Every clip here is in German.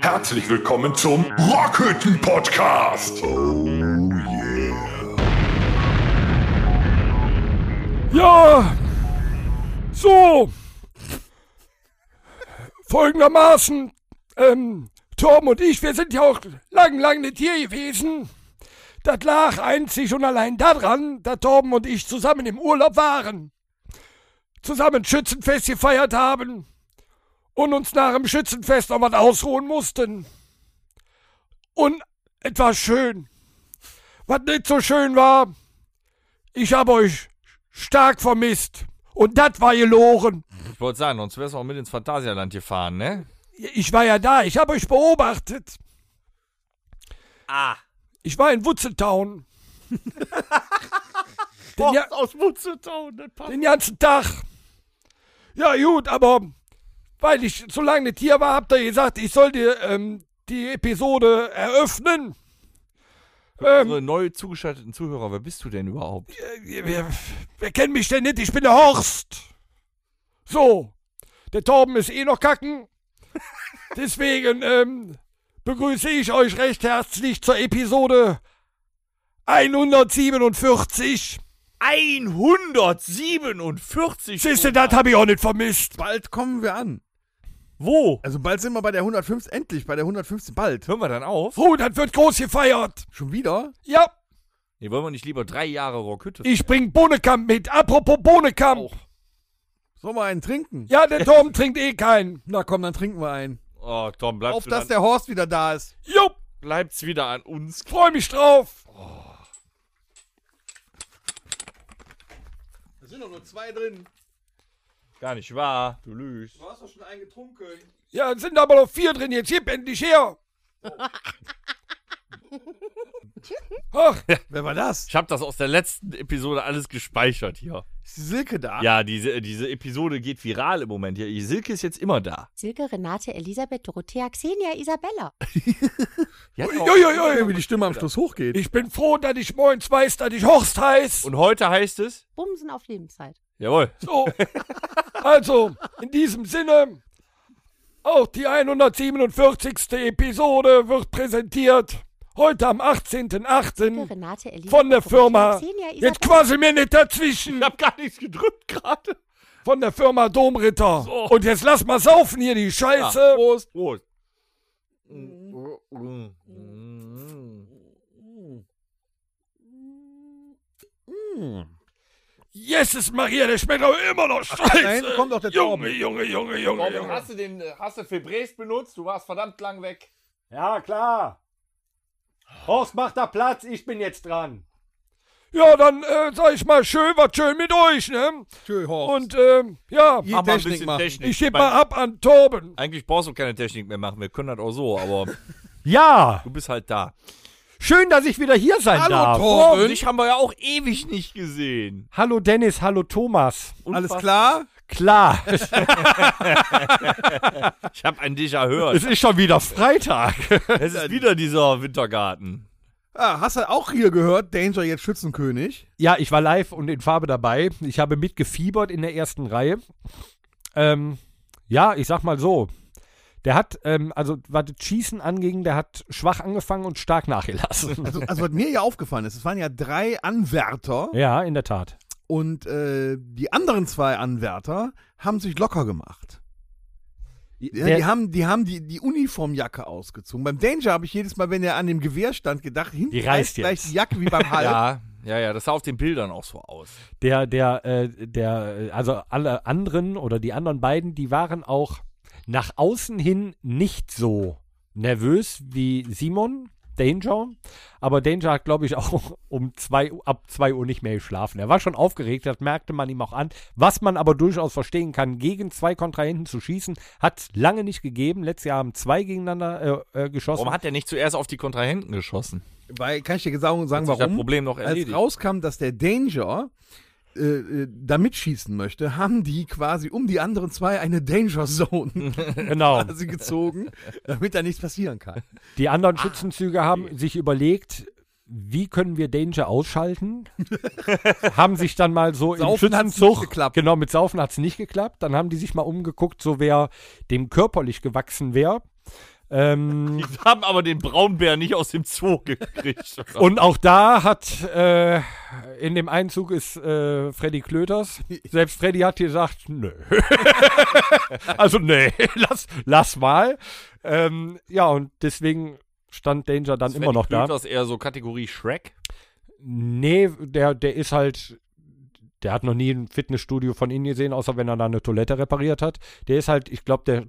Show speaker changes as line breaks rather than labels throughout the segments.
Herzlich willkommen zum Rockhütten Podcast. Oh
Ja, so. Folgendermaßen, ähm, Tom und ich, wir sind ja auch lang, lang nicht hier gewesen. Das lag einzig und allein daran, dass Torben und ich zusammen im Urlaub waren. Zusammen Schützenfest gefeiert haben und uns nach dem Schützenfest noch was ausruhen mussten. Und etwas schön. Was nicht so schön war, ich habe euch stark vermisst. Und das war gelogen.
Ich wollte sagen, sonst wärst du auch mit ins Phantasialand gefahren, ne?
Ich war ja da, ich habe euch beobachtet.
Ah.
Ich war in Wutzeltown. den, ja,
aus ne, Wutzeltown, das passt.
den ganzen Tag. Ja, gut, aber weil ich so lange nicht hier war, habt ihr gesagt, ich soll dir ähm, die Episode eröffnen. Ähm,
Unsere Also, neu zugeschalteten Zuhörer, wer bist du denn überhaupt?
äh, wer, wer kennt mich denn nicht? Ich bin der Horst. So, der Torben ist eh noch kacken. Deswegen ähm, begrüße ich euch recht herzlich zur Episode 147.
147!
Siehst du, das habe ich auch nicht vermisst.
Bald kommen wir an.
Wo?
Also bald sind wir bei der 150, endlich bei der 150, bald.
Hören wir dann auf?
Puh, das wird groß gefeiert.
Schon wieder?
Ja,
Nee, wollen wir nicht lieber drei Jahre Rockhütte?
ich bring Bohnekamp mit. Apropos Bohnekamp.
Sollen wir einen trinken?
Ja, der Torben trinkt eh keinen.
Na komm, dann trinken wir einen.
Oh, Tom, bleibst,
Auf
du
dass
dann,
der Horst wieder da ist.
Jo,
bleibst wieder an uns.
freu mich drauf.
Da sind doch nur zwei drin.
Gar nicht wahr, du lügst.
Du hast doch schon einen getrunken.
Ja, sind aber noch vier drin. Jetzt gib endlich her. Ach,
Wer war das?
Ich habe das aus der letzten Episode alles gespeichert hier.
Ist die Silke da?
Ja, diese, diese Episode geht viral im Moment hier. Die Silke ist jetzt immer da.
Silke, Renate, Elisabeth, Dorothea, Xenia, Isabella.
Die hat auch-
uiuiui.
Wie die Stimme am Schluss hochgeht.
Ich bin froh, dass ich moins weiß, dass ich Horst heiß.
Und heute heißt es?
Bumsen auf Lebenszeit.
Jawohl.
So. Also, in diesem Sinne, auch die 147. Episode wird präsentiert heute am
Silke,
18.08.
Renate, Elisabeth,
Hm. Von der
Dorothea,
Firma.
Xenia, Isabella.
Jetzt quasi mir nicht dazwischen.
Ich habe gar nichts gedrückt gerade.
Von der Firma Domritter.
So.
Und jetzt lass mal saufen hier, die Scheiße.
Ah, Prost. Prost.
Jesus Maria, der schmeckt aber immer noch
Da
scheiße.
hinten kommt doch der
Junge,
Torben.
Junge, Junge, Junge, Junge.
du den äh, hast du Febres benutzt? Du warst verdammt lang weg.
Ja, klar. Horst macht da Platz, ich bin jetzt dran.
Ja, dann äh, sag ich mal, schön, was schön mit euch, ne?
Schön, Horst.
Und ähm, ja,
Die
Mach mal ein
Technik
bisschen
machen.
Technik.
ich gebe mal ab an Torben.
Eigentlich brauchst du keine Technik mehr machen. Wir können das auch so, aber
Ja,
du bist halt da.
schön, dass ich wieder hier sein darf.
Oh,
Torben.
dich haben wir ja auch ewig nicht gesehen.
Hallo Dennis, hallo Thomas.
Alles
Unfassbar.
klar?
Klar,
Ich habe ein Dich
es
erhört.
ist schon wieder Freitag.
es ist wieder dieser Wintergarten.
Ah, hast du auch hier gehört? Danger jetzt Schützenkönig.
Ja, ich war live und in Farbe dabei. Ich habe mitgefiebert in der ersten Reihe. Ähm, ja, ich sag mal so. Der hat, ähm, also was das Schießen anging, der hat schwach angefangen und stark nachgelassen.
Also, also was mir ja aufgefallen ist, es waren ja drei Anwärter
ja, in der Tat.
und äh, die anderen zwei Anwärter haben sich locker gemacht. Ja,
Der-
die haben, die, haben die, die Uniformjacke ausgezogen. Beim Danger habe ich jedes Mal, wenn er an dem Gewehr stand, gedacht, hinten
Die reißt
gleich
jetzt.
die Jacke wie beim Hals.
Ja, ja, ja. Das sah auf den Bildern auch so aus.
Der, der, äh, der, äh, also alle anderen oder die anderen beiden, die waren auch nach außen hin nicht so nervös wie Simon, Danger. Aber Danger hat, glaube ich, auch um zwei, Uhr- ab 2 Uhr nicht mehr geschlafen. Er war schon aufgeregt, das merkte man ihm auch an. Was man aber durchaus verstehen kann, gegen zwei Kontrahenten zu schießen, hat es lange nicht gegeben. Letztes Jahr haben zwei gegeneinander äh, äh, geschossen.
Warum hat er nicht zuerst auf die Kontrahenten geschossen?
Weil, kann ich dir sagen, sagen
Hat sich Das
warum?
Problem noch
Als
erledigt.
rauskam, dass der Danger äh, äh, da mitschießen möchte, haben die quasi um die anderen zwei eine Danger Zone
genau.
quasi gezogen, damit da nichts passieren kann.
Die anderen Schützenzüge haben sich überlegt,
wie können wir Danger ausschalten? haben sich dann mal so im
Saufen hat's nicht
Schützenzug,
geklappt.
genau, mit Saufen hat es nicht geklappt. Dann haben die sich mal umgeguckt, so wer dem körperlich gewachsen wäre. Ähm,
Die haben aber den Braunbär nicht aus dem Zoo gekriegt.
und auch da hat äh, in dem Einzug ist äh, Freddy Klöters. Selbst Freddy hat gesagt, nö. also nee, lass, lass mal. Ähm, ja, und deswegen stand Danger dann immer noch da.
Das eher so Kategorie Shrek.
Nee, der, der ist halt, der hat noch nie ein Fitnessstudio von innen gesehen, außer wenn er da eine Toilette repariert hat. Der ist halt, ich glaube, der,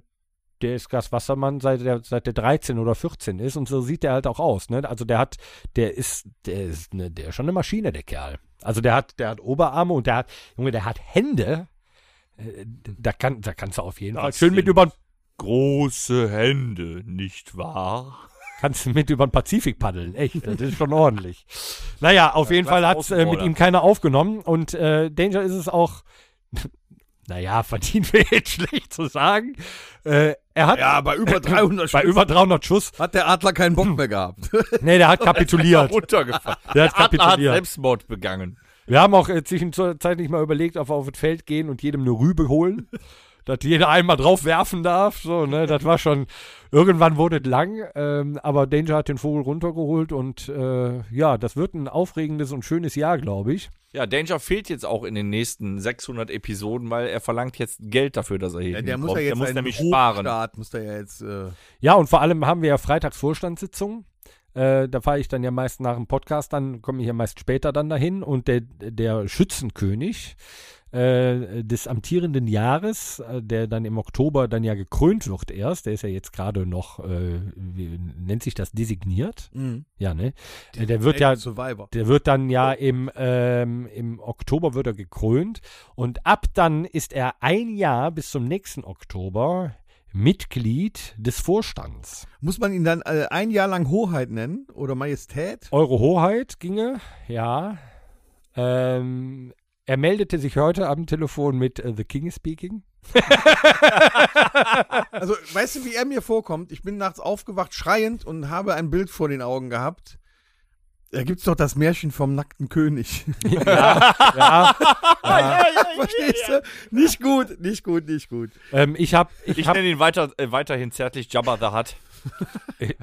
der ist Gaswassermann, seit der, seit der 13 oder 14 ist und so sieht der halt auch aus. Ne? Also der hat, der ist, der ist, ne, der ist schon eine Maschine, der Kerl. Also der hat, der hat Oberarme und der hat, Junge, der hat Hände. Äh, Da, kann, da kannst du auf jeden Fall
Das
schön mit
sind-
über,
Große Hände, nicht wahr?
kannst du mit über den Pazifik paddeln. Echt, das ist schon ordentlich. Naja, auf jeden Fall hat äh, mit
Außenborder.
ihm keiner aufgenommen und äh, Danger ist es auch, naja, verdient wir jetzt schlecht zu sagen. Äh, er hat
Ja, bei über 300
bei
Schuss
über 300 Schuss,
hat der Adler keinen Bock mehr gehabt.
nee, der hat kapituliert.
Runtergefallen.
Der hat
Adler hat
kapituliert.
Selbstmord begangen.
Wir haben auch äh, zwischenzeitlich mal überlegt, ob wir auf das Feld gehen und jedem eine Rübe holen. dass jeder einmal drauf werfen darf. So, ne? Das war schon, irgendwann wurde es lang. Ähm, aber Danger hat den Vogel runtergeholt und äh, ja, das wird ein aufregendes und schönes Jahr, glaube ich.
Ja, Danger fehlt jetzt auch in den nächsten 600 Episoden, weil er verlangt jetzt Geld dafür, dass er hier
Ja, der muss
hinkommt.
ja jetzt
der muss
einen
nämlich
Hochstart,
sparen.
Muss der ja jetzt, äh,
Ja, und vor allem haben wir ja freitags Vorstandssitzungen. Äh, da fahre ich dann ja meist nach dem Podcast, dann komme ich ja meist später dann dahin. Und der, der Schützenkönig äh, des amtierenden Jahres, äh, der dann im Oktober dann ja gekrönt wird erst, der ist ja jetzt gerade noch, äh, wie nennt sich das, designiert?
mh.
Ja, ne? Äh, der wird ja,
Survivor.
der wird dann ja im, ähm, im Oktober wird er gekrönt und ab dann ist er ein Jahr bis zum nächsten Oktober Mitglied des Vorstands.
Muss man ihn dann äh, ein Jahr lang Hoheit nennen oder Majestät?
Eure Hoheit ginge, ja. Ähm, er meldete sich heute am Telefon mit äh, The King is Speaking.
Also, weißt du, wie er mir vorkommt? Ich bin nachts aufgewacht, schreiend und habe ein Bild vor den Augen gehabt. Da gibt's doch das Märchen vom nackten König.
Ja,
Verstehst du? Nicht gut, nicht gut, nicht gut.
ähm, ich habe, ich,
Ich
hab,
nenne ihn weiter, äh, weiterhin zärtlich Jabba the Hutt.
äh, geht.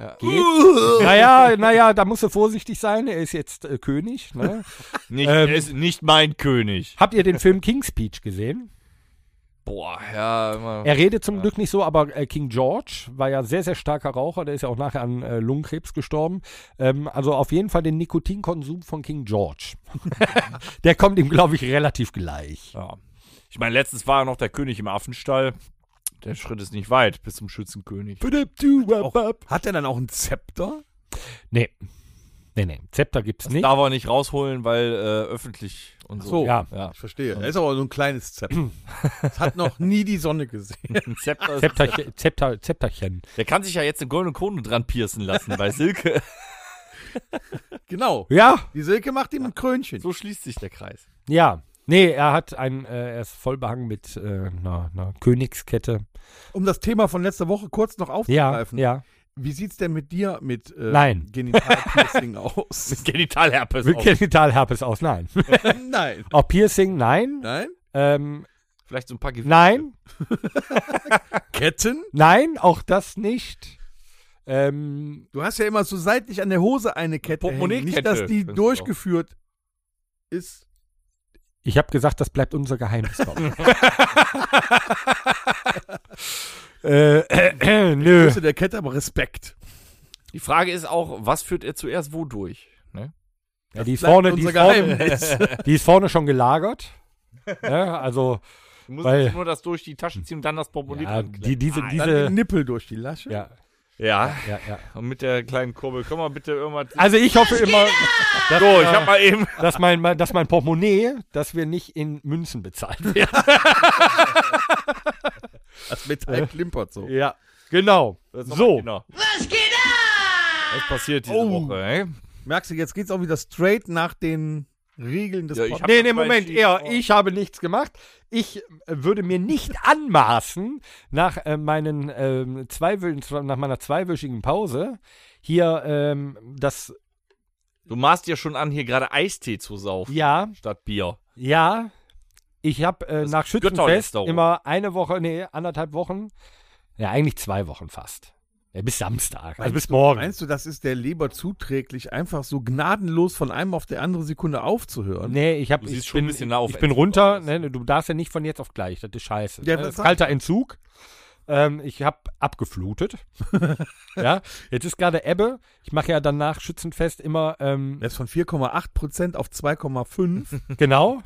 naja, naja, da musst du vorsichtig sein. Er ist jetzt äh, König. Ne?
Nicht,
Ähm.
er ist nicht mein König.
Habt ihr den Film King's Speech gesehen?
Boah, ja, immer.
Er redet zum Glück nicht so, aber äh, King George war ja sehr, sehr starker Raucher. Der ist ja auch nachher an äh, Lungenkrebs gestorben. Ähm, also auf jeden Fall den Nikotinkonsum von King George. der kommt ihm, glaube ich, relativ gleich.
Ja. Ich meine, letztens war er noch der König im Affenstall. Der Schritt ist nicht weit bis zum Schützenkönig.
Hat er dann auch ein Zepter?
Nee. Nee, nee. Zepter gibt's nicht.
Darf er nicht rausholen, weil äh, öffentlich und so.
so.
Ja.
ja.
Ich verstehe. Er ist aber so ein kleines Zepter. Das hat noch nie die Sonne gesehen.
Ein Zepter ist,
Zepterchen, Zepter, Zepterchen.
der kann sich ja jetzt eine goldene Krone dran piercen lassen bei Silke.
Genau.
Ja,
Die Silke macht ihm ein Krönchen.
So schließt sich der Kreis.
ja. Nee, er hat ein, äh, er ist voll behangen mit äh, einer, einer Königskette.
Um das Thema von letzter Woche kurz noch
Ja,
aufzugreifen.
ja.
Wie sieht's denn mit dir mit äh,
Nein.
Genitalpiercing aus?
Genitalherpes.
Mit
auch.
Genitalherpes aus, nein.
Nein.
Auch Piercing, nein.
Nein?
Ähm,
Vielleicht so ein paar Gewichte.
nein.
Ketten?
Nein, auch das nicht. Ähm,
Du hast ja immer so seitlich an der Hose eine Kette. Hängen. Nicht,
Portemonnaie-Kette.
dass die
Findest du
durchgeführt ist.
ich habe gesagt, das bleibt unser Geheimnis. Tom. äh, äh, äh, nö.
Größe der Kette, aber Respekt.
Die Frage ist auch, was führt er zuerst wodurch? Ne?
Ja, die, ist
bleibt
vorne, die,
unser
ist vorne,
Geheimnis.
die ist vorne schon gelagert. Ja, also
Du musst
Weil-
nur das durch die Taschen ziehen und dann das Portemonnaie
ja,
dran
die, diese,
Dann den
diese.
Nippel durch die Lasche.
Ja,
ja,
ja, ja.
und mit der kleinen Kurbel. Komm mal bitte irgendwas.
Also ich hoffe immer, dass,
So, ich hab mal eben.
dass, mein, mein- dass mein Portemonnaie, dass wir nicht in Münzen bezahlen werden.
Das Metall klimpert so.
Ja, genau. So.
Genau. Was geht ab? Was passiert diese
Oh.
Woche, ey?
Merkst du, jetzt geht's auch wieder straight nach den Regeln des
Ja, ich
Podcasts.
hab-
Nee, nee,
doch
Moment,
entschieden,
eher,
oh.
ich habe nichts gemacht. Ich äh, würde mir nicht anmaßen, nach, äh, meinen, ähm, zweiwö- nach meiner zweiwöchigen Pause hier ähm, das
Du maßt dir schon an, hier gerade Eistee zu saufen
Ja,
statt Bier.
ja. Ich habe äh,
Das
nach Schützenfest
Götterlästerung.
immer eine Woche, nee, anderthalb Wochen. Ja, eigentlich zwei Wochen fast. Ja, bis Samstag, also bis morgen.
Meinst du, das ist der Leber zuträglich, einfach so gnadenlos von einem auf der andere Sekunde aufzuhören?
Nee, ich habe
Du siehst
ich
schon
bin,
ein bisschen nah auf
ich bin
Entzug
runter.
aus.
Ne, du darfst ja nicht von jetzt auf gleich. Das ist scheiße.
Ja,
ne,
was
das ist
sag ich?
kalter Entzug. Ähm, ich habe abgeflutet. ja, jetzt ist gerade Ebbe. Ich mache ja danach Schützenfest immer ähm,
Er ist von 4,8% auf 2,5%.
genau.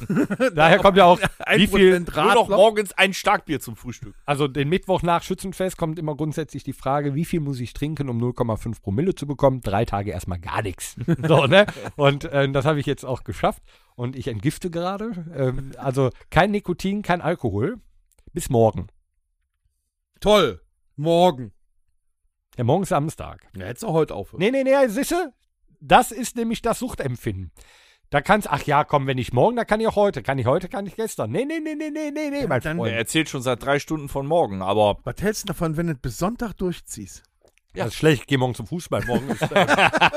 Daher kommt ja auch wie viel.
1%
Nur noch
Radler.
morgens ein Starkbier zum Frühstück.
Also den Mittwoch nach Schützenfest kommt immer grundsätzlich die Frage, wie viel muss ich trinken, um 0,5 Promille zu bekommen? Drei Tage erstmal gar nichts. So, ne? Und ähm, das habe ich jetzt auch geschafft. Und ich entgifte gerade. Ähm, also kein Nikotin, kein Alkohol. Bis morgen.
Toll. Morgen.
Ja, morgen ist Samstag.
Ja, hättest du heute aufhören.
Nee, nee, nee, Sisse, das ist nämlich das Suchtempfinden. Da kannst, ach ja, komm, wenn ich morgen, dann kann ich auch heute. Kann ich heute, kann ich gestern. Nee, nee, nee, nee, nee, nee, nee, mein
dann-
Freund.
Er erzählt schon seit drei Stunden von morgen, aber
Was hältst du davon, wenn du es bis Sonntag durchziehst?
Ja, ist schlecht, ich gehe morgen zum Fußball. Morgen ist, äh,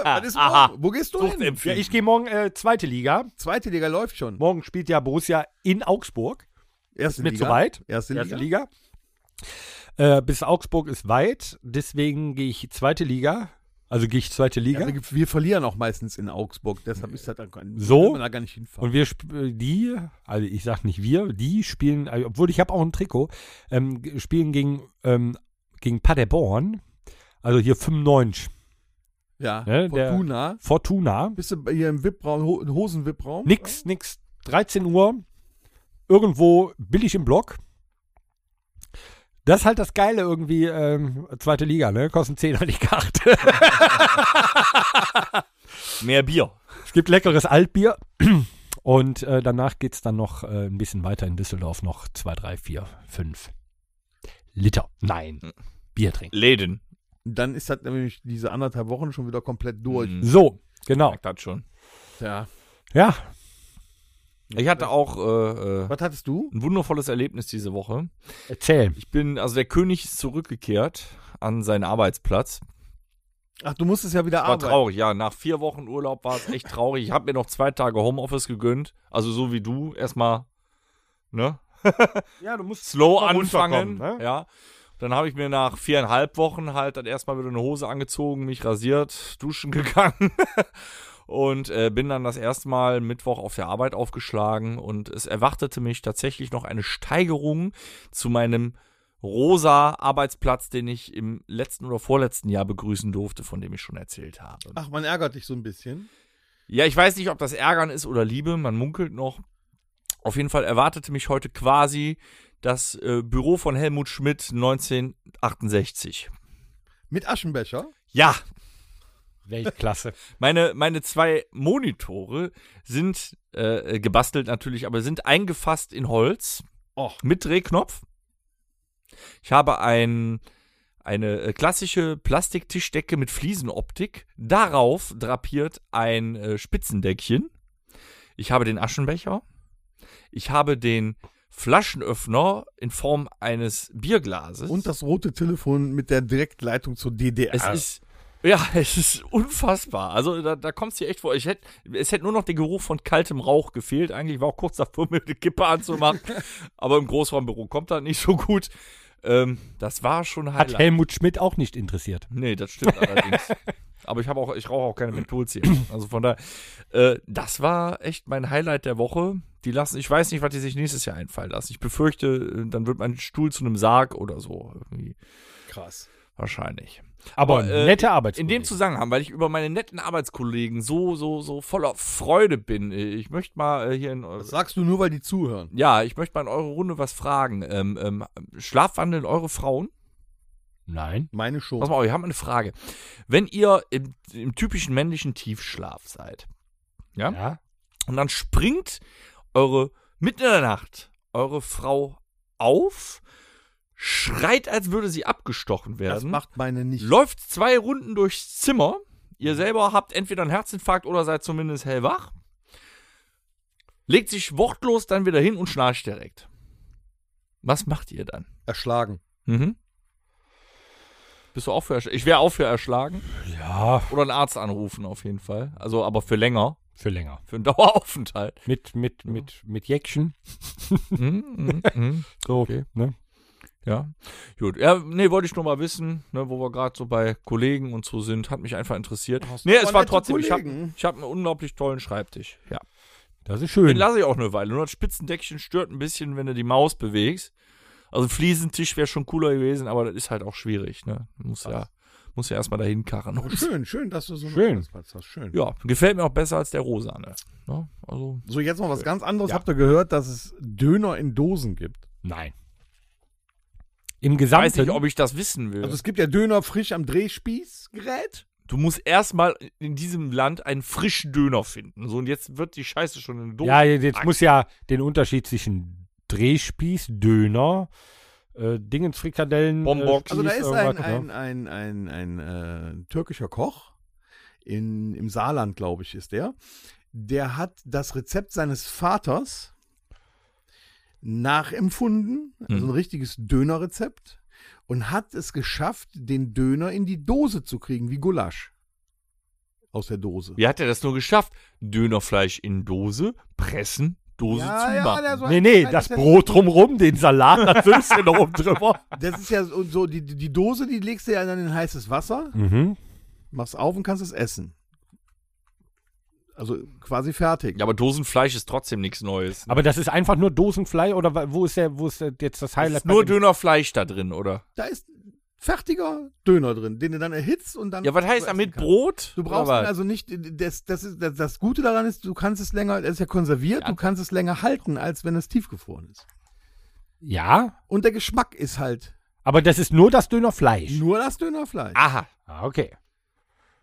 Was ist
aha.
morgen? Wo gehst du hin?
ja,
Suchtempfinden.
ich gehe morgen äh, zweite Liga.
Zweite Liga läuft schon.
Morgen spielt ja Borussia in Augsburg.
Erste
mir
Liga.
zu weit.
Erste Liga.
Erste Liga. Äh, bis Augsburg ist weit, deswegen gehe ich zweite Liga. Also gehe ich zweite
Ja,
Liga.
aber wir verlieren auch meistens in Augsburg, deshalb ist das dann gar nicht,
So?
kann man da gar nicht hinfahren.
Und wir, sp- äh, die, also ich sag nicht wir, die spielen, äh, obwohl ich habe auch ein Trikot, ähm, g- spielen gegen, ähm, gegen Paderborn, also hier 95,
ja,
ne, der-
Fortuna.
Fortuna,
Bist du bei- hier im VIP-Raum, Ho Hosen-VIP-Raum?
nix, nix, 13 Uhr, irgendwo billig im Block. Das ist halt das Geile irgendwie, ähm, zweite Liga, ne, kostet 10 die Karte.
Mehr Bier.
es gibt leckeres Altbier. Und äh, danach geht's dann noch äh, ein bisschen weiter in Düsseldorf, noch 2, 3, 4, 5 Liter. Nein,
Hm.
Bier trinken.
Läden.
Dann ist das nämlich diese anderthalb Wochen schon wieder komplett durch.
Mhm.
So, genau.
Merkt das schon.
Ja.
Ja,
Ich hatte auch äh, äh,
Was hattest du?
ein wundervolles Erlebnis diese Woche.
erzähl.
Ich bin, also der König ist zurückgekehrt an seinen Arbeitsplatz.
Ach, du musstest ja wieder
War
arbeiten.
traurig, ja. Nach vier Wochen Urlaub war es echt traurig. Ich habe mir noch zwei Tage Homeoffice gegönnt. Also so wie du erstmal, ne?
Ja, du musst.
Slow
Mal
anfangen.
runterkommen, ne?
Ja. Dann habe ich mir nach viereinhalb Wochen halt dann erstmal wieder eine Hose angezogen, mich rasiert, duschen gegangen und äh, bin dann das erste Mal Mittwoch auf der Arbeit aufgeschlagen und es erwartete mich tatsächlich noch eine Steigerung zu meinem rosa Arbeitsplatz, den ich im letzten oder vorletzten Jahr begrüßen durfte, von dem ich schon erzählt habe.
Ach, man ärgert dich so ein bisschen.
Ja, ich weiß nicht, ob das Ärgern ist oder Liebe, man munkelt noch. Auf jeden Fall erwartete mich heute quasi das äh, Büro von Helmut Schmidt 1968.
Mit Aschenbecher.
Ja,
Weltklasse.
meine, meine zwei Monitore sind äh, äh, gebastelt natürlich, aber sind eingefasst in Holz
Och.
mit Drehknopf. Ich habe ein, eine äh, klassische Plastiktischdecke mit Fliesenoptik. Darauf drapiert ein äh, Spitzendeckchen. Ich habe den Aschenbecher. Ich habe den Flaschenöffner in Form eines Bierglases.
Und das rote Telefon mit der Direktleitung zur DDR.
Es ist. Ja, es ist unfassbar. Also da, da kommst du dir echt vor. Ich hätte, es hätte nur noch der Geruch von kaltem Rauch gefehlt. Eigentlich war auch kurz davor, mir eine Kippe anzumachen. Aber im Großraumbüro kommt das nicht so gut. Ähm, das war schon
Hat
Highlight.
Helmut Schmidt auch nicht interessiert.
Nee, das stimmt allerdings. Aber ich habe auch, ich rauche auch keine Mentholzähne. Also von daher, äh, das war echt mein Highlight der Woche. Die lassen, ich weiß nicht, was die sich nächstes Jahr einfallen lassen. Ich befürchte, äh, dann wird mein Stuhl zu einem Sarg oder so. Irgendwie.
krass.
Wahrscheinlich.
Aber,
Aber, äh,
nette Arbeit.
In dem Zusammenhang, weil ich über meine netten Arbeitskollegen so, so, so voller Freude bin. Ich möchte mal äh, hier in
Das
eure,
sagst du nur, weil die zuhören.
ja, ich möchte mal in eure Runde was fragen. Ähm, ähm, schlafwandeln eure Frauen?
Nein.
Meine schon.
Pass mal auf, ich habe eine Frage. Wenn ihr im, im typischen männlichen Tiefschlaf seid Ja?
Ja.
und dann springt eure, mitten in der Nacht, eure Frau auf, schreit, als würde sie abgestochen werden.
Das macht meine nicht.
Läuft zwei Runden durchs Zimmer.
Mhm.
Ihr selber habt entweder einen Herzinfarkt oder seid zumindest hellwach. Legt sich wortlos dann wieder hin und schnarcht direkt. Was macht ihr dann?
Erschlagen.
Mhm. Bist du auch für erschlagen? Ich wäre auch für erschlagen.
Ja,
Oder einen Arzt anrufen auf jeden Fall. Also, aber für länger.
für länger.
Für einen Daueraufenthalt.
Mit, mit, mit, mit Jäckchen.
Mhm, mhm, mhm.
So, okay. ne?
Ja, gut. Ja, nee, wollte ich nur mal wissen, ne, wo wir gerade so bei Kollegen und so sind. Hat mich einfach interessiert. Nee,
aber
es war
nette
trotzdem, ich habe
Kollegen.
ich hab einen unglaublich tollen Schreibtisch. Ja.
Das ist
Den
schön.
lasse ich auch eine Weile. Nur das Spitzendeckchen stört ein bisschen, wenn du die Maus bewegst. Also ein Fliesentisch wäre schon cooler gewesen, aber das ist halt auch schwierig, ne? Muss ja, muss ja erstmal dahin karren.
Schön, schön, dass du so einen
Schön.
Arbeitsplatz hast. Schön.
Ja, gefällt mir auch besser als der Rosane. Ne? Also,
So, jetzt mal was ganz anderes. Habt ihr gehört, dass es Döner in Dosen gibt?
Nein. Im
weiß
Gesamten.
nicht, ob ich das wissen will.
Also es gibt ja Döner frisch am Drehspießgerät.
du musst erstmal in diesem Land einen frischen Döner finden. So, und jetzt wird die Scheiße schon in den Dose.
ja, jetzt muss ja den Unterschied zwischen Drehspieß, Döner, äh, Dingensfrikadellen,
Bombox.
Also da
Spieß,
ist ein,
irgendwas, ne?
ein, ein, ein, ein, äh, türkischer Koch in, im Saarland, glaube ich, ist der. Der hat das Rezept seines Vaters nachempfunden, also
Mhm.
ein richtiges Dönerrezept, und hat es geschafft, den Döner in die Dose zu kriegen, wie Gulasch. Aus der Dose.
Wie hat er das nur geschafft? Dönerfleisch in Dose, pressen, Dose zu machen.
der
Nee,
so also ein-
nee,
ein-
das Brot drumrum, den Salat, das Süßchen rum drüber.
Das ist ja so, so die, die die Dose, die legst du ja dann in heißes Wasser,
Mhm.
machst auf und kannst es essen. Also quasi fertig.
ja, aber Dosenfleisch ist trotzdem nichts Neues. Ne?
Aber das ist einfach nur Dosenfleisch oder wa- wo ist der, wo ist der jetzt das
Es
Highlight?
ist nur
bei dem-
Dönerfleisch da drin, oder?
Da ist fertiger Döner drin, den du dann erhitzt und dann.
Ja, was heißt
essen
damit
kannst.
Brot?
Du brauchst ihn
Oder was?
also nicht, das, das, ist, das, das Gute daran ist, du kannst es länger, es ist ja konserviert,
Ja.
du kannst es länger halten, als wenn es tiefgefroren ist.
Ja,
Und der Geschmack ist halt
aber das ist nur das
Mhm.
Dönerfleisch.
nur das Dönerfleisch.
Aha.
Ah, okay.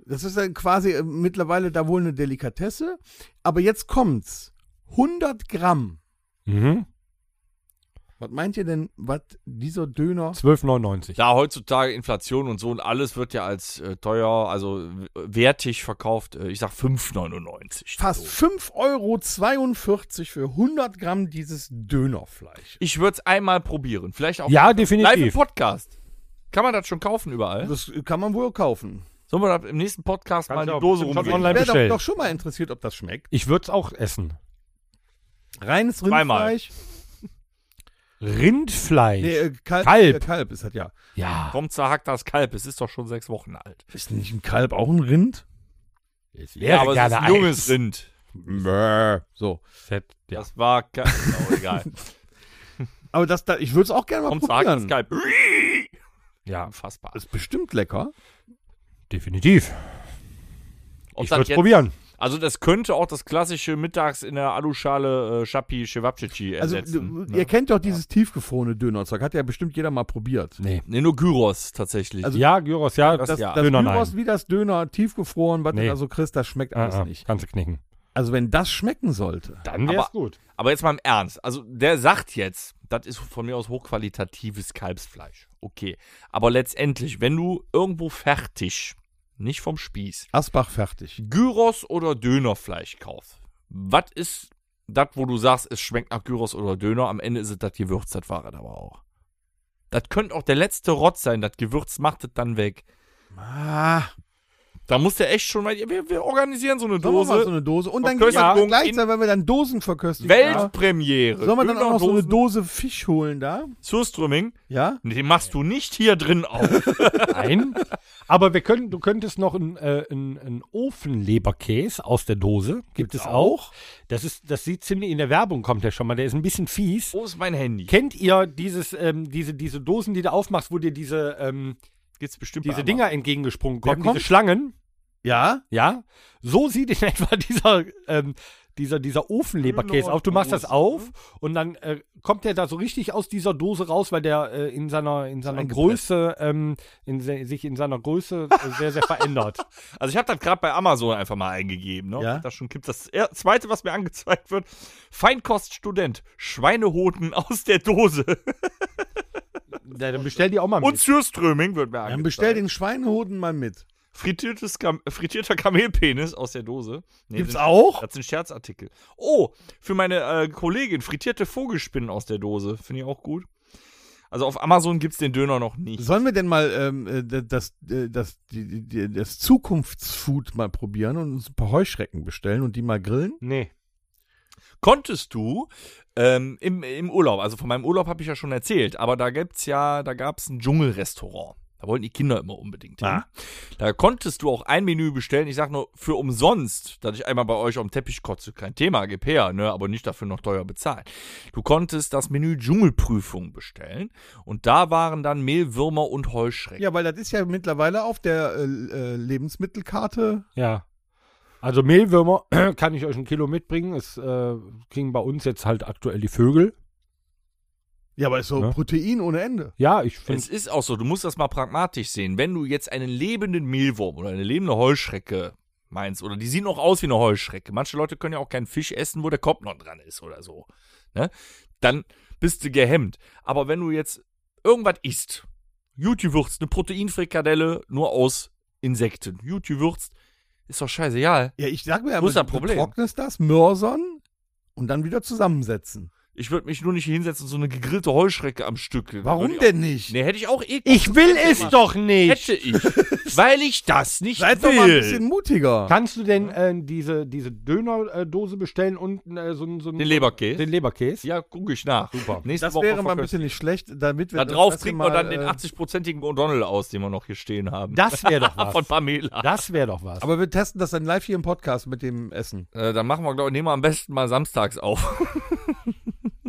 Das ist dann quasi äh, mittlerweile da wohl eine Delikatesse. Aber jetzt kommt's. 100 Gramm.
Mhm.
Was meint ihr denn, was dieser Döner
12,99.
Ja, heutzutage Inflation und so und alles wird ja als äh, teuer, also w- wertig verkauft. Äh, ich sag 5,99.
fast 5,42 Euro für 100 Gramm dieses Dönerfleisch?
Ich würde es einmal probieren. Vielleicht auch
Ja,
live im
definitiv.
Podcast. Kann man das schon kaufen überall?
Das kann man wohl kaufen.
Sollen wir das im nächsten Podcast mal
Kannst
in
ja
die Dose
bestimmt schon
rumgehen?
online-
Wäre doch,
bestellt.
doch schon mal interessiert, ob das schmeckt.
Ich würde es auch essen.
Reines
Zweimal.
Rindfleisch.
Rindfleisch.
Nee, äh, Kalb,
Kalb.
Äh, Kalb ist das ja.
ja.
Komm, zerhackt das Kalb. Es ist doch schon sechs Wochen alt.
Ist nicht ein Kalb auch ein Rind?
Es wäre
aber es ist
gerne
ein junges Rind.
Bäh. So.
Set, ja.
Das war ke- genau, egal.
Aber das, da, ich würde es auch gerne mal
Komm, zerhackt das
probieren.
Kalb.
ja,
Unfassbar.
Ist bestimmt lecker.
definitiv.
Ob
ich
das
würde es
jetzt-
probieren.
Also das könnte auch das klassische mittags in der Aluschale äh, Schappi Shevapchichi
Also,
ersetzen.
ne?
ne?
du- ihr kennt doch dieses tiefgefrorene Dönerzeug. Hat ja bestimmt jeder mal probiert.
Nee.
nee, nur Gyros tatsächlich.
Also-
ja, Gyros, ja.
Das,
ja.
das
Döner,
Gyros
nein.
wie das Döner, tiefgefroren, was
Nee.
du da so kriegst, das schmeckt alles
ah, ah,
nicht.
kannst du knicken.
Also, wenn das schmecken sollte.
Dann
wär's
wär's gut.
Aber jetzt mal im Ernst. Also der sagt jetzt, das ist von mir aus hochqualitatives Kalbsfleisch. Okay. Aber letztendlich, wenn du irgendwo fertig, nicht vom Spieß,
Asbach fertig.
Gyros oder Dönerfleisch kaufst, was ist das, wo du sagst, es schmeckt nach Gyros oder Döner? Am Ende ist es das Gewürz, das war es aber auch. Das könnte auch der letzte Rotz sein. Das Gewürz macht es dann weg.
Ah,
Da muss der echt schon mal. Wir, wir organisieren so eine
Sollen wir mal so
Dose.
eine Dose? Und dann
Verköstigung
gleich, gleich
in-
sein, wenn wir dann Dosen verköstigen. Ja.
Weltpremiere.
Sollen wir dann auch noch so eine
Dönerdosen-
Dose Fisch holen da?
Surströmming?
Ja?
Nee, Den machst du nicht hier drin auf.
Nein. Aber wir können, du könntest noch einen äh, einen- einen Ofenleberkäse aus der Dose. Gibt es auch. Das, ist, das sieht ziemlich in der Werbung, kommt der schon mal. Der ist ein bisschen fies.
Wo ist mein Handy?
Kennt ihr dieses, ähm, diese, diese Dosen, die du aufmachst, wo dir diese, ähm,
Gibt's bestimmt
diese
bei
Dinger entgegengesprungen
Der
kommen,
kommt-
diese Schlangen?
Ja?
Ja, so sieht in etwa dieser, ähm, dieser, dieser Ofenleberkäse aus. Du machst das auf und dann äh, kommt der da so richtig aus dieser Dose raus, weil der äh, in seiner, in seiner
eingepresst.
Größe, ähm, in se sich in seiner Größe äh, sehr, sehr verändert.
Amazon. Also ich habe das gerade bei Amazon einfach mal eingegeben. Ne?
Ja.
Da schon gibt das er- zweite, was mir angezeigt wird: Feinkoststudent Schweinehoden aus der Dose
Ja, dann bestell die auch mal
und
mit.
Surströmming wird mir angezeigt.
Dann bestell den Schweinehoden mal mit.
Frittiertes Kam frittierter Kamelpenis aus der Dose. Nee,
Gibt's
sind-
auch?
Das sind Scherzartikel. Oh, für meine äh, Kollegin frittierte Vogelspinnen aus der Dose. Finde ich auch gut. Also auf Amazon gibt's den Döner noch nicht.
Sollen wir denn mal ähm, äh, d- das, äh, das, die, die- die, das Zukunftsfood mal probieren und uns ein paar Heuschrecken bestellen und die mal grillen?
Nee.
Konntest du ähm, im, im Urlaub, also von meinem Urlaub habe ich ja schon erzählt, aber da gibt's ja, da gab's ein Dschungelrestaurant. Da wollten die Kinder immer unbedingt hin. Da konntest du auch ein Menü bestellen. Ich sag nur, für umsonst, dass ich einmal bei euch auf dem Teppich kotze, kein Thema, gib her, ne, aber nicht dafür noch teuer bezahlt. Du konntest das Menü Dschungelprüfung bestellen und da waren dann Mehlwürmer und Heuschrecken.
Ja, weil das ist ja mittlerweile auf der äh, äh, Lebensmittelkarte.
Ja. Also Mehlwürmer kann ich euch ein Kilo mitbringen. Es äh, kriegen bei uns jetzt halt aktuell die Vögel.
Ja, aber ist so
Ne?
Protein ohne Ende.
Ja, ich
Es
finde.
ist auch so, du musst das mal pragmatisch sehen. Wenn du jetzt einen lebenden Mehlwurm oder eine lebende Heuschrecke meinst, oder die sehen auch aus wie eine Heuschrecke, manche Leute können ja auch keinen Fisch essen, wo der Kopf noch dran ist oder so, ne? dann bist du gehemmt. Aber wenn du jetzt irgendwas isst, Jutewürz, eine Proteinfrikadelle nur aus Insekten, Jutewürz, ist doch scheißegal.
Ja, ich sag mir ja,
Wo ist das
du
Problem?
trocknest das, mörsern und dann wieder zusammensetzen.
Ich würde mich nur nicht hier hinsetzen und so eine gegrillte Heuschrecke am Stück. Würd
Warum
ich
denn nicht?
Auch, nee, hätte ich auch eh.
Ich will es doch nicht.
Hätte ich. weil ich das nicht
Seid
will.
doch mal ein bisschen mutiger.
Kannst du denn äh, diese, diese Dönerdose bestellen und äh, so, einen- so einen-
Den Leberkäse.
Den Leberkäse?
Ja, gucke ich nach. Super. Nächste
das
Woche
wäre mal ein
verkürzt.
bisschen nicht schlecht, damit wir
Da
das
drauf
erste
kriegen wir
Mal,
dann den
äh,
80-prozentigen O'Donnell aus, den wir noch hier stehen haben.
Das wäre doch
Von
was.
Pamela.
Das wäre doch was.
Aber wir testen das dann live hier im Podcast mit dem Essen.
Äh, dann machen wir, glaube ich, nehmen wir am besten mal samstags auf.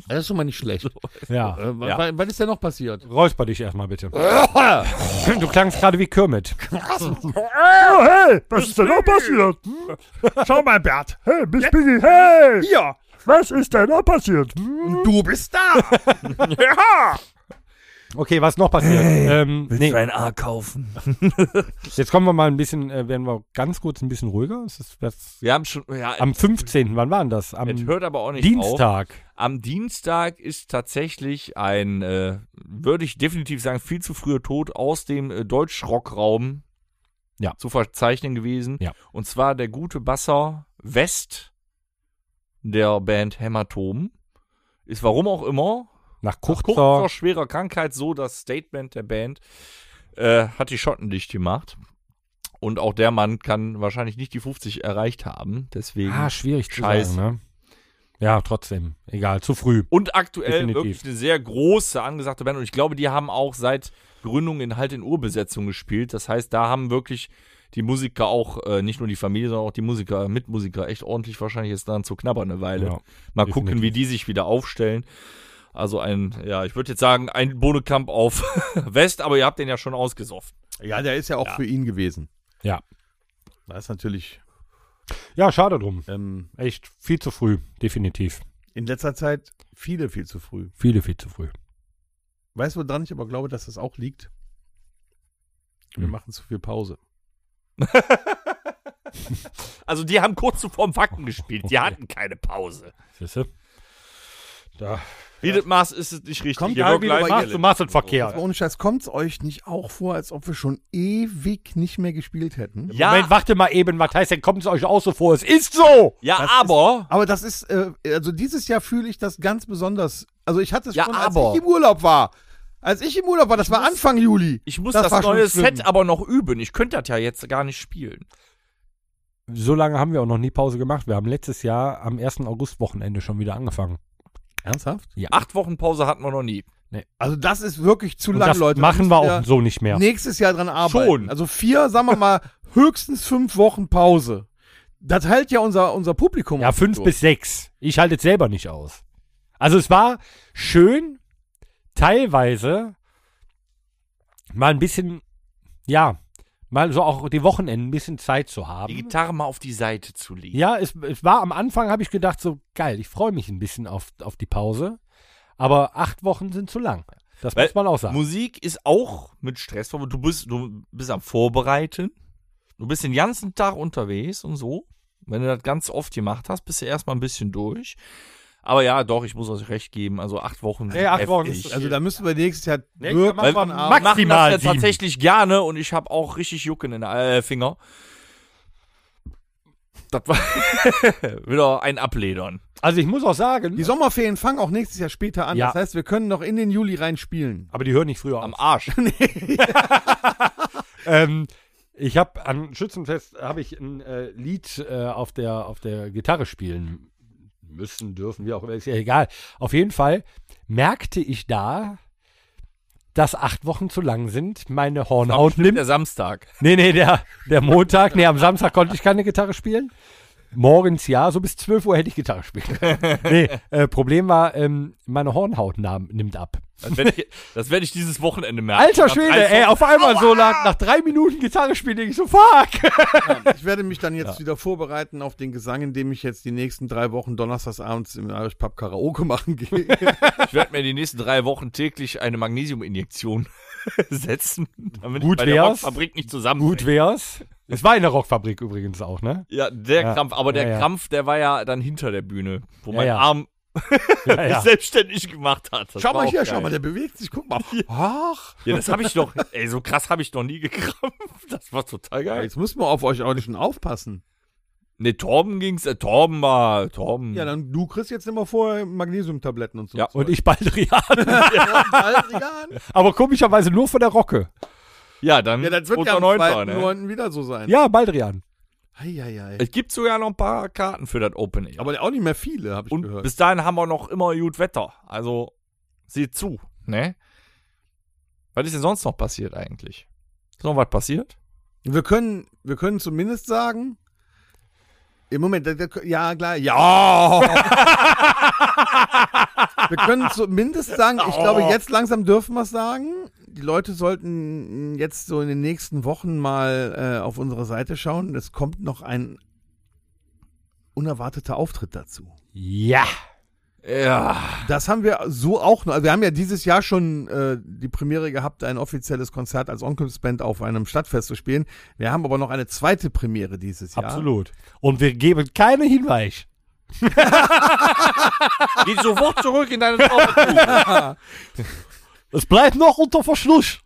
Das ist schon mal nicht schlecht.
ja.
Äh, wa-
Ja.
wa- Was ist denn noch passiert?
Räusper dich erstmal bitte.
Äh.
du klangst gerade wie Kermit.
hey, was ist denn da passiert? Schau mal, Bert. Hey, Miss Piggy, hey! Hier! Was ist denn da passiert?
Du bist da!
Okay, was noch passiert? ähm, nee,
ein A kaufen.
jetzt kommen wir mal ein bisschen, äh, werden wir ganz kurz ein bisschen ruhiger. Es ist das,
Wir haben schon, ja,
am 15. Wann war denn das? Am
es hört aber auch Äh, nicht auf.
Dienstag.
Am Dienstag ist tatsächlich ein, äh, würde ich definitiv sagen, viel zu früher Tod aus dem äh, Deutschrockraum
Ja.
zu verzeichnen gewesen.
Ja.
Und zwar der gute Basser West der Band Hämatom. Ist warum auch immer,
Nach
nach
kurzer,
kurzer schwerer Krankheit, so das Statement der Band, äh, hat die Schotten dicht gemacht. Und auch der Mann kann wahrscheinlich nicht die 50 erreicht haben. Deswegen
Ah, schwierig zu
Scheiße.
sagen, ne? Ja, trotzdem. Egal, zu früh.
Und aktuell
Definitiv.
wirklich eine sehr große angesagte Band. Und ich glaube, die haben auch seit Gründung in halt in Urbesetzung gespielt. Das heißt, da haben wirklich die Musiker auch, äh, nicht nur die Familie, sondern auch die Musiker, Mitmusiker, echt ordentlich wahrscheinlich jetzt dran zu knabbern eine Weile.
Ja,
Mal
definitiv.
gucken, wie die sich wieder aufstellen. Also ein, ja, ich würde jetzt sagen, ein Bohnekamp auf West, aber ihr habt den ja schon ausgesoffen.
Ja, der ist ja auch für ihn gewesen.
Ja.
Das ist natürlich
Ja, schade drum.
ähm,
Echt viel zu früh, definitiv.
in letzter Zeit viele viel zu früh.
Viele viel zu früh.
Weißt du, woran ich aber glaube, dass das auch liegt? Wir
Hm.
machen zu viel Pause.
Also die haben kurz zuvor im Wacken gespielt. Die hatten keine Pause.
Siehst du? Da
Wie das Maß ist es nicht richtig.
Kommt
Hier
da
wird
wieder
gleich-
bei
halt machst du, machst du
Aber
verkehrt.
Also ohne Scheiß, kommt es euch nicht auch vor, als ob wir schon ewig nicht mehr gespielt hätten?
Ja,
Moment, warte mal eben, was heißt denn, kommt es euch auch so vor? Es ist so!
ja
Das
aber.
Aber das ist, äh, also dieses Jahr fühle ich das ganz besonders. Also ich hatte es
Ja,
schon,
aber-
als ich im Urlaub war. Als ich im Urlaub war, das war Anfang Juli.
Ich muss
Das
das,
war schon
neue
schlimm.
Set aber noch üben. Ich könnte das ja jetzt gar nicht spielen.
So lange haben wir auch noch nie Pause gemacht. Wir haben letztes Jahr am 1. August-Wochenende schon wieder angefangen.
Ernsthaft?
Acht Wochen Pause hatten wir noch nie.
Also das ist wirklich zu
Und
lang,
das
Leute. Da
machen
müssen
wir auch so nicht mehr.
nächstes Jahr dran arbeiten.
Schon.
Also vier, sagen wir mal, höchstens fünf Wochen Pause. Das hält ja unser, unser Publikum.
Ja,
auch
fünf
durch.
bis sechs. Ich halte es selber nicht aus. Also es war schön, teilweise mal ein bisschen, ja, mal so auch die Wochenenden ein bisschen Zeit zu
Die
haben.
Gitarre mal auf die Seite zu legen.
Ja, es, es war am Anfang, habe ich gedacht, so geil, ich freue mich ein bisschen auf, auf die Pause. Aber acht Wochen sind zu lang. Das
Weil
muss man auch sagen.
Musik ist auch mit Stress. verbunden. Du bist, du bist am Vorbereiten. Du bist den ganzen Tag unterwegs und so. Wenn du das ganz oft gemacht hast, bist du erstmal ein bisschen durch. Aber ja, doch, ich muss euch recht geben. Also acht Wochen.
Nee, acht Wochen ist-
Also da müssen wir nächstes Jahr
Nee,
wirklich
kann man
dran
von
arbeiten.
Max-
machen das
maximal
ja
sieben.
tatsächlich gerne und ich habe auch richtig Jucken in den äh, Finger. Das war wieder ein Abledern.
Also ich muss auch sagen,
Die Sommerferien fangen auch nächstes Jahr später an.
Ja.
Das heißt, wir können noch in den Juli rein spielen.
aber die hören nicht früher
Am
auf.
Arsch.
Ähm, ich habe am Schützenfest habe ich ein äh, Lied äh, auf der auf der Gitarre spielen müssen, dürfen, wie auch immer, ist ja egal. Auf jeden Fall merkte ich da, dass acht Wochen zu lang sind, meine Hornhaut nimmt.
Der Samstag.
Nee, nee, der, der Montag, nee, am Samstag konnte ich keine Gitarre spielen. Morgens ja, so bis 12 Uhr hätte ich Gitarre spielen können. Nee, äh, Problem war, ähm, meine Hornhaut nahm, nimmt ab.
Das werde ich, das werd ich dieses Wochenende merken.
Alter
Nach drei
Schwede, ey,
Wochen-
auf einmal so nach, nach drei Minuten Gitarre spielen, denk ich so, fuck.
Ich werde mich dann jetzt wieder vorbereiten auf den Gesang, indem ich jetzt die nächsten drei Wochen donnerstags abends im Irish Pub Karaoke machen gehe.
Ich werde mir die nächsten drei Wochen täglich eine Magnesiuminjektion setzen, damit
Gut
ich bei der
wär's.
Fabrik nicht zusammen.
Gut wär's. Es war in der Rockfabrik übrigens auch, ne?
Ja, der
Ja.
Krampf, aber der
Ja, ja.
Krampf, der war ja dann hinter der Bühne, wo
Ja,
mein
ja.
Arm
Ja, ja.
mich selbstständig gemacht hat. Das
schau
war
mal
auch
hier,
geil.
schau mal, der bewegt sich, guck mal. Ach.
Ja, das habe ich doch, ey, so krass habe ich noch nie gekrampft. Das war total
Ja,
geil.
Jetzt muss man auf euch auch nicht schon aufpassen.
Ne, Torben ging's, äh, Torben war, Torben.
Ja, dann du kriegst jetzt immer vorher Magnesiumtabletten und so.
Mhm. Ja,
Und ich Baldrian.
alles egal.
Aber komischerweise nur von der Rocke.
Ja, dann
Ja, das wird
wurde
ja
er
am
Mhm. Neunter,
2.9.
ne?
wieder so sein.
Ja, Baldrian.
Eieiei.
Es gibt sogar noch ein paar Karten für das Open Air.
Aber auch nicht mehr viele, habe ich
Und
gehört.
bis dahin haben wir noch immer gut Wetter. Also, seht zu, ne? Was ist denn sonst noch passiert eigentlich? Ist noch was passiert?
Wir können, wir können zumindest sagen. Im Moment, da- da- ja, klar, ja. wir können zumindest sagen, ich glaube, jetzt langsam dürfen wir es sagen. Die Leute sollten jetzt so in den nächsten Wochen mal äh, auf unsere Seite schauen. Es kommt noch ein unerwarteter Auftritt dazu.
Ja.
Ja.
Das haben wir so auch noch. Also wir haben ja dieses Jahr schon äh, die Premiere gehabt, ein offizielles Konzert als Onkelsband auf einem Stadtfest zu spielen. Wir haben aber noch eine zweite Premiere dieses Jahr.
Absolut. Und wir geben keine Hinweis.
Geh sofort zurück in deine Traumstufe.
Es bleibt noch unter Verschluss.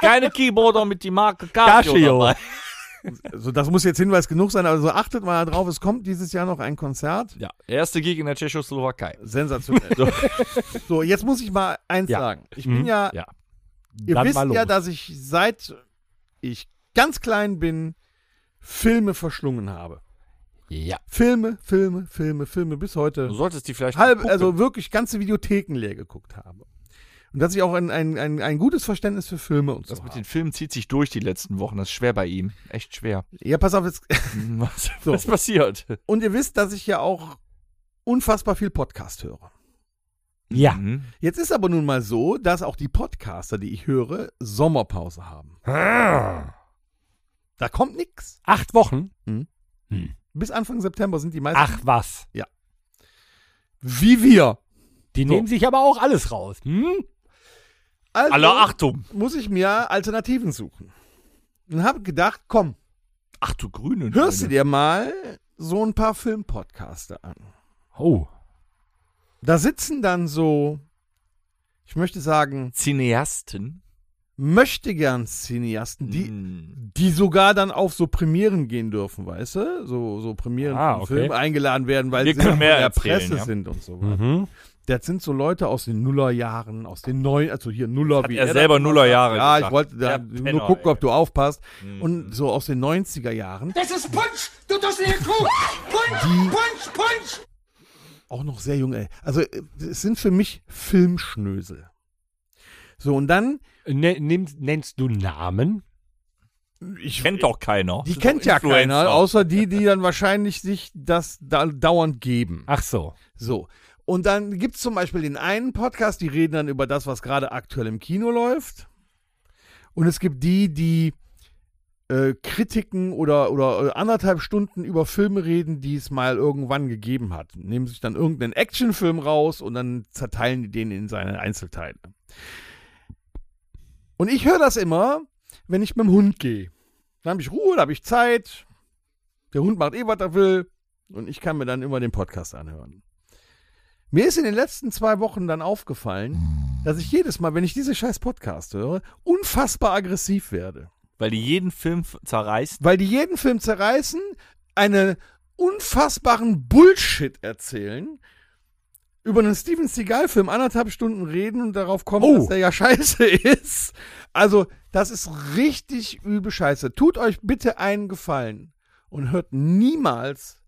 Keine Keyboarder mit die Marke Casio,
Casio.
dabei.
Also das muss jetzt Hinweis genug sein, also achtet mal drauf, es kommt dieses Jahr noch ein Konzert.
Ja, erste Gig in der Tschechoslowakei.
Sensationell.
So.
so, jetzt muss ich mal eins
Ja.
sagen. Ich
Mhm.
bin ja,
Ja.
ihr
Dann
wisst
mal los.
ja, dass ich seit ich ganz klein bin, Filme verschlungen habe.
Ja.
Filme, Filme, Filme, Filme bis heute.
Du solltest die vielleicht.
halb,
gucken.
also wirklich ganze Videotheken leer geguckt habe. Und dass ich auch ein, ein, ein, ein gutes Verständnis für Filme und so
das mit
habe.
den Filmen zieht sich durch die letzten Wochen. Das ist schwer bei ihm. Echt schwer.
Ja, pass auf, jetzt.
Was,
Mhm. So.
was passiert?
Und ihr wisst, dass ich ja auch unfassbar viel Podcast höre.
Ja.
Mhm.
Jetzt ist aber nun mal so, dass auch die Podcaster, die ich höre, Sommerpause haben. Da kommt nix.
Acht Wochen?
Bis Anfang September sind die meisten.
Ach was.
Wie wir.
Die nehmen sich aber auch alles raus. Hm?
Also
Alle Achtung.
muss ich mir Alternativen suchen. Und habe gedacht, komm,
Ach du Grüne.
hörst du dir mal so ein paar Filmpodcaster an.
Oh.
Da sitzen dann so, ich möchte sagen,
Cineasten?
möchte gern Cineasten, die,
Mhm.
die sogar dann auf so Premieren gehen dürfen, weißt du? So, so Premieren
Ah,
von
okay.
Filmen eingeladen werden, weil
Wir
sie
können
von
mehr
der
erzählen,
Presse
ja.
sind und so. weiter.
Mhm.
Das sind so Leute aus den Nullerjahren, aus den neuen, also hier Nuller
Hat
wie
er
das
selber
immer
Nullerjahre
sagt. Ja, ich
gesagt.
wollte
Der
da
Penner,
nur gucken,
ey. Mhm,
ob du aufpasst. Und so aus den 90er Jahren.
Das ist Punsch! Du tust in den Krug! Punsch! Punsch! Punsch!
auch noch sehr jung, ey. Also äh, es sind für mich Filmschnösel. So, und dann,
Ne, nimm, nennst du Namen?
ich,
Kennt doch keiner.
die
Ist
kennt
doch
ja keiner,
Influencer.
außer die, die dann wahrscheinlich sich das da dauernd geben.
Ach so.
So. Und dann gibt's zum Beispiel den einen Podcast, die reden dann über das, was gerade aktuell im Kino läuft. Und es gibt die, die äh, Kritiken oder, oder äh, anderthalb Stunden über Filme reden, die es mal irgendwann gegeben hat. Nehmen sich dann irgendeinen Actionfilm raus und dann zerteilen die den in seine Einzelteile. Und ich höre das immer, wenn ich mit dem Hund gehe. Dann habe ich Ruhe, da habe ich Zeit. Der Hund macht eh, was er will. Und ich kann mir dann immer den Podcast anhören. Mir ist in den letzten zwei Wochen dann aufgefallen, dass ich jedes Mal, wenn ich diese scheiß Podcast höre, unfassbar aggressiv werde.
Weil die jeden Film f- zerreißt.
Weil die jeden Film zerreißen, einen unfassbaren Bullshit erzählen, über einen Steven Seagal-Film anderthalb Stunden reden und darauf kommen,
Oh.
dass der ja scheiße ist. Also, das ist richtig übel scheiße. Tut euch bitte einen Gefallen und hört niemals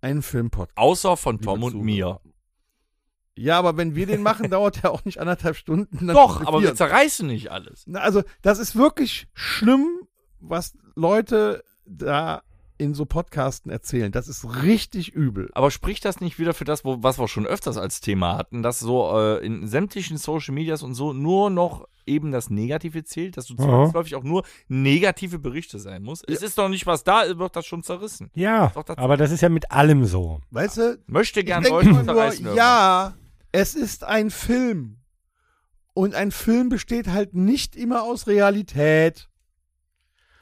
einen Filmpodcast.
Außer von Tom
Liebe
und
Zuhörer.
mir.
Ja, aber wenn wir den machen, dauert der auch nicht anderthalb Stunden. dann
Doch,
sind
aber
vier.
wir zerreißen nicht alles.
Na, Also, das ist wirklich schlimm, was Leute da in so Podcasten erzählen. Das ist richtig übel.
Aber spricht das nicht wieder für das, wo, was wir schon öfters als Thema hatten, dass so äh, in sämtlichen Social Medias und so nur noch eben das Negative zählt, dass du zwangsläufig auch nur negative Berichte sein musst? Es ist doch nicht was da, wird das schon zerrissen.
Ja,
Doch, das-
aber das ist ja mit allem so.
Weißt du,
Möchte gern
denk
Leute
mir
zerreißen. irgendwann.
ja, es ist ein Film. Und ein Film besteht halt nicht immer aus Realität.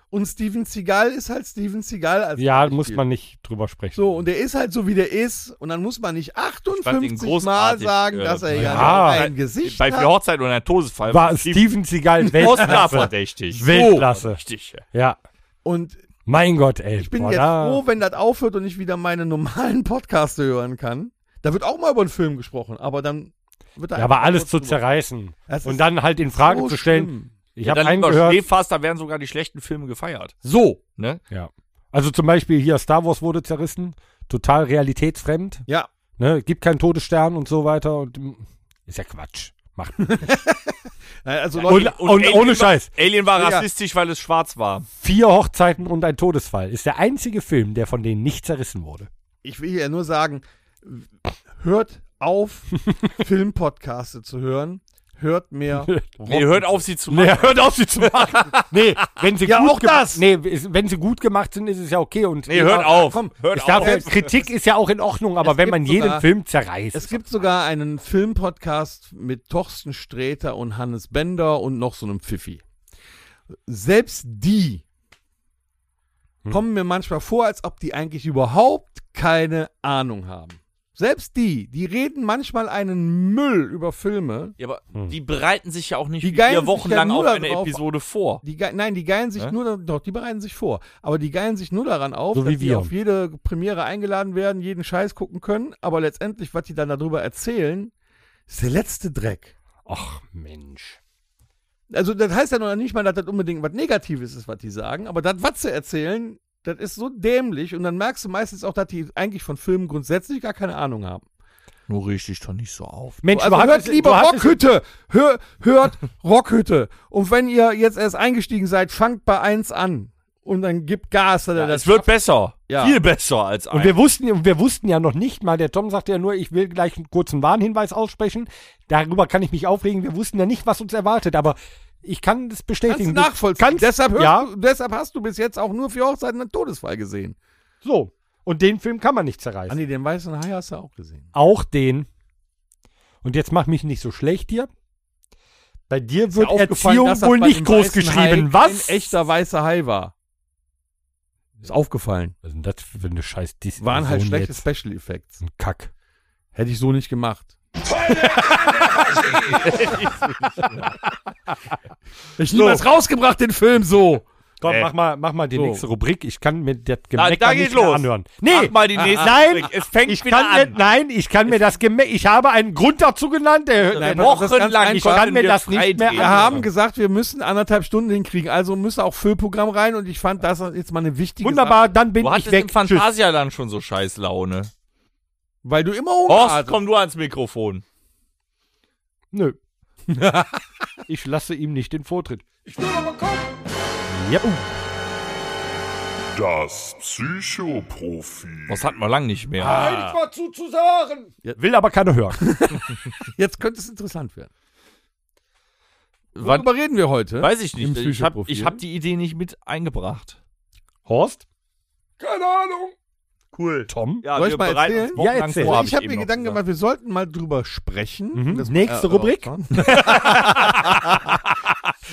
Und Steven Seagal ist halt Steven Seagal. Als
Ja,
Beispiel.
muss man nicht drüber sprechen.
So, und der ist halt so, wie der ist. Und dann muss man nicht
fand ihn
58 Mal
großartig,
sagen,
äh,
dass er
bei-
ja,
Ja.
noch ein Gesicht
Bei vier
hat.
Hochzeiten und einem Todesfall
war Steven Seagal
Oscar
Weltklasse.
verdächtig.
Weltklasse.
So verdächtig.
Ja,
Und
mein Gott, ey.
Ich bin
Boah,
jetzt
da-
froh, wenn das aufhört und ich wieder meine normalen Podcasts hören kann. Da wird auch mal über einen Film gesprochen, aber dann wird da
Ja, aber
einfach
alles
kurz
zu
drüber-
zerreißen
Das ist
und dann halt in Frage
so
zu stellen.
schlimm.
Ich
Ja,
habe
dann
einen
lieber
gehört.
Schneefast, da werden sogar die schlechten Filme gefeiert.
So.
Ne?
Ja. Also zum Beispiel hier Star Wars wurde zerrissen, total realitätsfremd.
Ja,
Ne? Gibt keinen Todesstern und so weiter. Und, mm, ist ja Quatsch. Macht
Nein, also
und,
Leute,
und, ohne Scheiß.
Alien war
Ja.
rassistisch, weil es schwarz war.
Vier Hochzeiten und ein Todesfall ist der einzige Film, der von denen nicht zerrissen wurde.
ich will ja nur sagen, hört auf, Filmpodcaste zu hören. Hört mehr.
Nee, hört auf, sie zu machen.
Nee, hört auf, sie zu machen. Nee, wenn sie
Ja,
gut
auch
gema-
das.
Nee, ist- wenn sie gut gemacht sind, ist es ja okay. Und
Nee, hört
Ja,
auf.
Komm,
Hört
ich darf,
auf.
Kritik ist ja auch in Ordnung, aber
Es
wenn
gibt
man jeden
sogar-
Film zerreißt.
Es gibt sogar einen Filmpodcast mit Thorsten Sträter und Hannes Bender und noch so einem Pfiffi. Selbst die
Hm.
kommen mir manchmal vor, als ob die eigentlich überhaupt keine Ahnung haben. Selbst die, die reden manchmal einen Müll über Filme.
Ja, aber die bereiten sich ja auch nicht
Die geilen
vier
sich
Wochen
ja
lang
nur
auf eine
darauf-
Episode vor.
Die ge- Nein, die geilen sich
Hä?
nur, da- doch, die bereiten sich vor. Aber die geilen sich nur daran auf,
So wie
dass die
wir.
auf jede Premiere eingeladen werden, jeden Scheiß gucken können. Aber letztendlich, was die dann darüber erzählen, ist der letzte Dreck.
Ach Mensch.
Also das heißt ja noch nicht mal, dass das unbedingt was Negatives ist, was die sagen, aber das, was sie erzählen, das ist so dämlich und dann merkst du meistens auch, dass die eigentlich von Filmen grundsätzlich gar keine Ahnung haben.
Nur riech dich doch nicht so auf.
Mensch,
also
du
hört
hattest,
lieber
du hattest,
Rockhütte, Hör, hört Rockhütte und wenn ihr jetzt erst eingestiegen seid, fangt bei 1 an und dann gibt Gas. dass ihr
Ja,
das
es wird besser.
Ja.
Viel besser als
Und
ein.
wir wussten, wir wussten ja noch nicht mal, der Tom sagte ja nur, ich will gleich einen kurzen Warnhinweis aussprechen. Darüber kann ich mich aufregen. Wir wussten ja nicht, was uns erwartet, aber ich kann das
kannst du
bestätigen. Du
nachvollziehen.
kannst-
deshalb, hörst
ja.
du, deshalb hast du bis jetzt auch nur für Hochzeiten einen Todesfall gesehen.
so. Und den Film kann man nicht zerreißen.
Andi, den weißen Hai hast du auch gesehen.
Auch den. Und jetzt mach mich nicht so schlecht hier. Bei dir wird
Ist dir aufgefallen,
Erziehung
dass das
wohl
bei
nicht
dem
groß
weißen
geschrieben.
Hai
Was?
Ein echter weißer Hai war. Ist aufgefallen.
Was ist denn das für eine scheiß Disney?
Waren halt
Sohn
schlechte
jetzt?
Special Effects.
Ein Kack.
Hätte ich so nicht gemacht. ich niemals rausgebracht den Film so.
Komm,
Äh.
mach mal, mach mal die
So.
nächste Rubrik. Ich kann mir das
da,
Gemecker
da
nicht
geht's
mehr
los.
anhören. Nee,
Mach mal die nächste.
nein,
Rubrik. es fängt
ich
wieder
kann
an.
mir, nein, ich kann mir das Geme Ich habe einen Grund dazu genannt. Der,
Nein,
der
das ist ganz
wochenlang. Ich
einfach.
kann mir
Wir
das nicht mehr
freidrehen.
Wir
Ja,
anhören.
haben gesagt, wir müssen anderthalb Stunden hinkriegen, also müsste auch Füllprogramm rein und ich fand das jetzt mal eine wichtige
Wunderbar,
Sache,
dann bin
Du
ich
hattest in
weg. Tschüss.
Fantasia dann schon so scheiß Laune.
weil du immer
Horst,
hochhattest.
komm du ans Mikrofon.
Nö. ich lasse ihm nicht den Vortritt. oh. Ich will aber kommen.
Das Psychoprofi.
Das hatten wir lang nicht mehr.
Ah,
Einig Halt mal zu, zu sagen.
Yep. Will aber keiner hören.
Jetzt könnte es interessant werden.
Wann,
Worüber reden wir heute?
weiß ich
Im
nicht. Ich habe
Psychoprofil.
hab die Idee nicht mit eingebracht.
Horst?
Keine Ahnung.
Cool.
Tom?
Ja,
Soll
wir
ich mal
bereiten
erzählen?
uns wochenlang
Ja, erzähl.
vor,
Also
hab
ich habe
eben
mir
noch
Gedanken
gesagt.
gemacht, wir sollten mal drüber sprechen. äh,
Mhm. Nächste Rubrik?
schon.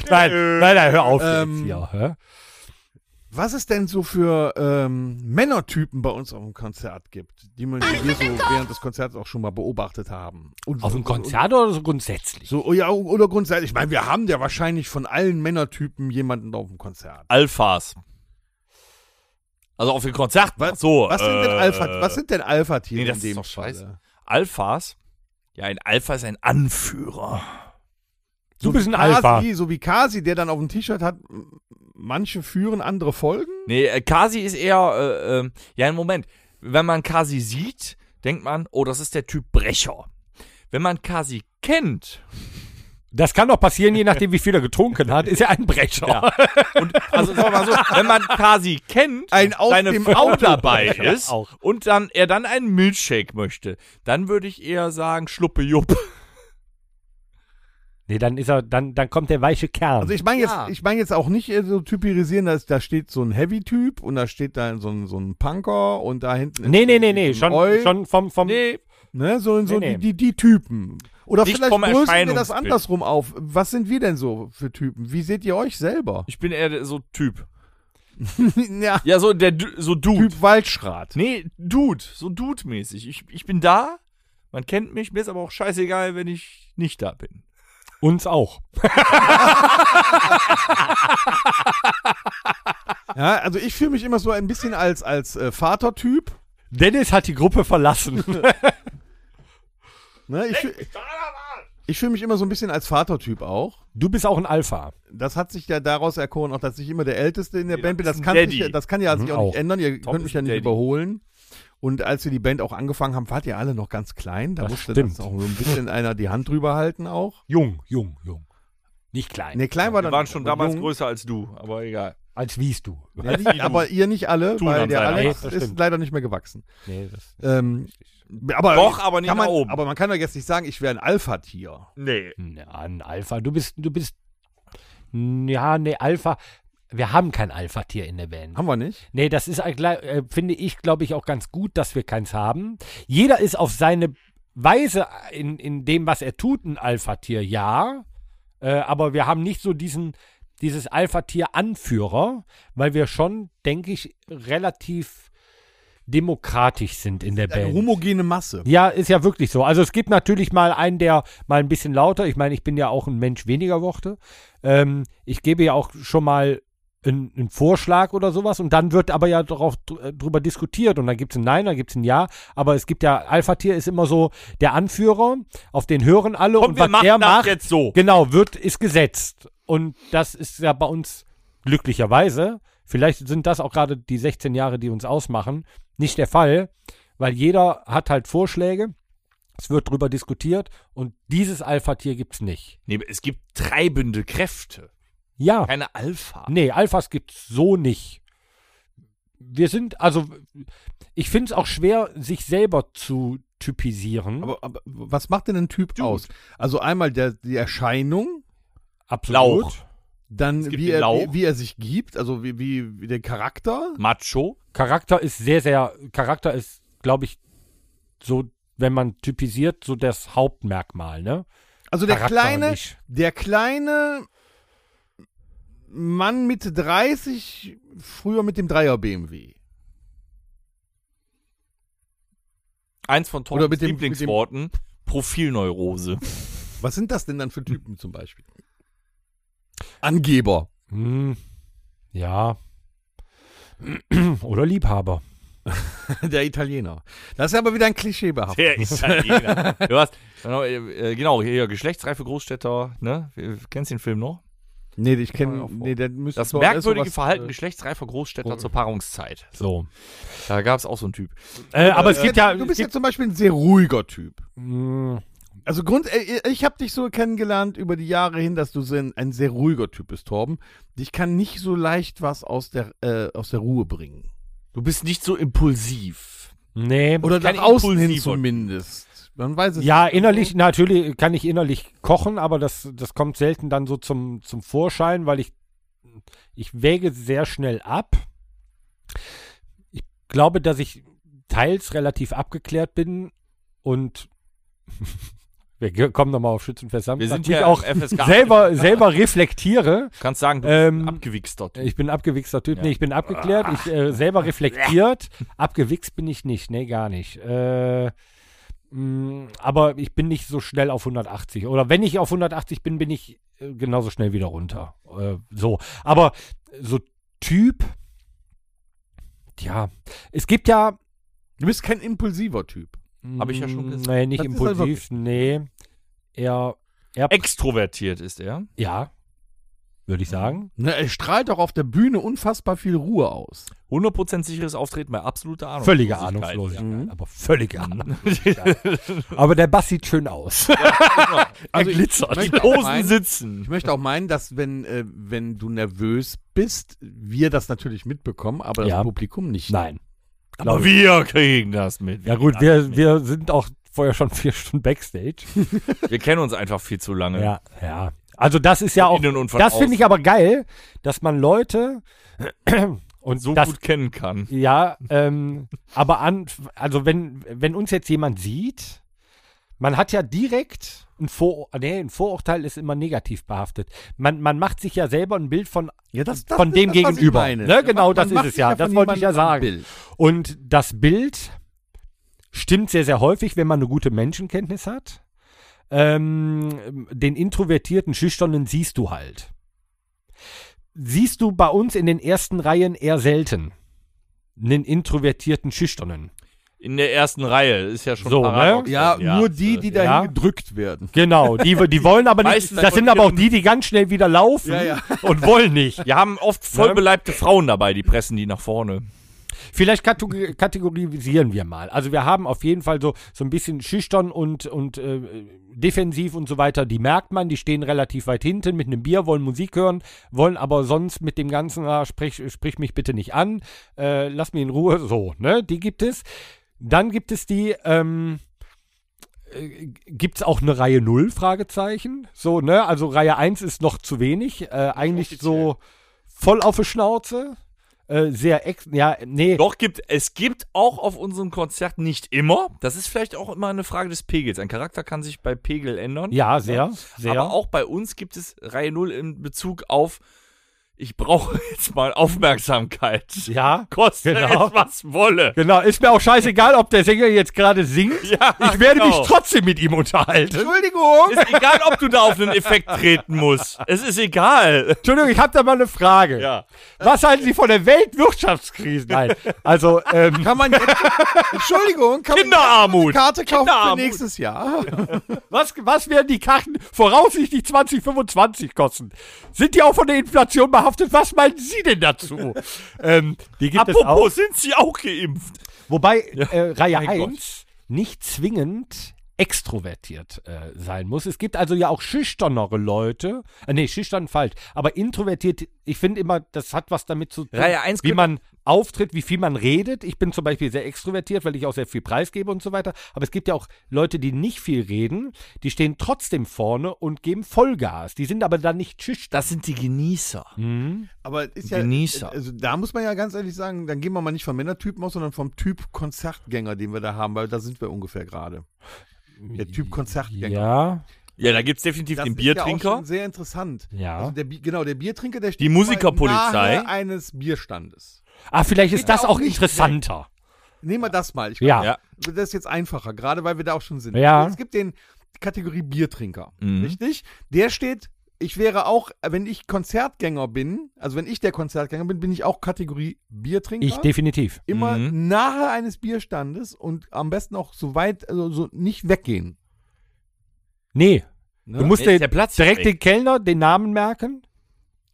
Nein,
Äh,
nein, nein, hör auf
Ähm,
jetzt hier. Hä?
Was es denn so für ähm, Männertypen bei uns auf dem Konzert gibt, die man die wir so während des Konzerts auch schon mal beobachtet haben. Und,
Auf dem
und-
Konzert oder so
Und,
grundsätzlich?
so, oh ja, oder grundsätzlich. Ich meine, wir haben ja wahrscheinlich von allen Männertypen jemanden auf dem Konzert.
Alphas. Also auf den Konzerten.
Was-
Ach so,
Was sind denn
äh,
Alpha, was sind denn Alpha-Tiere
nee, das ist
in dem
doch
Falle?
scheiße. Alphas? Ja, ein Alpha ist ein Anführer.
Du bist ein
wie
Alpha.
Kasi, so wie Kasi, der dann auf dem T-Shirt hat, m- manche führen, andere folgen.
Nee, äh, Kasi ist eher, äh, ähm, ja, im Moment. Wenn man Kasi sieht, denkt man, oh, das ist der Typ Brecher. Wenn man Kasi kennt,
Das kann doch passieren, je nachdem, wie viel er getrunken hat, ist er ein Brecher.
also sagen wir mal so, wenn man Kasi kennt,
Ein auf
seine
dem
Frau
Auto.
dabei
Ja,
ist
auch.
und dann er dann einen Milchshake möchte, dann würde ich eher sagen Schluppe Jupp.
Nee, dann ist er, dann, dann kommt der weiche Kern.
Also ich meine jetzt,
Ja.
ich meine jetzt auch nicht äh, so typisieren, dass da steht so ein Heavy-Typ und da steht da so ein, so ein Punker und da hinten. ist
nee, nee, nee,
ein
nee, schon,
Eu,
schon vom, vom,
Nee,
Ne, so so
Nee, nee.
Die, die, die Typen. Oder
Nicht
vielleicht
vom
lösen wir das
Erscheinungsbild.
andersrum auf. Was sind wir denn so für Typen? Wie seht ihr euch selber?
ich bin eher so Typ.
ja,
Ja, so der Du- so Dude.
Typ Waldschrat.
Nee, Dude, so Dude-mäßig. Ich, ich bin da, man kennt mich, mir ist aber auch scheißegal, wenn ich nicht da bin.
uns auch.
Ja, also ich fühle mich immer so ein bisschen als, als äh, Vatertyp.
Dennis hat die Gruppe verlassen.
Ne, ich fühl- ich fühle mich immer so ein bisschen als Vatertyp auch.
Du bist auch ein Alpha.
Das hat sich ja daraus erkoren, auch dass ich immer der Älteste in der
Nee,
Band bin.
das
Das
ist
kann,
ein
sich,
Daddy.
ja- das kann ja sich
Mhm,
auch nicht
auch.
ändern. Ihr
Tom
könnt mich
ist
ja
ein
nicht
Daddy.
überholen. Und als wir die Band auch angefangen haben, wart ihr alle noch ganz klein. Da
Das
musste
stimmt.
das auch so ein bisschen einer die Hand drüber halten auch.
Jung, jung, jung. Nicht klein.
Ne, klein war dann aber jung.
größer als du, aber egal.
Als wiest du.
Ja, die, aber ihr nicht alle,
Tun
weil
haben
der
leider.
Alex
Nee, das
ist
stimmt.
leider nicht mehr gewachsen.
Nee, das
Ähm, aber
Doch, aber nicht
kann man,
nach oben.
Aber man kann doch jetzt nicht sagen, ich wäre ein Alpha-Tier.
Nee.
Na, ein Alpha. Du bist, du bist, ja, ne, Alpha. Wir haben kein Alpha-Tier in der Band.
Haben wir nicht?
Nee, das ist, eigentlich, äh, finde ich, glaube ich, auch ganz gut, dass wir keins haben. Jeder ist auf seine Weise äh, in, in dem, was er tut, ein Alpha-Tier, ja. Äh, aber wir haben nicht so diesen, dieses Alpha-Tier-Anführer, weil wir schon, denke ich, relativ demokratisch sind in der
Eine
Band.
homogene Masse.
Ja, ist ja wirklich so. Also es gibt natürlich mal einen, der mal ein bisschen lauter. Ich meine, ich bin ja auch ein Mensch weniger Worte. Ähm, ich gebe ja auch schon mal einen, einen Vorschlag oder sowas und dann wird aber ja darauf dr- äh, drüber diskutiert und dann gibt's ein Nein, dann gibt's ein Ja. Aber es gibt ja, Alpha-Tier ist immer so der Anführer, auf den hören alle
Komm,
und
wir
was
machen
der
das
macht,
jetzt so.
genau, wird, ist gesetzt. Und das ist ja bei uns glücklicherweise, vielleicht sind das auch gerade die 16 Jahre, die uns ausmachen, nicht der Fall, weil jeder hat halt Vorschläge, es wird drüber diskutiert und dieses Alpha-Tier gibt's nicht.
Nee, es gibt treibende Kräfte,
Ja,
keine Alpha.
nee, Alphas gibt's so nicht. Wir sind, also, ich finde es auch schwer, sich selber zu typisieren.
Aber, aber was macht denn ein Typ aus? Also einmal der, die Erscheinung,
Absolut.
Lauch.
dann
Es gibt
wie
den
er,
Lauch.
wie, wie er sich gibt, also wie, wie, wie der Charakter.
Macho?
Charakter ist sehr, sehr, Charakter ist, glaube ich, so, wenn man typisiert, so das Hauptmerkmal, ne?
Also der
Charakter
kleine,
nicht.
der kleine Mann Mitte 30, früher mit dem Dreier BMW.
Eins von
Oder
Toms
mit dem-
Lieblingsworten. Profilneurose.
Was sind das denn dann für Typen zum Beispiel? Angeber.
Hm, ja. Oder Liebhaber.
Der Italiener. Das ist aber wieder ein Klischee behaftet.
Der Italiener. du hast, genau, äh, genau, hier, geschlechtsreife Großstädter, ne? Kennst den Film noch?
Nee, ich kenne.
Mal vor.
Nee, der müsste
Das
doch-
merkwürdige
sowas,
Verhalten
äh,
geschlechtsreifer Großstädter zur Paarungszeit.
So.
Da gab es auch so einen Typ.
Äh, aber es gibt ja.
Du
Es
bist ja
gibt, Hm,
zum Beispiel ein sehr ruhiger Typ.
mh,
Also Grund, äh, ich habe dich so kennengelernt über die Jahre hin, dass du so ein, ein sehr ruhiger Typ bist, Torben. Dich kann nicht so leicht was aus der, äh, aus der Ruhe bringen.
Du bist nicht so impulsiv.
nee.
Oder
Kein
nach außen hin
impulsiver Typ.
zumindest. Man weiß es
Ja,
nicht.
innerlich, natürlich kann ich innerlich kochen, aber das, das kommt selten dann so zum, zum Vorschein, weil ich, ich wäge sehr schnell ab. Ich glaube, dass ich teils relativ abgeklärt bin und wir ge- kommen nochmal auf Schützenfest Samstag.
Wir sind
mich
ja
auch
FSK.
selber, selber reflektiere.
Du kannst sagen, du bist
Ähm,
ein abgewichster Typ.
Ich bin ein abgewichster Typ.
Ja.
Nee, ich bin abgeklärt. Ich äh, selber reflektiert. Abgewichst bin ich nicht. Nee, gar nicht. Äh, mh, aber ich bin nicht so schnell auf 180. Oder wenn ich auf 180 bin, bin ich äh, genauso schnell wieder runter. Äh, so. Aber so Typ Tja, es gibt ja. mm,
Du bist kein impulsiver Typ.
Hab ich ja schon gesagt. also
Nee, nicht
Das ist halt
impulsiv, nee. Eher, eher
Extrovertiert ist er.
ja, würde ich sagen.
Na, Ne, er strahlt auch auf der Bühne unfassbar viel Ruhe aus.
100% sicheres Auftreten bei absoluter Ahnung.
Völlige Ahnungslosigkeit,
Mhm.
aber völlige Ahnungslosigkeit. aber der Bass sieht schön aus.
Also ich
Glitzert. Die
möchte auch
Posen
meinen-
sitzen.
Ich möchte auch meinen, dass wenn, äh, wenn du nervös bist, wir das natürlich mitbekommen, aber das
Ja.
Publikum nicht.
Nein.
Aber wir kriegen das mit.
Ja gut, wir, wir sind auch vorher schon vier Stunden Backstage.
Wir kennen uns einfach viel zu lange.
Ja, ja. Also das ist ja
Von
auch,
innen und von
das finde
außen.
ich aber geil, dass man Leute und
So
das,
gut kennen kann.
Ja, ähm, aber an, also wenn, wenn uns jetzt jemand sieht, man hat ja direkt ein, Vor nee, ein Vorurteil ist immer negativ behaftet. Man, man macht sich ja selber ein Bild von,
Ja, das, das
von
ist
dem
das, was ich
Gegenüber.
meine.
Ne, genau,
Man
das
macht
ist es
sich
ja.
von
Das wollte ich ja
jemandem
sagen.
ein Bild.
Und das Bild stimmt sehr, sehr häufig, wenn man eine gute Menschenkenntnis hat. Ähm, den introvertierten Schüchternen siehst du halt. Siehst du bei uns in den ersten Reihen eher selten. Einen introvertierten Schüchternen.
In der ersten Reihe ist ja schon
So, ne?
paradox.
Ja, nur die, die dahin
ja.
gedrückt werden.
Genau, die, die wollen aber nicht.
Meistens
das sind aber auch die, die ganz schnell wieder laufen
Ja, ja.
und wollen nicht.
Wir haben oft
Ne?
vollbeleibte Frauen dabei, die pressen die nach vorne.
Vielleicht katu- kategorisieren wir mal. Also wir haben auf jeden Fall so, so ein bisschen schüchtern und, und äh, defensiv und so weiter. Die merkt man, die stehen relativ weit hinten mit einem Bier, wollen Musik hören, wollen aber sonst mit dem ganzen, ah, sprich, sprich mich bitte nicht an, äh, lass mich in Ruhe, so, ne? Die gibt es. Dann gibt es die, ähm, gibt es auch eine Reihe null Fragezeichen. So, ne? Also Reihe 1 ist noch zu wenig. Äh, eigentlich so voll auf die Schnauze. Äh, sehr ex. Ja, nee.
Doch gibt es gibt auch auf unserem Konzert nicht immer. Das ist vielleicht auch immer eine Frage des Pegels. Ein Charakter kann sich bei Pegel ändern.
Ja, sehr. sehr.
Aber auch bei uns gibt es Reihe Null in Bezug auf ich brauche jetzt mal Aufmerksamkeit.
Ja.
Koste
Genau.
es was wolle.
Genau, ist mir auch scheißegal, ob der Sänger jetzt gerade singt.
Ja,
ich werde
genau.
mich trotzdem mit ihm unterhalten.
Entschuldigung!
Ist egal, ob du da auf einen Effekt treten musst. Es ist egal.
Entschuldigung, ich habe da mal eine Frage.
Ja.
Was halten Sie von der Weltwirtschaftskrise? Nein, also ähm,
Kann man jetzt, Entschuldigung, kann man
Kinderarmut.
Karte kaufen für
Kinderarmut.
nächstes Jahr?
was, was werden die Karten voraussichtlich 2025 kosten? Sind die auch von der Inflation behaftet? Was meinen Sie denn dazu? ähm, die gibt es auch.
Apropos, sind sie auch geimpft?
Wobei äh, Reihe
Mein Gott.
1 nicht zwingend extrovertiert äh, sein muss. Es gibt also ja auch schüchternere Leute. Äh, nee, schüchtern falsch. Aber introvertiert, ich finde immer, das hat was damit zu tun,
Reihe 1
wie
könnte-
man auftritt, wie viel man redet. Ich bin zum Beispiel sehr extrovertiert, weil ich auch sehr viel preisgebe und so weiter. Aber es gibt ja auch Leute, die nicht viel reden, die stehen trotzdem vorne und geben Vollgas. Die sind aber dann nicht schüchtern.
Das sind die Genießer.
Aber ist ja,
Genießer.
also da muss man ja ganz ehrlich sagen, dann gehen wir mal nicht vom Männertypen aus, sondern vom Typ Konzertgänger, den wir da haben, weil da sind wir ungefähr gerade. Der Typ Konzertgänger.
Ja,
Ja, da gibt's definitiv
Das
den
ist Ja auch
Biertrinker.
schon sehr interessant.
ja.
Also der, Bi- genau, der Biertrinker, der steht
Die Musikerpolizei.
nahe eines Bierstandes.
ah, vielleicht ist
Geht
das
auch
auch
nicht
interessanter.
Nehmen wir das mal. Ich
Ja.
Ja.
Das ist jetzt einfacher, gerade weil wir da auch schon sind.
Ja.
Also Es gibt den Kategorie Biertrinker,
Mhm.
richtig? Der steht, ich wäre auch, wenn ich Konzertgänger bin, also wenn ich der Konzertgänger bin, bin ich auch Kategorie Biertrinker.
Ich definitiv.
immer
Mhm.
nahe eines Bierstandes und am besten auch so weit, also so nicht weggehen.
Nee,
Ne?
Du musst
Jetzt
dir
der Platz
direkt
weg.
den Kellner den Namen merken,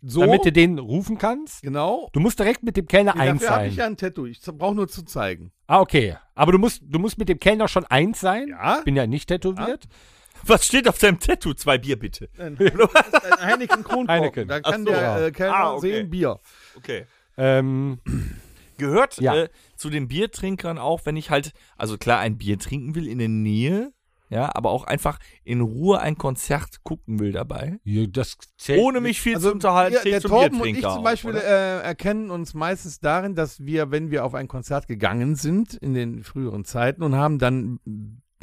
so,
damit du den rufen kannst.
genau.
Du musst direkt mit dem Kellner
Nee,
eins
Dafür habe ich
sein.
ja ein Tattoo. Ich brauche nur zu zeigen.
Ah, okay. Aber du musst, du musst mit dem Kellner schon eins sein.
Ja.
Ich bin ja nicht tätowiert.
Was steht auf deinem Tattoo? Zwei Bier bitte.
Ein, ein Heineken Kronkorken.
Heineken.
Da
Ach
kann
so.
der äh, Kellner
Ah, okay.
sehen Bier.
Okay.
Ähm,
Gehört
Ja.
äh, zu den Biertrinkern auch, wenn ich halt, also klar, ein Bier trinken will in der Nähe, ja, aber auch einfach in Ruhe ein Konzert gucken will dabei.
ja, das zählt.
Ohne mich viel zu unterhalten,
wir-
stehe
Äh, Also, der
ich zum
Torben und
Biertrinker.
ich zum
auf,
Beispiel
oder?
äh, erkennen uns meistens darin, dass wir, wenn wir auf ein Konzert gegangen sind in den früheren Zeiten und haben dann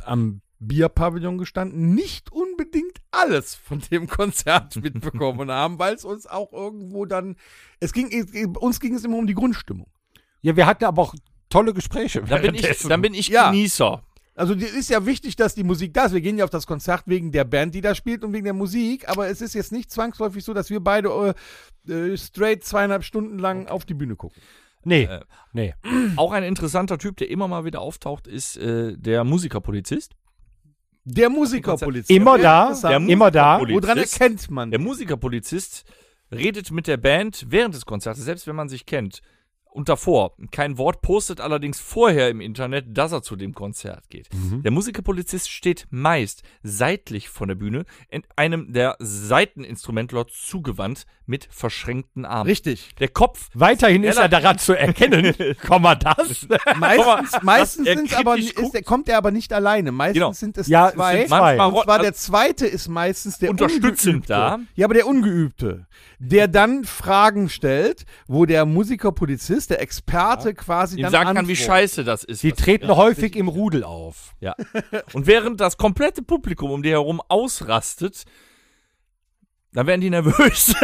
am Bierpavillon gestanden, nicht unbedingt alles von dem Konzert mitbekommen haben, weil es uns auch irgendwo dann, es ging, es, uns ging es immer um die Grundstimmung.
Ja, wir hatten aber auch tolle Gespräche.
dann, bin ich,
währenddessen.
dann bin ich
Ja.
Genießer.
Also es ist ja wichtig, dass die Musik da ist. Wir gehen ja auf das Konzert wegen der Band, die da spielt und wegen der Musik, aber es ist jetzt nicht zwangsläufig so, dass wir beide äh, äh, straight zweieinhalb Stunden lang auf die Bühne gucken.
Nee,
Äh,
nee.
Auch ein interessanter Typ, der immer mal wieder auftaucht, ist äh, der Musikerpolizist.
Der Musikerpolizist.
Immer
Ja,
da,
interessant.
Hm? Der
immer da.
Musik-
Woran
Polizist.
erkennt man?
Der Musikerpolizist redet mit der Band während des Konzertes, selbst wenn man sich kennt. Und davor. Kein Wort postet allerdings vorher im Internet, dass er zu dem Konzert geht.
Mhm.
Der Musikerpolizist steht meist seitlich von der Bühne, in einem der Seiteninstrumentler zugewandt, mit verschränkten Armen.
Richtig.
Der Kopf
Weiterhin ist er
Ella-
daran zu erkennen. Komma das.
Meistens, meistens
er
sind's aber,
kritisch
ist, der- kommt er aber nicht alleine. Meistens
Genau.
sind es
Ja, es
zwei.
sind zwei.
Und zwar der zweite ist meistens der
Unterstützend
Ungeübte.
da.
Ja, aber der Ungeübte, der dann Fragen stellt, wo der Musikerpolizist, der Experte quasi
ihm
dann
sagen kann, wie
antwortet.
scheiße das ist.
Sie
was-
treten häufig im Rudel auf.
Ja. Und während das komplette Publikum um die herum ausrastet, dann werden die nervös.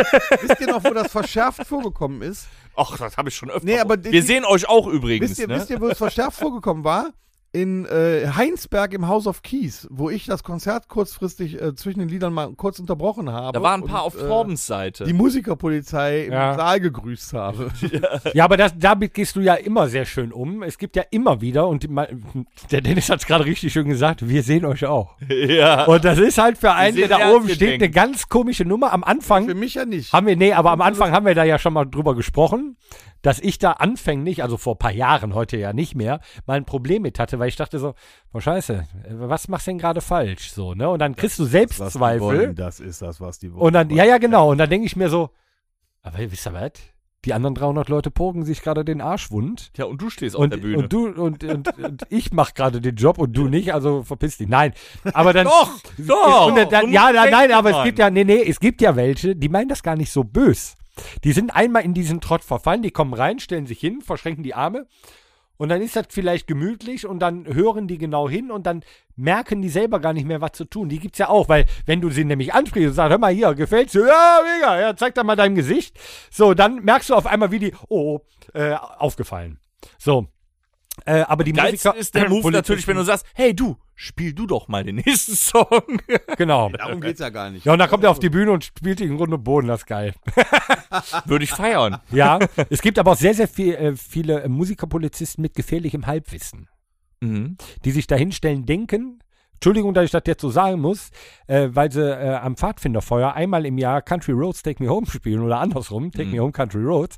Wisst ihr noch, wo das verschärft vorgekommen ist?
Ach, das habe ich schon öfter.
Nee, aber
Wir
die-
sehen euch auch übrigens.
Wisst ihr,
ne?
wisst ihr, wo es verschärft vorgekommen war? In äh, Heinsberg im House of Keys, wo ich das Konzert kurzfristig äh, zwischen den Liedern mal kurz unterbrochen habe.
da waren ein paar
und,
auf
äh,
Torbens Seite.
die Musikerpolizei im
Ja.
Saal gegrüßt habe.
Ja, aber das, damit gehst du ja immer sehr schön um. Es gibt ja immer wieder, und die- mein- der Dennis hat es gerade richtig schön gesagt, wir sehen euch auch.
ja.
Und das ist halt für einen,
sehen
der da
ja,
oben
wir
steht,
denken.
eine ganz komische Nummer. Am
Für
Anfang
mich ja nicht.
haben wir, nee, aber am Anfang haben wir da ja schon mal drüber gesprochen, dass ich da anfänglich, also vor ein paar Jahren, heute ja nicht mehr, mal ein Problem mit hatte, weil ich dachte so, oh Scheiße, was machst du denn gerade falsch? So, ne? Und dann kriegst du Selbstzweifel.
das ist das, was die wollen.
Und dann, ja, ja, genau. Und dann denke ich mir so, aber wisst ihr was? Die anderen 300 Leute pogen sich gerade den Arsch wund.
ja, und du stehst auf
Und,
der Bühne.
und du und, und, und ich mache gerade den Job und du nicht, also verpiss dich. Nein, aber dann
Doch, doch.
Und dann,
Du
dann,
musst
ja, nein, nein,
denken
aber es
dran.
gibt ja nee, nee, es gibt ja welche, die meinen das gar nicht so bös. Die sind einmal in diesen Trott verfallen, die kommen rein, stellen sich hin, verschränken die Arme und dann ist das vielleicht gemütlich und dann hören die genau hin und dann merken die selber gar nicht mehr, was zu tun. Die gibt's ja auch, weil wenn du sie nämlich ansprichst und sagst, hör mal hier, gefällt's dir? Ja, mega, ja, zeig da mal dein Gesicht. So, dann merkst du auf einmal, wie die, oh, äh, aufgefallen. So. Äh, aber die
Geilsten
Musiker
ist der Move
Polizisten-
natürlich, wenn du sagst, hey du, spiel du doch mal den nächsten Song.
Genau.
Darum geht's ja gar nicht.
Ja, und dann kommt er auf die Bühne und spielt die im Grunde Boden, das ist geil.
Würde ich feiern.
Ja, es gibt aber auch sehr, sehr viel, äh, viele äh, Musikerpolizisten mit gefährlichem Halbwissen,
Mhm.
die sich dahinstellen, denken, Entschuldigung, dass ich das jetzt so sagen muss, äh, weil sie äh, am Pfadfinderfeuer einmal im Jahr Country Roads Take Me Home spielen oder andersrum,
Mhm.
Take Me Home Country Roads,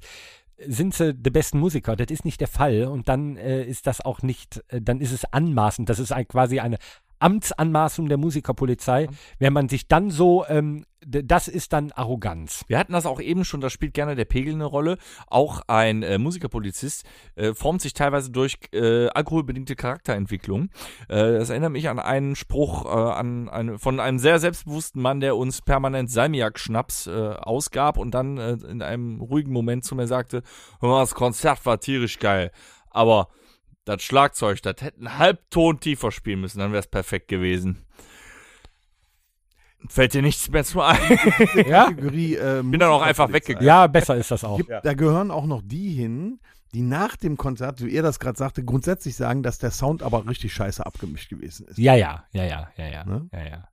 sind sie die besten Musiker. Das ist nicht der Fall und dann äh, ist das auch nicht, äh, dann ist es anmaßend. Das ist ein, quasi eine Amtsanmaßung der Musikerpolizei,
Mhm.
wenn man sich dann so, ähm, d- das ist dann Arroganz.
Wir hatten das auch eben schon, da spielt gerne der Pegel eine Rolle. Auch ein äh, Musikerpolizist äh, formt sich teilweise durch äh, alkoholbedingte Charakterentwicklung. Äh, das erinnert mich an einen Spruch äh, an eine, von einem sehr selbstbewussten Mann, der uns permanent Salmiak-Schnaps äh, ausgab und dann äh, in einem ruhigen Moment zu mir sagte, "Hör mal, das Konzert war tierisch geil, aber das Schlagzeug, das hätte einen Halbton tiefer spielen müssen, dann wäre es perfekt gewesen. Fällt dir nichts mehr zu ein.
Ja,
Kategorie, äh,
Bin dann auch einfach weggegangen.
ja besser ist das auch.
Gibt, Da gehören auch noch die hin, die nach dem Konzert, wie ihr das gerade sagte, grundsätzlich sagen, dass der Sound aber richtig scheiße abgemischt gewesen ist.
Ja, ja, ja, ja, ja, ja.
Ne?
ja, ja.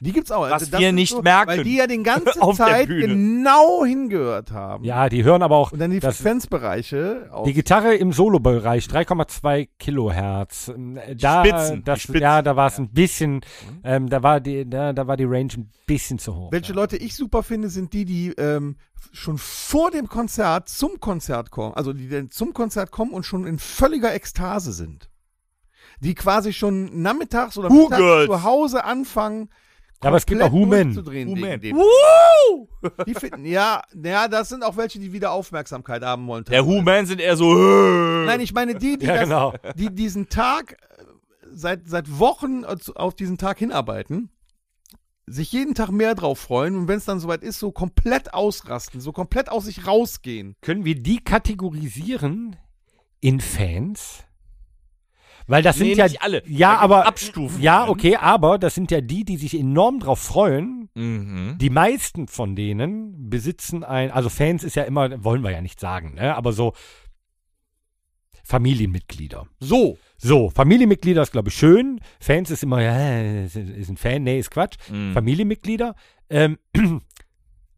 Die gibt's auch. Also
Was
das
wir
sind
nicht merken.
Weil die ja den ganzen
Auf der
Zeit
Bühne.
genau hingehört haben.
ja die hören aber auch
Und dann die
das,
Frequenzbereiche. auf-
die Gitarre im Solobereich 3,2 Kilohertz. ähm, Da,
Spitzen, die
das,
Spitzen. Mhm.
Ja, da war es ein bisschen, ähm, da war die, da, da war die Range ein bisschen zu hoch.
Welche
ja.
Leute ich super finde, sind die, die ähm, schon vor dem Konzert zum Konzert kommen, also die dann zum Konzert kommen und schon in völliger Ekstase sind. Die quasi schon nachmittags oder
Who
mittags
Girls?
zu Hause anfangen.
Ja, aber es gibt auch
komplett
Who Men.
durchzudrehen
Who
wegen
Men.
dem. Die finden, ja, ja, das sind auch welche, die wieder Aufmerksamkeit haben wollen.
Der Who-Man sind eher so. "Äh."
Nein, ich meine die, die,
Ja,
das,
genau.
die diesen Tag äh, seit, seit Wochen äh, zu- auf diesen Tag hinarbeiten, sich jeden Tag mehr drauf freuen und wenn es dann soweit ist, so komplett ausrasten, so komplett aus sich rausgehen.
Können wir die kategorisieren in Fans? Weil das
Nee,
sind ja
nicht alle. Da
Ja,
gibt's
aber
Abstufen.
Ja, okay, aber das sind ja die, die sich enorm drauf freuen,
Mhm.
Die meisten von denen besitzen ein, also Fans ist ja immer, wollen wir ja nicht sagen, ne? aber so Familienmitglieder.
So.
So, Familienmitglieder ist, glaube ich, schön. Fans ist immer, ja, ist ist ein Fan, nee, ist Quatsch.
Mhm.
Familienmitglieder, ähm,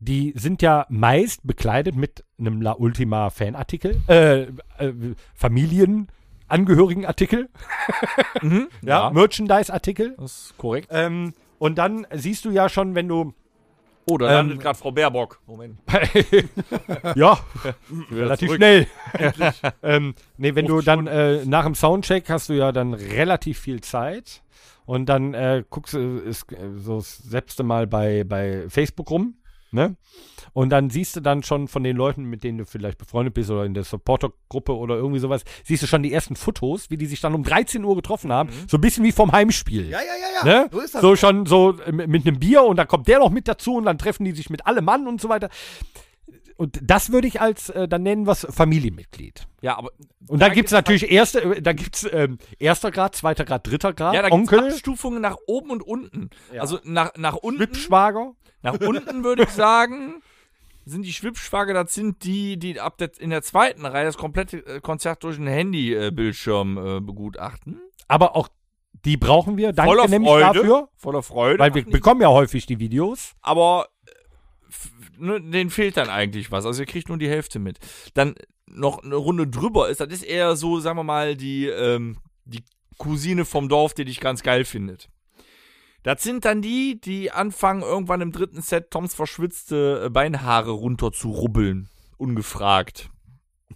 die sind ja meist bekleidet mit einem La Ultima Fanartikel, äh, äh, Familienangehörigenartikel, ja, Merchandise-Artikel.
das ist korrekt.
Ähm, und dann siehst du ja schon, wenn du
Oh, da
Ähm,
landet gerade Frau Baerbock. Moment.
ja relativ
Relativ
schnell. ähm, nee, wenn du dann äh, nach dem Soundcheck hast du ja dann relativ viel Zeit und dann äh, guckst du äh, ist, äh, so das letzte Mal bei, bei Facebook rum. Ne? Und dann siehst du dann schon von den Leuten, mit denen du vielleicht befreundet bist oder in der Supportergruppe oder irgendwie sowas, siehst du schon die ersten Fotos, wie die sich dann um 13 Uhr getroffen haben. So ein bisschen wie vom Heimspiel.
Ja, ja, ja, ja.
Ne? So, schon so äh, mit mit einem Bier und dann kommt der noch mit dazu und dann treffen die sich mit allem Mann und so weiter. Und das würde ich als äh, dann nennen was Familienmitglied.
Ja, aber
Und dann gibt es natürlich erste, äh, da gibt's ähm, erster Grad, zweiter Grad, dritter Grad,
ja, da gibt's
Onkel,
Abstufungen nach oben und unten. Also nach, nach
mhm.
unten,
Schwibschwager.
nach unten würde ich sagen, sind die Schwibschwager, das sind die, die ab der, in der zweiten Reihe das komplette äh, Konzert durch einen Handybildschirm äh, begutachten.
Aber auch die brauchen wir. Danke
Voller
nämlich
Freude.
dafür,
Voller Freude.
weil wir
Ach,
bekommen ja häufig die Videos.
aber äh, f- ne, denen fehlt dann eigentlich was. Also ihr kriegt nur die Hälfte mit. Dann noch eine Runde drüber ist, das ist eher so, sagen wir mal, die, ähm, die Cousine vom Dorf, die dich ganz geil findet. Das sind dann die, die anfangen, irgendwann im dritten Set Toms verschwitzte äh, Beinhaare runter zu rubbeln. Ungefragt.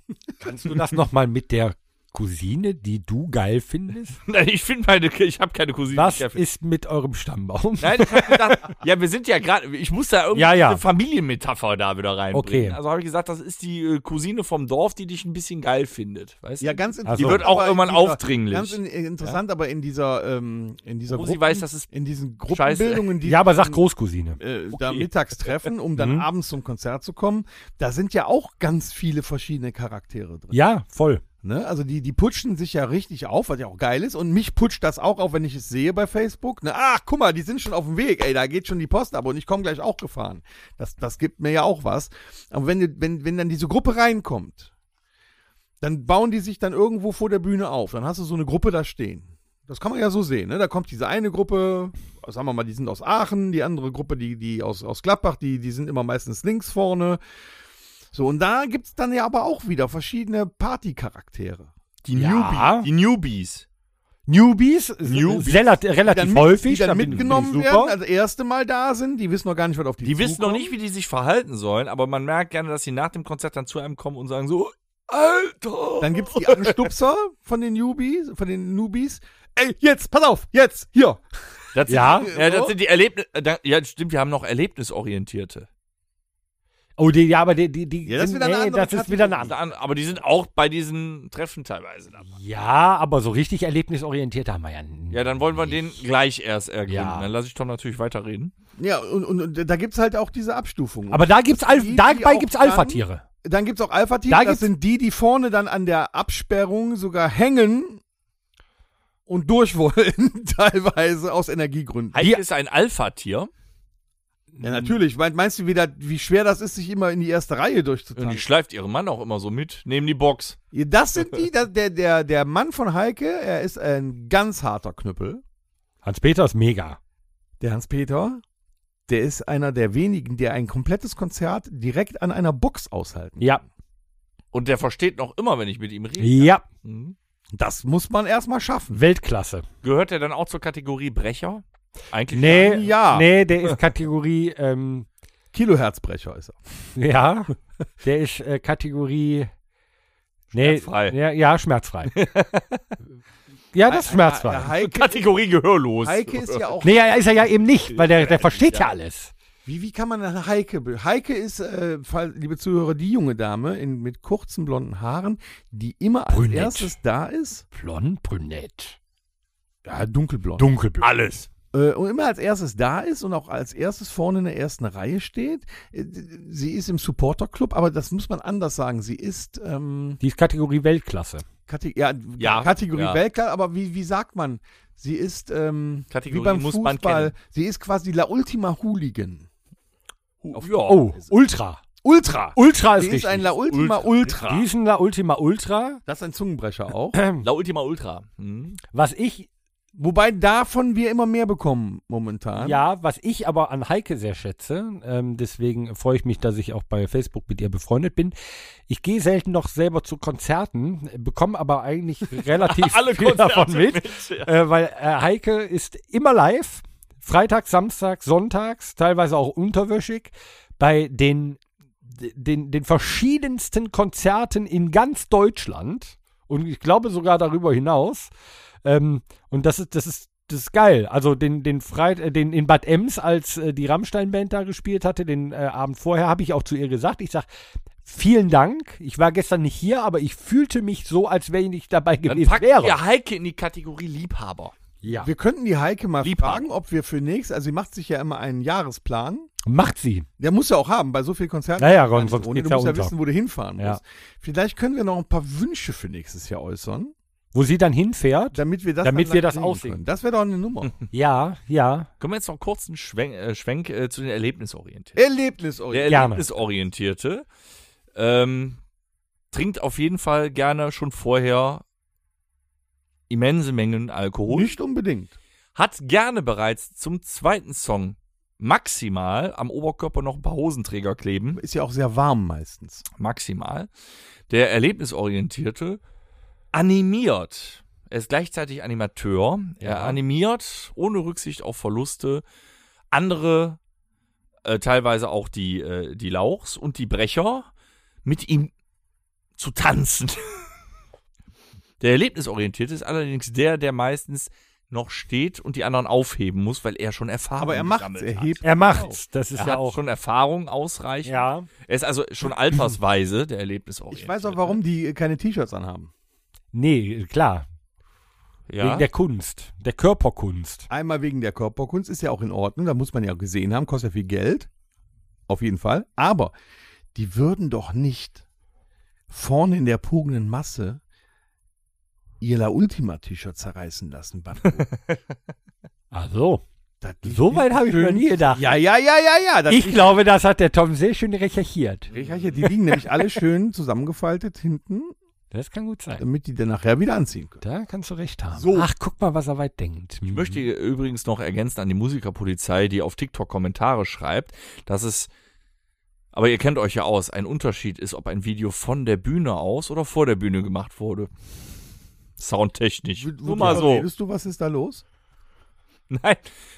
Kannst du das nochmal mit der Cousine, die du geil findest?
Nein, ich finde meine, ich habe keine Cousine.
Was
die ich geil
ist mit eurem Stammbaum?
Nein, ich hab gedacht, ja, wir sind ja gerade, ich muss da irgendwie
Ja, ja.
eine Familienmetapher da wieder reinbringen.
Okay.
Also habe ich gesagt, das ist die äh, Cousine vom Dorf, die dich ein bisschen geil findet, weißt
Ja,
du?
ganz interessant.
Die
wird auch
aber in
irgendwann
dieser-
aufdringlich.
Ganz in, äh, interessant, aber in dieser, ähm, in dieser
Wo sie weiß, dass es
in diesen
Scheiße.
Gruppenbildungen, die
Ja, aber sag
dann,
Großcousine.
äh, da
Okay.
mittags treffen, um dann
Mhm.
abends zum Konzert zu kommen, da sind ja auch ganz viele verschiedene Charaktere drin.
Ja, voll.
Ne? Also die, die putschen sich ja richtig auf, was ja auch geil ist. Und mich putscht das auch auf, wenn ich es sehe bei Facebook. Ne? Ach, guck mal, die sind schon auf dem Weg. Ey, da geht schon die Post ab und ich komme gleich auch gefahren. Das, das gibt mir ja auch was. Aber wenn, die- wenn, wenn dann diese Gruppe reinkommt, dann bauen die sich dann irgendwo vor der Bühne auf. Dann hast du so eine Gruppe da stehen. Das kann man ja so sehen. Ne? Da kommt diese eine Gruppe, sagen wir mal, die sind aus Aachen, die andere Gruppe, die, die aus, aus Gladbach, die, die sind immer meistens links vorne. So, und da gibt es dann ja aber auch wieder verschiedene Partycharaktere.
Die,
Ja.
Newbie, die Newbies.
Newbies,
Newbies.
Newbies. relativ
dann mit-
häufig,
die dann
da bin-
mitgenommen
bin ich
werden, also erste Mal da sind, die wissen noch gar nicht, was auf die
Die wissen noch
zukommt.
nicht, wie die sich verhalten sollen, aber man merkt gerne, dass sie nach dem Konzert dann zu einem kommen und sagen so, Alter!
Dann gibt's die Anstupser von den Newbies, von den Newbies. Ey, jetzt, pass auf, jetzt, hier.
Das sind,
Ja.
ja, das sind die Erlebnisse, ja, stimmt, wir haben noch Erlebnisorientierte.
oh, die, ja, aber die, die, die
Ja, das ist wieder eine
nee,
andere
das ist wieder eine
Kategorie.
andere.
Aber die sind auch bei diesen Treffen teilweise dabei.
Ja, aber so richtig erlebnisorientiert haben wir ja. n-
Ja, dann wollen wir den gleich erst ergründen.
Ja.
Dann lasse ich Tom natürlich weiterreden.
Ja, und, und, und da gibt's halt auch diese Abstufungen.
Aber da gibt's Alpha,
Die, die
dabei
auch
gibt's
dann-
Alpha-Tiere.
dann gibt's auch Alpha-Tiere,
Da
das
gibt's-
sind die, die vorne dann an der Absperrung sogar hängen und durch wollen, teilweise aus Energiegründen.
Heike ist ein Alpha-Tier.
Ja, natürlich. Mein- Meinst du, wie, das, wie schwer das ist, sich immer in die erste Reihe
Und die
durchzutanzen?
schleift ihren Mann auch immer so mit, neben die Box.
Ja, Das sind die, da- der, der, der Mann von Heike, er ist ein ganz harter Knüppel.
Hans-Peter ist mega.
Der Hans-Peter, der ist einer der wenigen, der ein komplettes Konzert direkt an einer Box aushalten.
Ja.
Und der versteht noch immer, wenn ich mit ihm rede.
Ja,
Mhm.
Das muss man erstmal schaffen.
Weltklasse.
Gehört er dann auch zur Kategorie Brecher? Eigentlich
Nee,
Ja.
nee, der ist Kategorie, ähm,
Kiloherzbrecher ist er.
ja, der ist äh, Kategorie. Nee,
Schmerzfrei.
Ja, ja, schmerzfrei. ja, das ist schmerzfrei.
Heike,
Kategorie Gehörlos.
Heike ist ja auch.
Nee, er ist er ja eben nicht, weil der, der versteht ja alles.
Wie, wie kann man eine Heike? be- Heike ist, äh, fall- liebe Zuhörer, die junge Dame in, mit kurzen blonden Haaren, die immer als
Brünett.
erstes da ist.
Blond, brünett.
Ja, dunkelblond.
Dunkelblond.
alles.
äh, und immer als erstes da ist und auch als erstes vorne in der ersten Reihe steht. Äh, d- Sie ist im Supporterclub, aber das muss man anders sagen. Sie ist ähm,
Die ist Kategorie Weltklasse.
Kate ja,
Ja,
Kategorie
ja.
Weltklasse, aber wie, wie sagt man? Sie ist ähm,
Kategorie
wie beim
muss man
Fußball.
kennen.
Sie ist quasi La Ultima Hooligan.
ja.
Oh, Ultra.
Ultra.
Ultra ist
Sie ist
richtig.
ein La Ultima Ultra.
Die ist ein La Ultima Ultra.
Das ist ein Zungenbrecher auch.
La Ultima Ultra. Mhm.
Was ich
Wobei davon wir immer mehr bekommen momentan.
Ja, was ich aber an Heike sehr schätze, ähm, deswegen freue ich mich, dass ich auch bei Facebook mit ihr befreundet bin. Ich gehe selten noch selber zu Konzerten, bekomme aber eigentlich relativ
Alle
viel davon
Konzerte
mit,
mit, ja.
äh, weil äh, Heike ist immer live, Freitag, Samstag, Sonntags, teilweise auch unterwöschig, bei den, den, den verschiedensten Konzerten in ganz Deutschland und ich glaube sogar darüber hinaus. Ähm, und das ist, das ist, das ist geil. Also den, den Freit äh, den in Bad Ems, als äh, die Rammstein-Band da gespielt hatte, den äh, Abend vorher, habe ich auch zu ihr gesagt. Ich sag, vielen Dank. Ich war gestern nicht hier, aber ich fühlte mich so, als wäre ich nicht dabei
Dann
gewesen
packt
wäre.
ihr Heike in die Kategorie Liebhaber.
ja.
Wir könnten die Heike mal
Liebhaber.
fragen, ob wir für nächstes, also sie macht sich ja immer einen Jahresplan.
Macht sie.
Der muss ja auch haben, bei so vielen Konzerten.
Naja,
Kann man
sonst
nicht ohne.
geht's
Du
ja
musst ja
unter.
wissen, wo du hinfahren
Ja.
musst. Vielleicht können wir noch ein paar Wünsche für nächstes Jahr äußern,
Wo sie dann hinfährt.
damit wir das
Damit
dann
wir
live
das
sehen
aussehen.
können. Das wäre doch eine Nummer.
Ja, ja.
Können wir jetzt noch kurz einen Schwenk, äh, Schwenk äh, zu den
Äh,
Erlebnisorientierten? Der
Erlebnisorientiert.
Gerne.
Erlebnisorientierte ähm, trinkt auf jeden Fall gerne schon vorher immense Mengen Alkohol.
Nicht unbedingt.
Hat gerne bereits zum zweiten Song maximal am Oberkörper noch ein paar Hosenträger kleben.
Ist ja auch sehr warm meistens.
Maximal. Der Erlebnisorientierte animiert. Er ist gleichzeitig Animateur. Er
Ja.
animiert ohne Rücksicht auf Verluste andere, äh, teilweise auch die, äh, die Lauchs und die Brecher, mit ihm zu tanzen. der Erlebnisorientierte ist allerdings der, der meistens noch steht und die anderen aufheben muss, weil er schon Erfahrung
Aber er macht's,
gesammelt
er
hat.
hebt.
Genau. Er macht's. Das ist
Er
ja
hat
auch.
schon Erfahrung ausreichend.
ja.
Er ist also schon altersweise der Erlebnisorientierte.
Ich weiß auch, warum die äh, keine T-Shirts anhaben.
Nee, klar.
Ja.
Wegen der Kunst. Der Körperkunst.
Einmal wegen der Körperkunst ist ja auch in Ordnung, da muss man ja gesehen haben, kostet ja viel Geld. Auf jeden Fall. Aber die würden doch nicht vorne in der pugenden Masse ihr La Ultima-T-Shirt zerreißen lassen. beim Boot.
Ach so.
Das
So weit habe ich mir nie gedacht.
Ja, ja, ja, ja, ja. Das
ich glaube, das hat der Tom sehr schön recherchiert.
ich habe hier, die liegen nämlich alle schön zusammengefaltet hinten,
Das kann gut sein.
damit die dann nachher wieder anziehen können.
Da kannst du recht haben.
So.
Ach, guck mal, was er weit denkt. Hm.
Ich möchte hier übrigens noch ergänzen an die Musikerpolizei, die auf TikTok Kommentare schreibt, dass es, aber ihr kennt euch ja aus, ein Unterschied ist, ob ein Video von der Bühne aus oder vor der Bühne gemacht wurde. Soundtechnisch. Nur mal so.
Redest du, was ist da los?
Nein,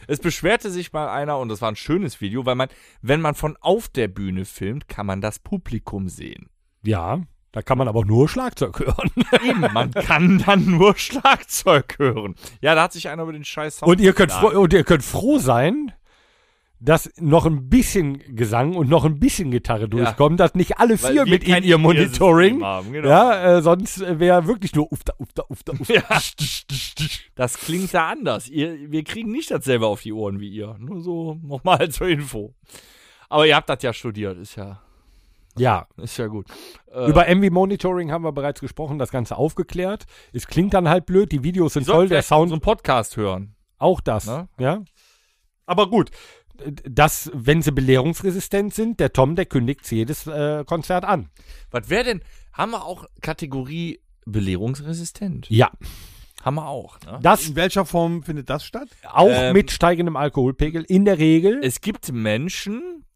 es beschwerte sich mal einer und das war ein schönes Video, weil man, wenn man von auf der Bühne filmt, kann man das Publikum sehen.
Ja, da kann man aber nur Schlagzeug hören.
Eben, man kann dann nur Schlagzeug hören. Ja, da hat sich einer über den scheiß Sound
Und ihr, könnt
beklagt.
froh, und ihr könnt froh sein, dass noch ein bisschen Gesang und noch ein bisschen Gitarre durchkommen, dass nicht alle
Weil
vier
wir
mit in
kein
ihr Monitoring.
Ear-System haben, genau.
Ja, äh, sonst wäre wirklich nur ufta, ufta, ufta, ufta.
Ja. Das klingt da anders. Ihr, wir kriegen nicht dasselbe auf die Ohren wie ihr. Nur so nochmal zur Info. Aber ihr habt das ja studiert, ist ja,
ja,
ist ja gut.
Über MV Monitoring haben wir bereits gesprochen, das Ganze aufgeklärt. Es klingt dann halt blöd, die Videos sind toll, der Sound
unseren Podcast hören.
auch das.
Ne?
Ja. Aber gut, das, wenn sie belehrungsresistent sind, der Tom, der kündigt jedes äh, Konzert an.
Was wäre denn? Haben wir auch Kategorie belehrungsresistent?
Ja.
Haben wir auch. Ne?
Das
In welcher Form findet das statt?
auch
Ähm,
mit steigendem Alkoholpegel in der Regel.
Es gibt Menschen,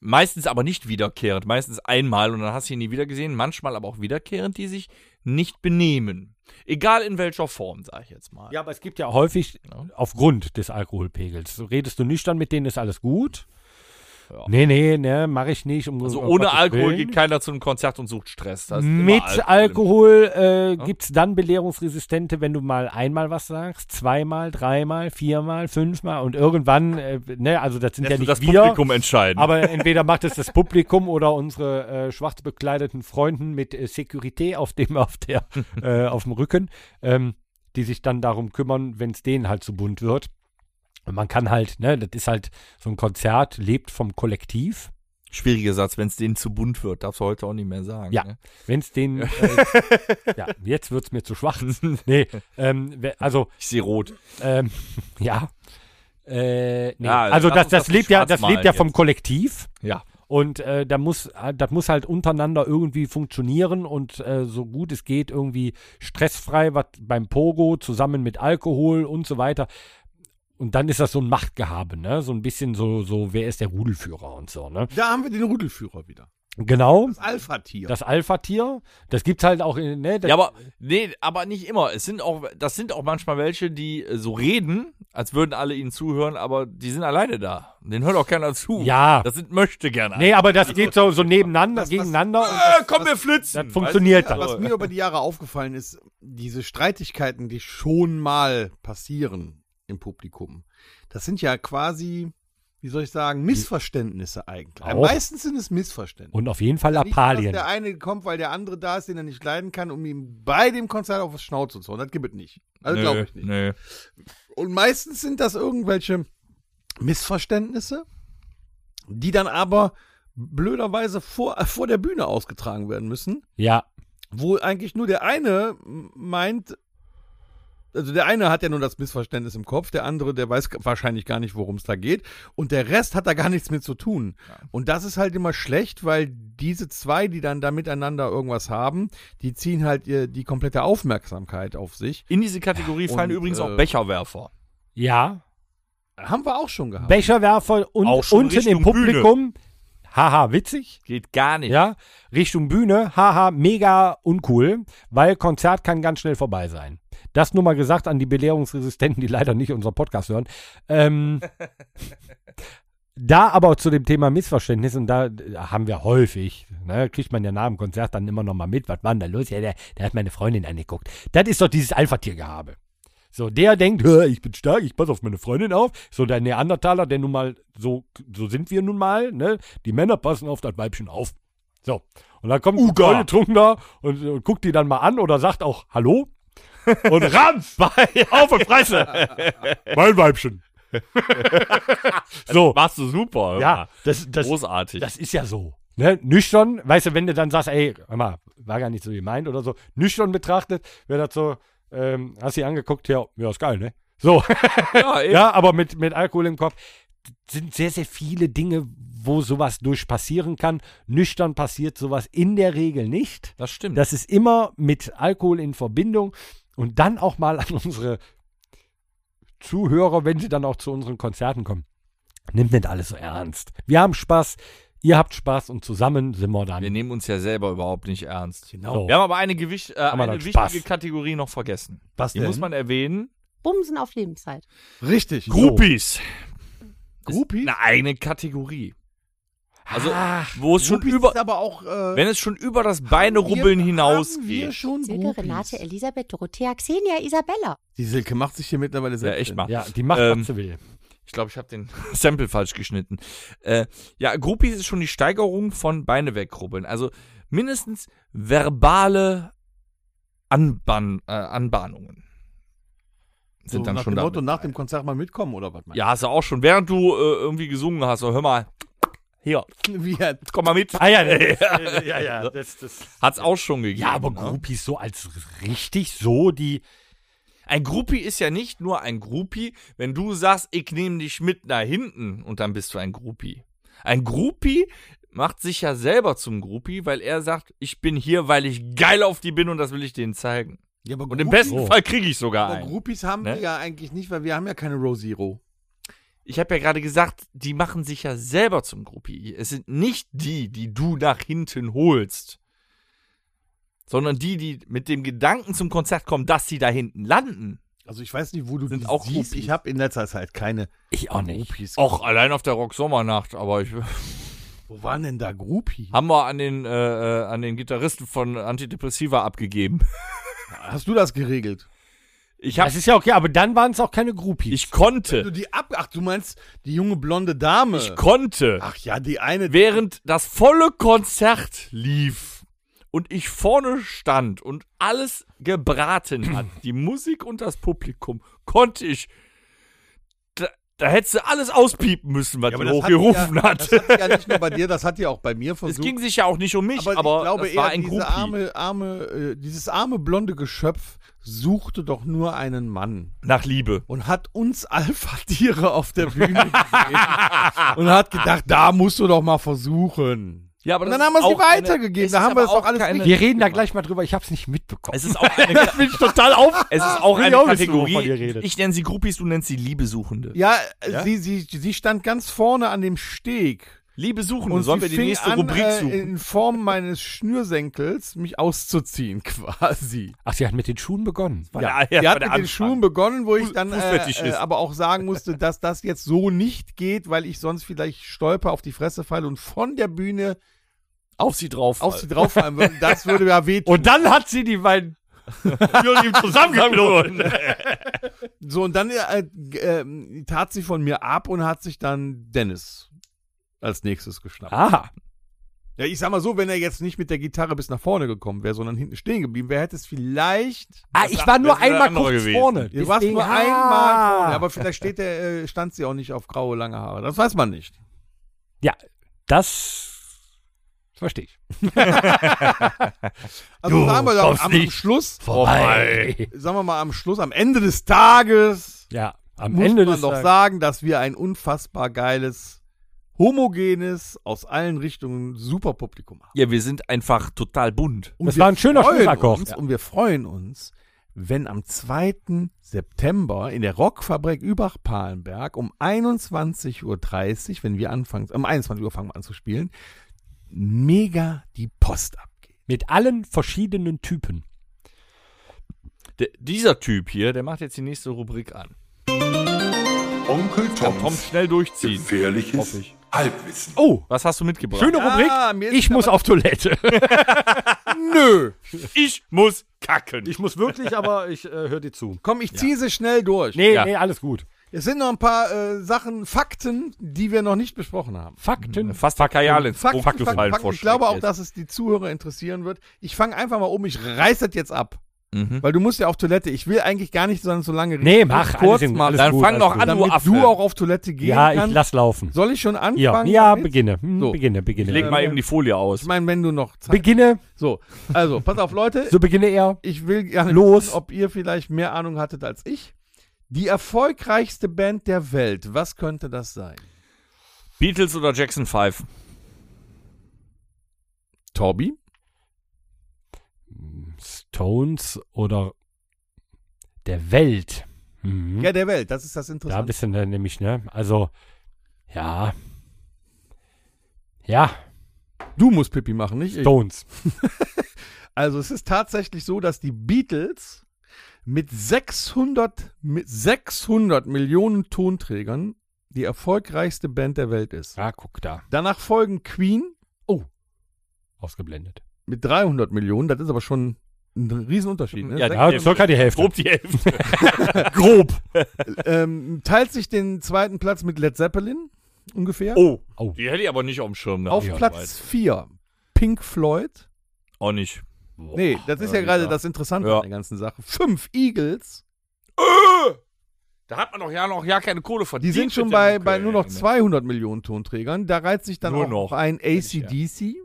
meistens aber nicht wiederkehrend, meistens einmal und dann hast du ihn nie wieder gesehen, manchmal aber auch wiederkehrend, die sich nicht benehmen. Egal in welcher Form, sage ich jetzt mal.
Ja, aber es gibt ja häufig
Ja.
aufgrund des Alkoholpegels. Redest du nüchtern mit denen, ist alles gut.
Ja.
Nee, nee, nee, mache ich nicht. Um,
Also
um
ohne
Gottes
Alkohol
Willen.
geht keiner zu einem Konzert und sucht Stress. Da ist immer
Mit
im-
Alkohol, äh,
Ja.
gibt es dann Belehrungsresistente, wenn du mal einmal was sagst, zweimal, dreimal, viermal, fünfmal und irgendwann, äh, ne, also das sind
Lässt
ja
du
nicht
das
wir,
Publikum entscheiden.
aber entweder macht es das Publikum oder unsere äh, schwarz bekleideten Freunden mit äh, Securité auf dem, auf der, äh, auf dem Rücken, ähm, die sich dann darum kümmern, wenn es denen halt zu bunt wird. Und man kann halt, ne, das ist halt so ein Konzert, lebt vom Kollektiv.
Schwieriger Satz, wenn es denen zu bunt wird, darfst du heute auch nicht mehr sagen.
Ja.
Ne?
Wenn es den. Äh, ja, jetzt wird es mir zu schwach. Nee, ähm, wer- also,
Ich sehe rot.
ähm, ja. Äh, nee.
Ja,
also,
lass
das,
uns
das,
das
lebt ja,
schwarz
das lebt
malen
ja vom
jetzt.
Kollektiv.
Ja.
Und äh, da muss, äh, das muss halt untereinander irgendwie funktionieren und äh, so gut es geht, irgendwie stressfrei, was beim Pogo zusammen mit Alkohol und so weiter. Und dann ist das so ein Machtgehabe, ne? So ein bisschen so, so, wer ist der Rudelführer und so, ne?
Da haben wir den Rudelführer wieder.
Genau.
Das Alpha-Tier.
Das Alpha-Tier, das gibt's halt auch in, ne? Das,
Ja, aber nee, aber nicht immer. Es sind auch, das sind auch manchmal welche, die äh, so reden, als würden alle ihnen zuhören, aber die sind alleine da. Den hört auch keiner zu.
Ja.
Das sind möchte gerne.
nee, aber das geht so, so nebeneinander,
Das- das-
gegeneinander. und
Äh, komm, wir flitzen.
das funktioniert dann.
Was mir über die Jahre aufgefallen ist, diese Streitigkeiten, die schon mal passieren im Publikum, das sind ja quasi, wie soll ich sagen,
Hm.
Missverständnisse eigentlich.
Auch.
Meistens sind es Missverständnisse.
Und auf jeden Fall
Nicht, dass
Lappalien.
der eine kommt, weil der andere da ist, den er nicht leiden kann, um ihm bei dem Konzert auf das Schnauze zu hauen. Das gibt es nicht. Also glaube ich nicht.
Nee.
Und meistens sind das irgendwelche Missverständnisse, die dann aber blöderweise vor, äh, vor der Bühne ausgetragen werden müssen
Ja,
wo eigentlich nur der eine meint, also der eine hat ja nur das Missverständnis im Kopf, der andere, der weiß g- wahrscheinlich gar nicht, worum es da geht und der Rest hat da gar nichts mit zu tun. Und das ist halt immer schlecht, weil diese zwei, die dann da miteinander irgendwas haben, die ziehen halt ihr, die komplette Aufmerksamkeit auf sich.
In diese Kategorie fallen
Und,
übrigens
äh,
auch Becherwerfer.
ja.
Haben wir auch schon gehabt.
Becherwerfer und
Auch schon
unten im
Richtung
Publikum. Haha, witzig.
Geht gar nicht.
Ja, Richtung Bühne, haha, mega uncool, weil Konzert kann ganz schnell vorbei sein. Das nur mal gesagt an die Belehrungsresistenten, die leider nicht unseren Podcast hören. Ähm, da aber zu dem Thema Missverständnis, und da äh, haben wir häufig, ne, kriegt man ja nach dem Konzert dann immer noch mal mit, was war denn da los? Ja, der, der hat meine Freundin angeguckt. Das ist doch dieses Alpha-Tier-Gehabe. So, der denkt, "Hä, ich bin stark, ich passe auf meine Freundin auf. So der Neandertaler, der nun mal, so, so sind wir nun mal, ne? Die Männer passen auf das Weibchen auf. So. Und dann kommt ein Vollgetrunkener und, und guckt die dann mal an oder sagt auch Hallo. Und Rams, auf und Fresse. mein Weibchen. so.
Machst du super.
Ja, das, das,
Großartig.
das ist ja so. Ne? Nüchtern, weißt du, wenn du dann sagst, ey, hör mal, war gar nicht so gemeint oder so, nüchtern betrachtet, wäre das so, ähm, hast du die angeguckt, ja, ja, ist geil, ne? So,
ja, eben.
ja, aber mit, mit Alkohol im Kopf sind sehr, sehr viele Dinge, wo sowas durch passieren kann. Nüchtern passiert sowas in der Regel nicht.
Das stimmt.
Das ist immer mit Alkohol in Verbindung und dann auch mal an unsere Zuhörer, wenn sie dann auch zu unseren Konzerten kommen. Nimmt nicht alles so ernst. Wir haben Spaß, ihr habt Spaß und zusammen sind wir dann.
wir nehmen uns ja selber überhaupt nicht ernst.
Genau.
Wir haben aber eine, Gewicht, äh,
Haben wir
eine
dann
wichtige
Spaß.
Kategorie noch vergessen.
Was
Die muss man erwähnen.
Bumsen auf Lebenszeit.
Richtig.
Groupies.
Groupies?
Ist eine eigene Kategorie. Also,
Ach,
wo es schon
Groupies
über,
ist aber auch. Äh,
wenn es schon über das Beinerubbeln
wir- haben Wir
hinausgeht.
schon
Silke,
Groupies.
Renate, Elisabeth, Dorothea, Xenia, Isabella.
Die Silke macht sich hier mittlerweile
Ja,
selbst.
echt mal.
ja, die macht,
Ähm,
was sie will.
Ich glaube, ich habe den Sample falsch geschnitten. Äh, ja, Groupies ist schon die Steigerung von Beine wegrubbeln. Also mindestens verbale Anbahn, äh, Anbahnungen sind
so
dann
nach
schon
dem
da.
Motto, nach dem Konzert mal mitkommen oder was? meinst
Ja, hast du auch schon, während du äh, irgendwie gesungen hast. So, hör mal, hier,
du? Wie er
komm mal mit.
Ah ja, das, ja, ja, das, das.
Hat's auch schon gegeben.
Ja, aber
ne?
Groupies so als richtig so die.
Ein Groupie ist ja nicht nur ein Groupie, wenn du sagst, ich nehme dich mit nach hinten und dann bist du ein Groupie. Ein Groupie macht sich ja selber zum Groupie, weil er sagt, ich bin hier, weil ich geil auf die bin und das will ich denen zeigen.
Ja, aber
Und im
Groupies-
besten Fall kriege ich sogar
aber
einen.
Groupies haben
Ne?
wir ja eigentlich nicht, weil wir haben ja keine Row Zero.
Ich habe ja gerade gesagt, die machen sich ja selber zum Groupie. Es sind nicht die, die du nach hinten holst, sondern die, die mit dem Gedanken zum Konzert kommen, dass sie da hinten landen.
Also ich weiß nicht, wo du
Sind
die
auch
siehst.
Groupies.
Ich habe in letzter Zeit keine
Ich auch nicht.
Groupies.
Auch Oh. allein auf der Rock-Sommernacht, aber ich...
Wo waren denn da Groupies?
haben wir an den, äh, äh, an den Gitarristen von Antidepressiva abgegeben.
Hast du das geregelt?
Ich hab,
Das ist ja okay, aber dann waren es auch keine Groupies.
ich
Du
konnte,
die ab Ach, du meinst die junge blonde Dame.
Äh. ich konnte,
Ach ja, die eine.
während das volle Konzert lief und ich vorne stand und alles gebraten hat, die Musik und das Publikum, konnte ich d- Da hättest du alles auspiepen müssen, was
Ja,
ja,
aber
du
das hat die
hochgerufen
ja,
hat.
Das hat die ja nicht nur bei dir, das hat die auch bei mir
Es
versucht.
ging sich ja auch nicht um mich, aber,
ich glaube
das war
eher,
ein
diese
Groupie.
arme, arme, äh, dieses arme blonde Geschöpf suchte doch nur einen Mann
Nach Liebe.
und hat uns Alpha-Tiere auf der Bühne gesehen und hat gedacht, da musst du doch mal versuchen.
Ja, aber
Und
das
dann haben
ist
wir es dir
auch eine-
weitergegeben,
es
da
ist
haben
aber
wir es doch
auch
alles
keine-
nicht.
Wir reden da gleich mal drüber. Ich hab's nicht mitbekommen.
Es ist auch eine, ich bin total auf. Es ist auch
Will ich
eine
auch wissen, wovon
Kategorie.
ihr redet.
Ich nenne sie Groupies, du nennst sie Liebesuchende.
Ja, äh, Sie, sie, sie stand ganz vorne an dem Steg
Liebesuchende,
und
sollen
sie
wir die
fing
nächste
an,
Rubrik
äh,
suchen?
in Form meines Schnürsenkels mich auszuziehen quasi.
Ach, sie hat mit den Schuhen begonnen.
Ja, ja,
Die
war
hat mit
der
den
Anfang.
Schuhen begonnen, wo ich
Fuß-
dann äh,
Fußfetisch
äh,
ist.
aber auch sagen musste, dass das jetzt so nicht geht, weil ich sonst vielleicht stolper auf die Fresse falle und von der Bühne
Auf sie drauf.
auf sie drauffallen würde. Das würde ja wehtun.
Und dann hat sie die beiden.
zusammengeklungen.
so, und dann äh, g- ähm, tat sie von mir ab und hat sich dann Dennis als nächstes geschnappt.
Ah,
Ja, ich sag mal so, wenn er jetzt nicht mit der Gitarre bis nach vorne gekommen wäre, sondern hinten stehen geblieben wäre, hätte es vielleicht.
ah ich war nur
das wäre
einmal
andere
kurz
gewesen.
vorne.
Ihr warst
Deswegen-
nur
Ah.
einmal vorne, aber vielleicht steht der, äh, stand sie auch nicht auf graue, lange Haare. Das weiß man nicht.
Ja, das verstehe ich.
Also
Du
sagen wir doch,
kommst
am, am
nicht
Schluss,
Vorbei.
sagen wir mal, am Schluss, am Ende des Tages
Ja, am
muss
Ende
man
des
doch
Tages-
sagen, dass wir ein unfassbar geiles, homogenes, aus allen Richtungen super Publikum haben.
Ja, wir sind einfach total bunt.
Und
Das
wir
war ein schöner
freuen
Schnitterkoch.
uns
Ja.
Und wir freuen uns, wenn am 2. September in der Rockfabrik Übach-Palenberg um 21.30 Uhr, wenn wir anfangen, um 21 Uhr fangen wir an zu spielen, mega die Post abgeht.
mit allen verschiedenen Typen.
Der, dieser Typ hier, der macht jetzt die nächste Rubrik an.
Onkel Toms.
Tom, schnell durchziehen.
Gefährliches Halbwissen.
Oh,
Was hast du mitgebracht?
schöne
Ah, mir
Rubrik.
ist
Ich muss auf Toilette.
Nö.
Ich muss kacken.
Ich muss wirklich, aber ich höre dir zu.
Komm, ich ziehe sie schnell durch.
Nee,
Ja.
nee, alles gut.
Es sind noch ein paar äh, Sachen, Fakten, die wir noch nicht besprochen haben.
Fakten.
Hm.
Fast Oh, Fakayal ins
Fakten,
Ohr
Fakten,
gefallen
Fakten.
vor
Ich glaube auch,
Schreck
dass es die Zuhörer interessieren wird. Ich fange einfach mal um, ich reiß das jetzt ab.
Mhm.
Weil du musst ja auf Toilette. Ich will eigentlich gar nicht so so lange reden.
Nee,
Ich
mach.
will kurz
alles in-
machen,
alles
Dann
gut,
fang
alles
doch
gut.
an,
damit
du Affe.
du auch auf Toilette gehen
Ja, ich
kannst.
lass laufen.
Soll ich schon
Ja,
anfangen?
ja
damit?
beginne. Hm,
So.
Beginne, beginne.
jetzt. Leg mal
Ähm,
eben die Folie aus.
Ich meine, wenn du noch Zeit
beginne,
So, also, pass auf, Leute.
so beginne er.
Ich will gerne
Los.
wissen, ob ihr vielleicht mehr Ahnung hattet als ich. Die erfolgreichste Band der Welt. Was könnte das sein?
Beatles oder Jackson 5?
Torbi?
Stones oder der Welt. Mhm.
Ja, der Welt. Das ist das
Da
Interessante.
bist du dann nämlich, ne? Also, ja. Ja,
du musst Pipi machen, nicht ich.
Stones.
Also es ist tatsächlich so, dass die Beatles mit 600, mit 600 Millionen Tonträgern die erfolgreichste Band der Welt ist.
Ja, guck da.
Danach folgen Queen
Ausgeblendet.
mit 300 Millionen. Das ist aber schon ein Riesenunterschied. Ne?
Ja,
Sech-
Ja, das ist circa die Hälfte.
Grob die Hälfte. Grob.
ähm, teilt sich den zweiten Platz mit Led Zeppelin ungefähr.
Oh.
Oh.
Die hätte ich aber nicht auf dem Schirm. gehabt.
Auf
Ja,
Platz
weiß.
4 Pink Floyd.
Auch nicht.
Nee, das ist ja
Oh, ja,
gerade
ja.
das Interessante
Ja.
an der ganzen Sache. Fünf Eagles.
Da hat man doch ja noch ja keine Kohle
Äh! Die
verdient.
sind schon
mit
bei,
dem
bei nur noch
Köln.
200 Millionen Tonträgern. Da reizt sich dann
äh, Nur
auch
noch.
ein ACDC.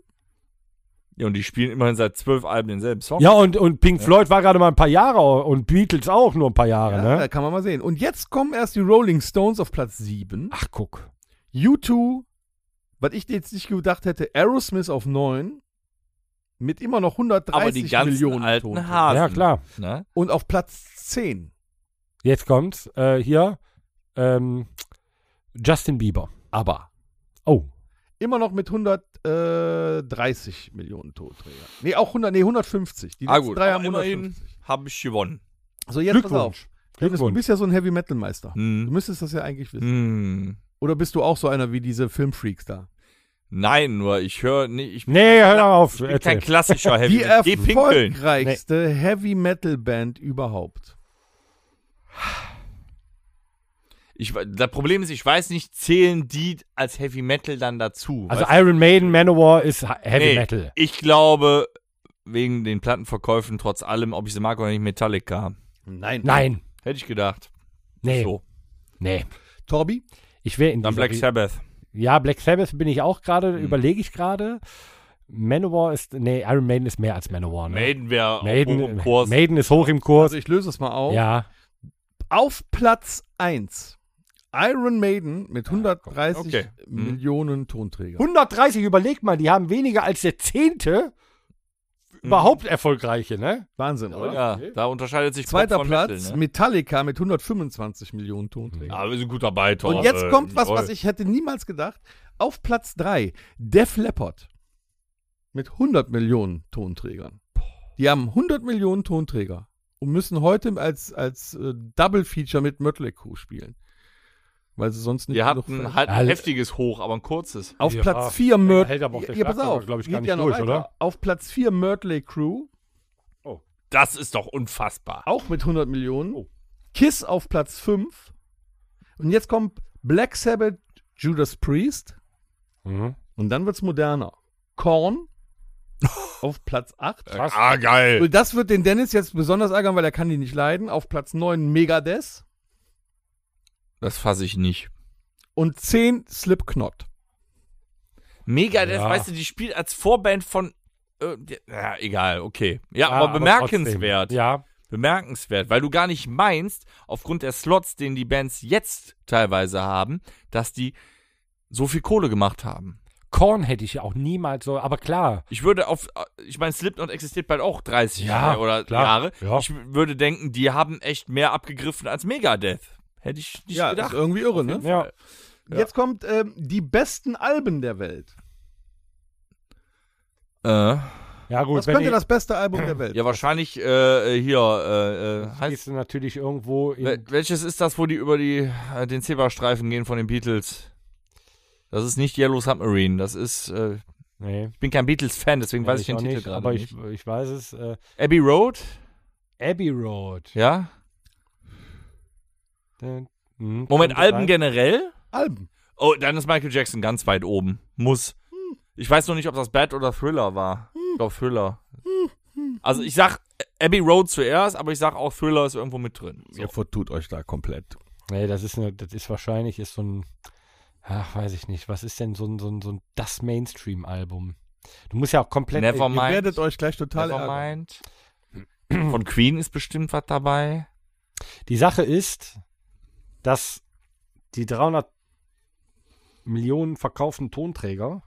Ja, und die spielen immerhin seit zwölf Alben denselben Song.
Ja, und, und Pink Floyd war gerade mal ein paar Jahre und Beatles auch nur ein paar Jahre,
Ja, Da
ne?
kann man mal sehen. Und jetzt kommen erst die Rolling Stones auf Platz 7.
Ach, guck.
U2, was ich jetzt nicht gedacht hätte, Aerosmith auf 9. Mit immer noch 130
aber die ganzen
Millionen
alten
Tonträgern.
Hasen.
Ja, klar.
Ne?
Und auf Platz 10.
Jetzt kommt äh, hier ähm, Justin Bieber.
Aber.
Oh,
Immer noch mit 130 Millionen Tonträgern. Nee, auch 100, nee, 150. Die
Ah,
letzten
gut.
drei
Aber
haben
immerhin
150.
habe ich gewonnen.
So, jetzt pass auf.
Glückwunsch.
Dennis, Du
Glückwunsch.
bist ja so ein Heavy-Metal-Meister. Du
Hm.
müsstest das ja eigentlich wissen.
Hm.
Oder bist du auch so einer wie diese Filmfreaks da?
Nein, nur ich höre nicht. Ich
Nee, hör doch auf.
bin
erzähl.
kein klassischer Heavy.
Die
Geh pinkeln.
erfolgreichste Heavy-Metal-Band überhaupt.
Ich, we- das Problem ist, ich weiß nicht, zählen die als Heavy Metal dann dazu?
Also
Weißt
Iron Maiden, Manowar ist ha-
du?
Heavy
Nee,
Metal.
Ich glaube, wegen den Plattenverkäufen, trotz allem, ob ich sie mag oder nicht, Metallica.
Nein.
Nein,
Hätte ich gedacht.
nee,
So.
nee.
Torbi?
Ich wäre in
Dann
dieser
Black
Re-
Sabbath. Mhm.
Ja, Black Sabbath bin ich auch gerade, überlege ich gerade. Manowar ist, nee, Iron Maiden ist mehr als Manowar. Ne?
Maiden wäre
Maiden,
hoch im Kurs.
Maiden ist hoch im Kurs.
Also ich löse es mal auf.
ja,
Auf Platz 1. Iron Maiden mit 130
Ah, okay. Mhm.
Millionen Tonträger.
130, überleg mal, die haben weniger als der zehnte
Mhm.
überhaupt erfolgreiche, ne?
Wahnsinn, oder?
Ja, da unterscheidet sich
Zweiter
Pop von
Platz,
Metal, ne?
Metallica mit 125 Millionen Tonträger.
Ja, wir sind gut dabei, Torben.
Und
äh,
jetzt kommt was,
Jawohl.
was ich hätte niemals gedacht. Auf Platz 3, Def Leppard mit 100 Millionen Tonträgern. Die haben 100 Millionen Tonträger und müssen heute als, als äh, Double Feature mit Mötley Crew spielen. Weil sie sonst nicht
Wir
genug
hatten
ver-
halt ein
Alle-
heftiges Hoch, aber ein kurzes.
Auf
Ja,
Platz 4 Mötley
hält aber auch der
pass
Schlagzeuger,
auf,
glaub ich,
geht
gar nicht
ja noch
durch,
weiter.
oder?
Auf Platz 4 Mötley Crew,
Das ist doch unfassbar.
auch mit 100 Millionen.
Oh.
Kiss auf Platz 5. Und jetzt kommt Black Sabbath, Judas Priest.
Mhm.
Und dann wird's moderner. Korn auf Platz 8.
Krass.
Ah, geil.
Und das wird den Dennis jetzt besonders ärgern, weil er kann die nicht leiden. Auf Platz 9 Megadeth
Das fasse ich nicht.
und 10 Slipknot.
Megadeth,
Ja.
weißt du, die spielt als Vorband von. äh, die- Ja, egal, okay.
Ja,
Ja, aber bemerkenswert.
trotzdem. Ja,
Bemerkenswert, weil du gar nicht meinst, aufgrund der Slots, den die Bands jetzt teilweise haben, dass die so viel Kohle gemacht haben.
Korn hätte ich ja auch niemals so, aber klar.
Ich würde auf, äh, ich meine, Slipknot existiert bald auch 30
Ja,
Jahre oder
klar,
Jahre.
ja.
Ich würde denken, die haben echt mehr abgegriffen als Megadeth. Hätte ich nicht
Ja, ist
gedacht.
irgendwie irre,
Äh,
ne?
Ja.
Jetzt kommt ähm, die besten Alben der Welt.
Äh,
ja, gut,
Was
wenn
könnte
ihr-
das beste Album der Welt?
ja, wahrscheinlich äh, hier, äh, äh, heißt,
gehst du natürlich irgendwo in.
Wel- Welches ist das, wo die über die, äh, den Zebrastreifen gehen von den Beatles? Das ist nicht Yellow Submarine. Das ist. Äh,
nee,
ich bin kein Beatles-Fan, deswegen weiß ich den
auch
Titel
nicht,
gerade
aber
nicht.
Ich, ich weiß es. Äh,
Abbey Road?
Abbey Road.
Ja.
Äh, hm,
Moment,
könnte
Alben
sein.
generell?
Alben.
Oh, dann ist Michael Jackson ganz weit oben. Muss. Ich weiß noch nicht, ob das Bad oder Thriller war. Ich glaube Thriller. Also ich sag äh, Abbey Road zuerst, aber ich sag auch Thriller ist irgendwo mit drin. So.
Ihr vertut euch da komplett.
Nee, das ist, eine, das ist wahrscheinlich ist so ein. Ach, weiß ich nicht. Was ist denn so ein, so ein, so ein das Mainstream-Album? Du musst ja auch komplett. äh,
Ihr
Nevermind.
werdet euch gleich total ärgern.
Nevermind. Von Queen ist bestimmt was dabei.
Die Sache ist, dass die 300 Millionen verkauften Tonträger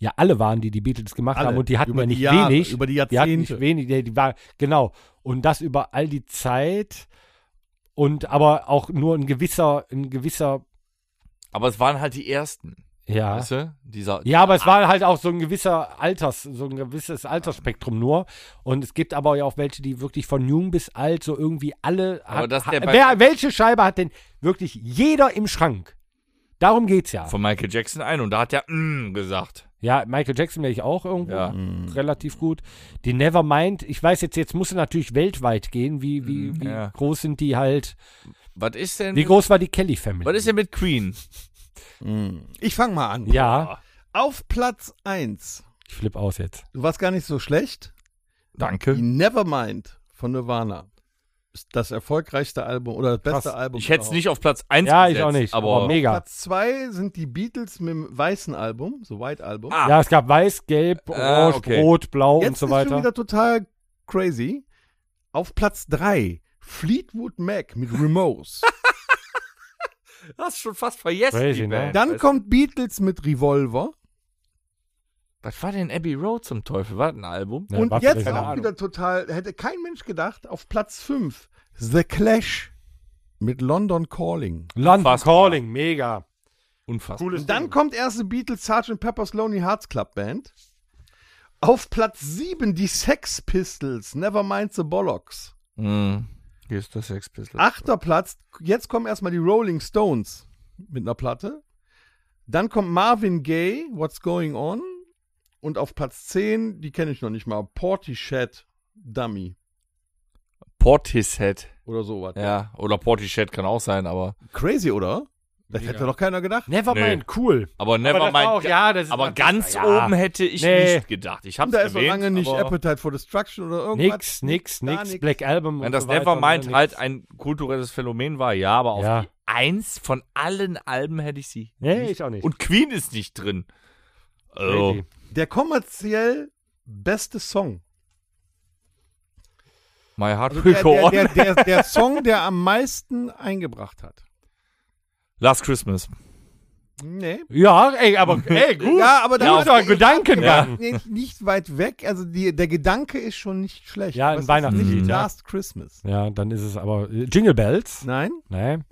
ja alle waren, die die Beatles gemacht
Alle.
haben und die hatten
Über
ja
die
nicht
Jahre,
wenig.
über die
Die hatten nicht
Jahrzehnte.
wenig, die, die war, genau. Und das über all die Zeit und aber auch nur ein gewisser, ein gewisser,
Aber es waren halt die ersten.
ja.
Weißt du? Dieser,
Ja, aber es war halt auch so ein gewisser Alters, so ein gewisses Altersspektrum nur. Und es gibt aber ja auch welche, die wirklich von jung bis alt so irgendwie alle.
Aber
hat,
dass der
hat-
bei-
wer, welche Scheibe hat denn wirklich jeder im Schrank? Darum geht's ja.
von Michael Jackson ein und da hat er mm gesagt.
ja, Michael Jackson wäre ich auch irgendwo
Ja.
relativ gut. Die Nevermind, ich weiß jetzt, jetzt muss er natürlich weltweit gehen. Wie, wie, wie
ja.
groß sind die halt?
Was ist denn
Wie groß war die Kelly Family?
Was ist denn mit Queen?
Ich fange mal an.
ja,
Auf Platz 1.
ich flipp aus jetzt.
Du warst gar nicht so schlecht. Die
Danke.
Nevermind von Nirvana ist das erfolgreichste Album oder das beste
Krass.
Album.
Ich hätte es
überhaupt.
nicht auf Platz 1
Ja,
gesetzt,
ich auch nicht.
Aber,
Aber mega.
Platz 2 sind die Beatles mit dem weißen Album, so White Album.
Ah,
Ja, es gab weiß, gelb, orange,
okay.
rot, blau
Jetzt
oh, und so
ist
weiter.
schon wieder total crazy. Auf Platz 3 Fleetwood Mac mit Remorse.
das ist schon fast vergessen.
Crazy,
die
ne?
Band. Also,
Dann
Weißt-
kommt Beatles mit Revolver.
Was war denn Abbey Road zum Teufel? War das ein Album?
Ja,
und
war
jetzt
vielleicht-
auch wieder total, hätte kein Mensch gedacht, auf Platz 5 The Clash mit London Calling.
London
Unfassbar.
Calling, mega.
Unfassbar.
Cooles
Und dann kommt erst die Beatles Sgt. Pepper's Lonely Hearts Club Band. Auf Platz 7 die Sex Pistols, Nevermind the Bollocks.
Mhm. Hier ist das Sex Pistols.
Achter Platz, jetzt kommen erstmal die Rolling Stones mit einer Platte. Dann kommt Marvin Gaye, What's Going On. Und auf Platz 10, die kenne ich noch nicht mal, Portishead Dummy
Portishead.
oder sowas.
Ja, oder Portishead kann auch sein, aber.
Crazy, oder? Das hätte doch keiner gedacht.
Nevermind, cool.
Aber Nevermind.
das war auch- ja, das ist
aber
was-
ganz
ja.
oben hätte ich
Nee.
nicht gedacht. Ich hab's
Da ist
erwähnt.
noch lange nicht
aber
Appetite for Destruction oder irgendwas.
Nix, nix,
Gar
nix. Black Album.
Wenn
und
das
so weiter,
Nevermind
ne,
halt
nix.
ein kulturelles Phänomen war, ja, aber auf
Ja.
die eins von allen Alben hätte ich sie.
Nee, ich auch nicht.
Und Queen ist nicht drin. Also,
Crazy.
Der kommerziell beste Song.
my heart
Also
will
der,
go
der,
on.
der, der, der Song, der am meisten eingebracht hat.
Last Christmas.
Nee.
Ja, ey, aber ey, gut.
Ja, aber da-
guter Gedankengang.
Nee, nicht weit weg. Also die, der Gedanke ist schon nicht schlecht.
Ja, Mhm.
Aber
ein
es ist
Weihnachtslied,
Nicht
ja.
Last Christmas.
Ja, dann ist es aber äh, Jingle Bells.
Nein?
Nein.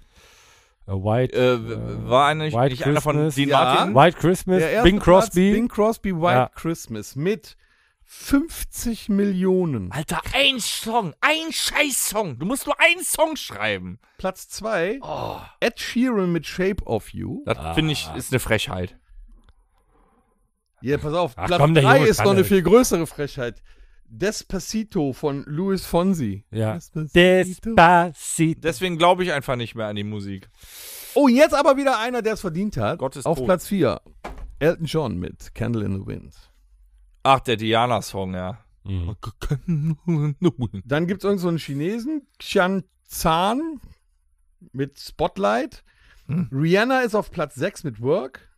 A White,
Äh, w- war eine,
White
nicht einer von
Christmas.
Dean
Ja.
Martin?
White Christmas,
Der erste
Bing
Platz,
Crosby.
Bing Crosby, White
Ja.
Christmas mit 50 Millionen.
Alter, ein Song, ein Scheiß-Song. Du musst nur einen Song schreiben.
Platz 2,
Oh.
Ed Sheeran mit Shape of You.
Das finde ich, ist eine Frechheit.
Ja, pass auf,
Ach,
Platz
komm, der
3
Junge
ist
kann
noch eine
das.
viel größere Frechheit. Despacito von Luis Fonsi.
ja.
Despacito.
Despacito.
Deswegen glaube ich einfach nicht mehr an die Musik.
Oh, jetzt aber wieder einer, der es verdient hat.
Gott ist
auf
tot.
Platz 4, Elton John mit Candle in the Wind.
Ach, der Diana-Song, ja. Oh,
Dann gibt es irgendeinen so einen Chinesen, Xian Zhan mit Spotlight.
Hm.
Rihanna ist auf Platz 6 mit Work.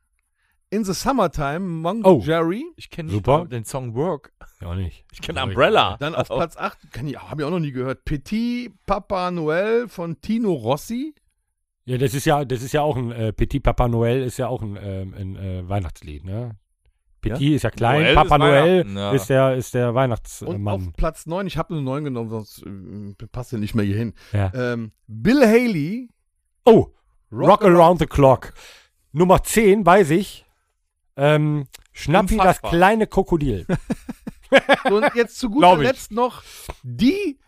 In the Summertime, Monk
Oh.
Jerry.
Ich kenne
Super.
den Song Work.
Ja, auch nicht.
Ich kenne Umbrella.
Dann auf
Oh.
Platz 8, kann ich, habe ich auch noch nie gehört, Petit Papa Noel von Tino Rossi.
Ja, das ist ja, das ist ja auch ein äh, Petit Papa Noel ist ja auch ein, ähm, ein äh, Weihnachtslied, ne? Petit ist ja klein,
Noel
Papa
ist
Noel
Weihnachten, ja.
ist der ist der
Und
Weihnachtsmann.
auf Platz 9, ich habe nur 9 genommen, sonst äh, passt ja nicht mehr hier hin.
Ja.
Ähm, Bill Haley,
Oh,
Rock
Rock, Around the Clock. Nummer 10, weiß ich. Ähm, Schnappi, das
Unfassbar.
kleine Krokodil.
Und jetzt zu guter
Glaub ich.
Letzt noch die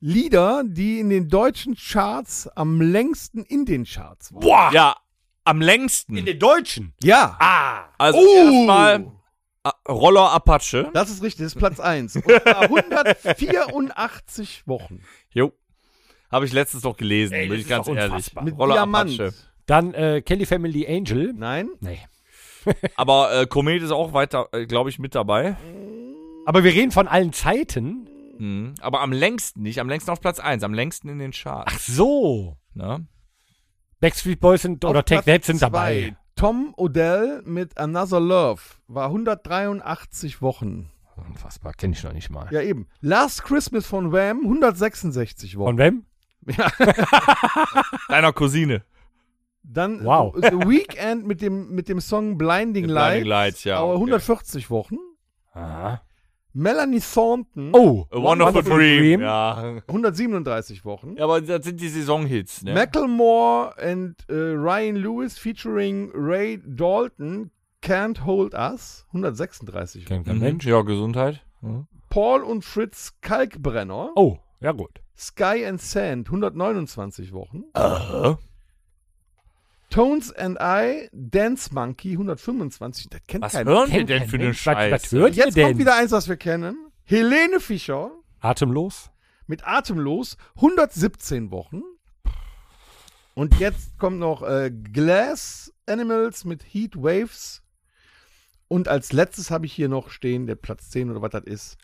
Lieder, die in den deutschen Charts am längsten in den Charts waren.
Boah! Ja, am längsten.
Deutschen.
Ja,
Also
Oh.
erstmal äh, Roller Apache.
das ist richtig, das ist Platz 1. Und zwar 184 Wochen.
Jo. Habe ich letztens noch gelesen, bin ich ganz ehrlich.
Mit
Roller
Diamant.
Apache.
Dann äh, Kelly Family Angel.
Nein,
Nee.
Aber äh, Komet ist auch weiter, äh, glaube ich, mit dabei.
Aber wir reden von allen Zeiten.
Mhm. Aber am längsten nicht, am längsten auf Platz 1, am längsten in den Charts.
Ach so.
Ne?
Backstreet Boys sind oder
auf
Take
Platz
That sind
zwei,
dabei.
Tom Odell mit Another Love war 183 Wochen.
Unfassbar, kenne ich noch nicht mal.
Ja, eben. Last Christmas von Wham 166 Wochen.
Von wem?
Deiner Cousine.
Dann
Wow.
The Weekend mit dem, mit dem Song Blinding
Mit Blinding
Lights,
Lights, ja,
aber
okay.
140 Wochen.
Aha.
Melanie Thornton,
Oh,
A Wonderful, Dream. Ja.
137 Wochen.
ja, aber das sind die Saisonhits. Ne?
Macklemore and äh, Ryan Lewis featuring Ray Dalton, Can't Hold Us, 136 Wochen.
Kein kein
Mhm.
Mensch.
Ja, Gesundheit. Mhm.
Paul und Fritz Kalkbrenner,
Oh, ja gut.
Sky and Sand, 129 Wochen. Äh. Tones and I, Dance Monkey, 125. Das kennt
Was
keiner.
hören wir
Kennt
denn
kein
für eine
Mensch. Was-
Scheiße?
was hört ihr
Jetzt
denn?
kommt wieder eins, was wir kennen. Helene Fischer
Atemlos.
mit Atemlos, 117 Wochen. Und jetzt kommt noch äh, Glass Animals mit Heat Waves. Und als letztes habe ich hier noch stehen, der Platz 10 oder was das ist.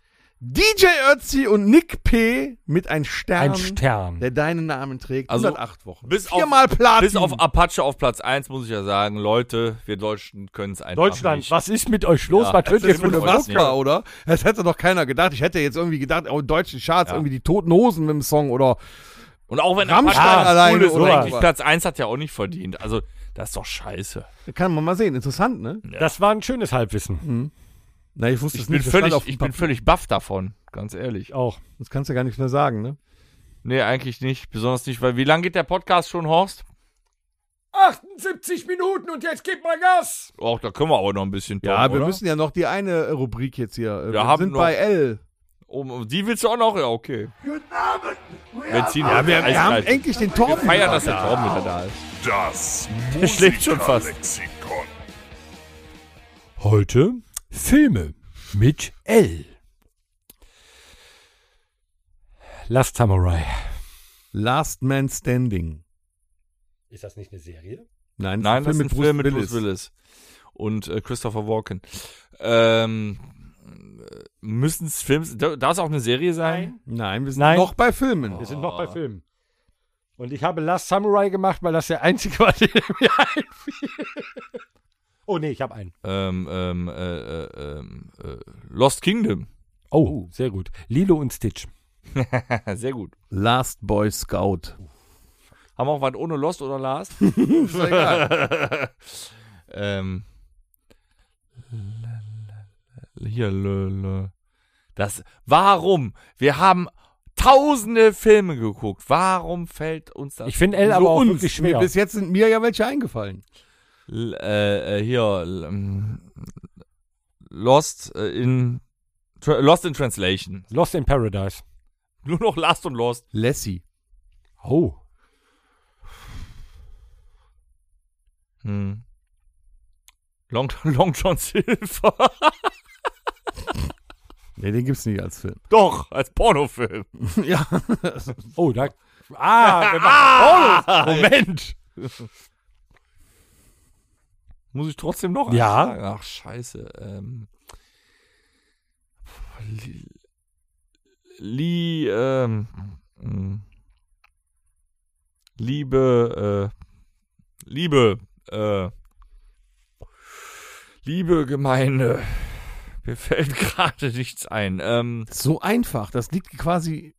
DJ Ötzi und Nick P. mit Ein Stern,
Ein Stern.
der deinen Namen trägt,
Also,
108 Wochen.
bis auf-
Viermal Platin.
Bis auf Apache auf Platz 1 muss ich ja sagen, Leute, wir Deutschen können es einfach
Deutschland,
nicht.
was ist mit euch los? was hört ihr
Das ist
für eine
unfassbar.
Musik?
unfassbar, oder? Das hätte doch keiner gedacht. Ich hätte jetzt irgendwie gedacht, oh, in deutschen Charts, irgendwie die Toten Hosen mit dem Song oder
Und auch wenn
Rammstein
Apache
allein
cool ist,
oder
eigentlich
was?
Platz 1 hat ja auch nicht verdient. Also, das ist doch scheiße.
Kann man mal sehen. Interessant, ne?
Das war ein schönes Halbwissen.
Na, ich wusste
Ich
es
bin,
nicht. das stand
völlig,
auf dem
ich bin
Papier.
völlig baff davon, ganz ehrlich.
Ich auch.
Das kannst du gar nichts mehr sagen, ne?
Nee, eigentlich nicht. Besonders nicht, weil wie lange geht der Podcast schon, Horst?
78 Minuten und jetzt gib mal Gas.
Och, da können wir aber noch ein bisschen tun,
Ja, wir
oder?
müssen ja noch die eine äh, Rubrik jetzt hier. äh, Wir,
haben
sind
noch-
bei L.
Um, um die willst du auch noch? Ja, okay. Benzin.
Ja, wir, wir haben
eiskalt.
endlich den Torben.
Feiern, dass der Torben wieder da ist.
Das
schläft schon fast.
Musikerlexikon.
Heute Filme mit L. Last Samurai.
Last Man Standing.
Ist das nicht eine Serie?
Nein,
Nein, das
Film
ist ein Film mit
Bruce
Bruce Willis. Und äh, Christopher Walken. Ähm, müssen es Filme... Darf es auch eine Serie sein?
Nein, wir sind
Nein.
noch bei Filmen.
Wir sind noch bei Filmen. Und ich habe Last Samurai gemacht, weil das der einzige war, der mir einfiel. Oh nee, ich habe einen.
Ähm, ähm, äh, äh, ähm, äh, Lost Kingdom.
Oh, sehr gut. Lilo und Stitch.
Sehr gut.
Last Boy Scout.
Haben wir auch was ohne Lost oder Last?
Ist doch egal.
ähm. l- l- l- Hier, l- l- das. Warum? Wir haben tausende Filme geguckt. Warum fällt uns das?
Ich finde L
So
aber auch
uns.
wirklich
Mir-
schwer.
Bis jetzt sind mir ja welche eingefallen.
L- äh, äh, hier l- m- Lost äh, in Tra Lost in Translation.
Lost in Paradise.
Nur noch Last und Lost.
Lassie.
Oh.
Hm. Long, Long John Silver.
Nee, den gibt's nicht als Film.
Doch, als Pornofilm.
ja.
Oh, da. Ah, wir machen-
Ah,
Moment.
Muss ich trotzdem noch
Ja.
einschlagen? Ach, scheiße. Ähm, Li, Li, ähm, mm. Liebe, äh, Liebe, äh, Liebe Gemeinde. Mir fällt gerade nichts ein. Ähm,
So einfach. Das liegt quasi.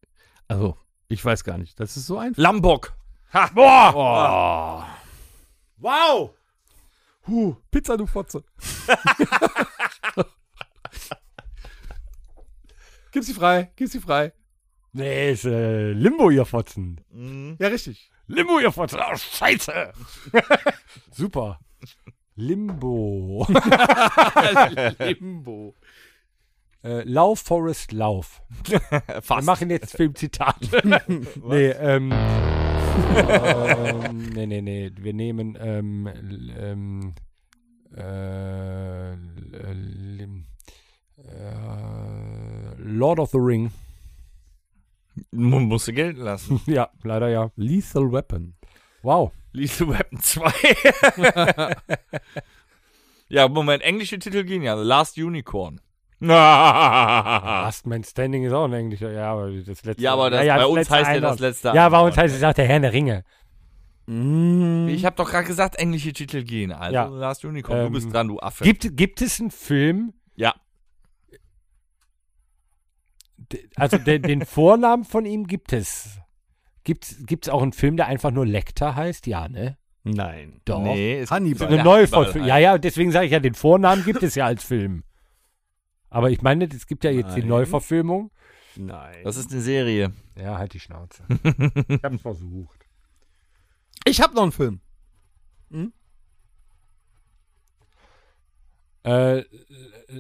Also, ich weiß gar nicht. Das ist so einfach.
Lambok. Ha, boah.
Wow.
Huh, Pizza, du Fotze. Gib sie frei, gib sie frei.
Nee, ist äh, Limbo, ihr Fotzen.
Ja, richtig.
Limbo, ihr Fotzen. Oh, scheiße. Super. Limbo.
Limbo.
äh, Lauf, Forest, Lauf. Wir
Fast.
machen jetzt Filmzitate. nee, ähm, ähm. Nee, nee, nee. Wir nehmen. Ähm, l- ähm, äh, l- äh, lim- äh, Lord of the Ring.
Mu- Musst du gelten lassen.
Ja, leider ja.
Lethal Weapon.
Wow.
Lethal Weapon 2. ja, Moment, englische Titel gehen ja. The Last Unicorn. ja,
Last Man Standing ist auch ein englischer. Ja, aber das letzte.
aber das,
ja,
bei
das
uns
letzte
heißt ja
Einhorn.
das letzte.
Ja, bei uns
Einhorn.
heißt es auch der Herr der Ringe.
Mm.
Ich habe doch gerade gesagt, englische Titel gehen. Also
Ja.
The Last Unicorn. du
Ähm,
bist dran, du Affe.
Gibt, gibt es einen Film,
ja.
D- also den, den Vornamen von ihm gibt es. Gibt es auch einen Film, der einfach nur Lecter heißt? Ja, ne?
Nein.
Doch.
Nee, es
Hannibal.
So eine
Ja,
neue
Hannibal
Fortführung.
heißt-
Ja, ja, deswegen sage ich ja, den Vornamen gibt es ja als Film. Aber ich meine, es gibt ja jetzt die
Nein.
Neuverfilmung.
Nein.
Das ist eine Serie.
Ja, halt die Schnauze. ich hab's versucht.
ich habe noch einen Film.
Äh,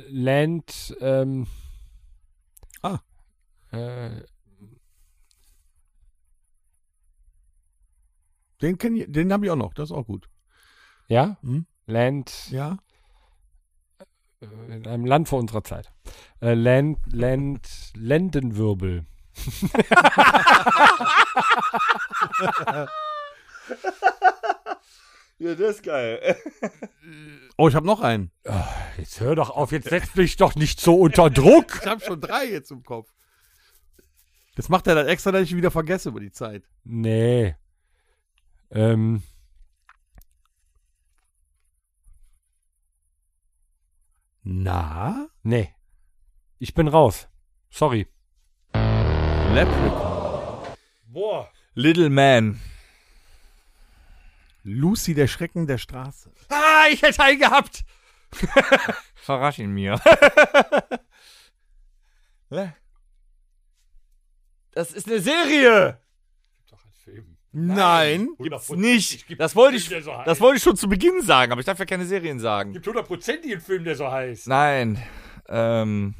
Land, ähm.
Ah.
Äh,
Den, kenn ich- den habe ich auch noch. Das ist auch gut.
ja?
Hm?
Land.
Ja.
äh, in einem Land vor unserer Zeit. Äh, Land, Land, Lendenwirbel.
Ja, das ist geil.
Oh, ich habe noch einen.
Jetzt hör doch auf, jetzt setz mich doch nicht so unter Druck.
Ich habe schon drei jetzt im Kopf. Das macht er dann extra, dass ich ihn wieder vergesse über die Zeit.
Nee. Ähm.
Na?
Nee. Ich bin raus. Sorry.
Leprechaun.
Boah.
Little Man.
Lucy, der Schrecken der Straße.
Ah, ich hätte einen gehabt. Verrasch ihn mir. das ist eine Serie.
Nein.
Gibt's nicht. Das wollte ich, das wollte ich schon zu Beginn sagen, aber ich darf ja keine Serien sagen.
Gibt hundertprozentig einen Film, der so heißt.
Nein. Ähm.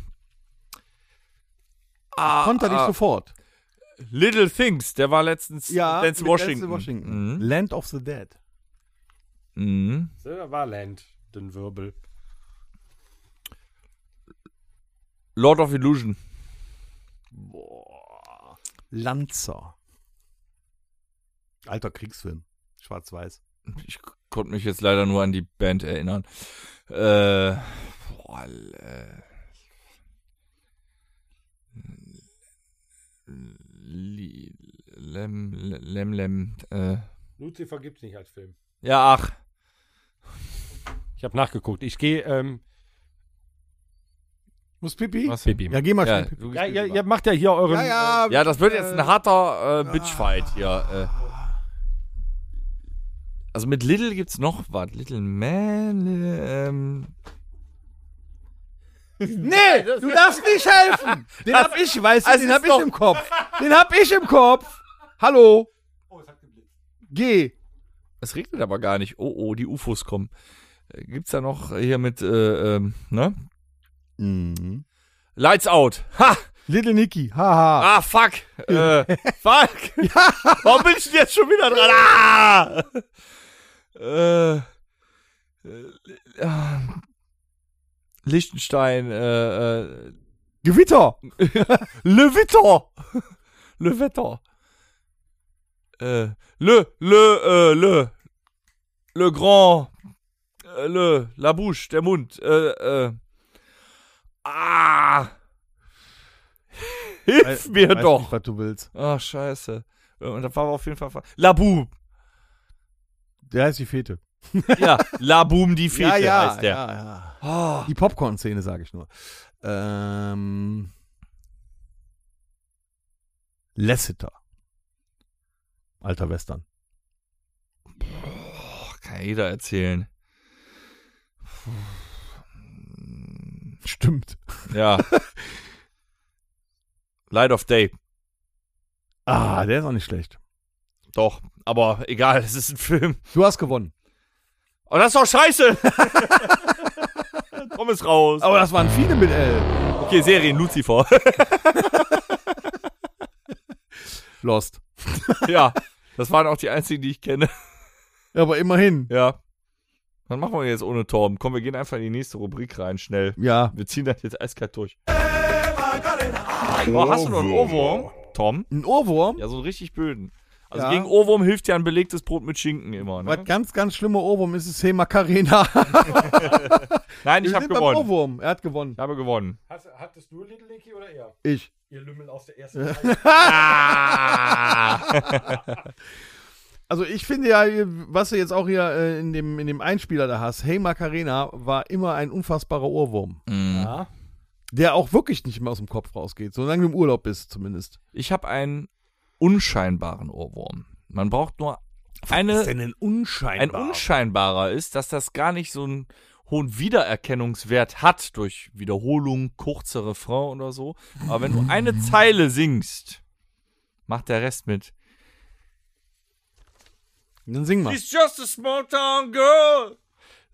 Ah,
Konnte er nicht
ah,
sofort.
Little Things, der war letztens Dance
mit
Washington.
Denzel Washington. Mhm. Land of the Dead.
Mhm. Mhm.
Da war Land, den Wirbel.
Lord of Illusion.
Lanzer. Alter Kriegsfilm. Schwarz-Weiß.
Ich konnte mich jetzt leider nur an die Band erinnern. Äh, boah, äh, Li- Lem, Lem, Lem. Äh.
Lucifer gibt's nicht als Film.
Ja, ach.
Ich habe nachgeguckt. Ich gehe, ähm,
Muss Pipi?
Was?
Bibi.
Ja, geh mal
Ja,
schnell. Pipi.
du
Ja,
gehst
ja,
rüber.
ihr macht ja hier euren.
Ja, ja.
ja, das wird jetzt ein harter äh,
Ah.
Bitchfight hier. Äh. Also mit Little gibt's noch was. Little Man. Little, ähm,
Nee, du darfst nicht helfen. Den hab ich, weißt du,
das Also
den
ist
hab ich
doch-
im Kopf. Den hab ich im Kopf. Hallo. Oh, Geh.
Es regnet aber gar nicht. Oh, oh, die UFOs kommen. Äh, Gibt's da noch hier mit, äh, ähm, ne? Lights out. Ha!
Little Nicky. Haha.
Ah, fuck! Äh, fuck! Warum bin ich denn jetzt schon wieder dran? Ah! Äh, äh, ah. Liechtenstein, äh, äh,
Gewitter.
Le Witter! Le Wetter. Äh, le, le, äh, le. Le Grand. Äh, le, la Bouche, der Mund. Äh, äh. Ah! Hilf mir
Weiß
doch!
Nicht, was du willst.
Ah, scheiße. Äh, Und da war auf jeden Fall. fa- Laboom!
Der heißt die Fete.
Ja, Laboom die Fete heißt der.
ja, ja.
Ah,
Die Popcorn-Szene, sage ich nur. Ähm. Lasseter. Alter Western.
boah, Oh, kann ja jeder erzählen.
Stimmt.
Ja. Light of Day.
Ah, der ist auch nicht schlecht.
Doch, aber egal, es ist ein Film.
Du hast gewonnen.
Oh, das ist doch scheiße! Komm es raus.
Aber das waren viele mit L.
Okay, Serien, Lucifer.
Lost.
ja, das waren auch die einzigen, die ich kenne.
Aber immerhin.
Ja. Was machen wir jetzt ohne Torben? Komm, wir gehen einfach in die nächste Rubrik rein, schnell.
Ja.
Wir ziehen das jetzt eiskalt durch. Oh, hast du noch einen Ohrwurm? Tom?
Ein Ohrwurm.
Ja, so einen richtig böden. Also
Ja.
gegen Ohrwurm hilft ja ein belegtes Brot mit Schinken immer, ne?
Was ganz, ganz schlimmer Ohrwurm ist es, hey Macarena.
Nein, ich
Wir
habe
sind beim
gewonnen.
Ohrwurm. Er hat gewonnen.
Ich habe gewonnen.
Hast, hattest du Little Nicky oder er?
Ich.
Ihr Lümmel aus der ersten Reihe.
Also ich finde ja, was du jetzt auch hier äh, in dem, in dem Einspieler da hast, hey Macarena war immer ein unfassbarer Ohrwurm.
Ja.
Der auch wirklich nicht mehr aus dem Kopf rausgeht, solange du im Urlaub bist zumindest.
Ich habe einen unscheinbaren Ohrwurm. Man braucht nur eine.
ein
Ein
unscheinbar?
unscheinbarer ist, dass das gar nicht so einen hohen Wiedererkennungswert hat durch Wiederholung, kurze Refrain oder so. Aber wenn du eine Zeile singst, macht der Rest mit.
Dann sing mal.
She's just a small town girl.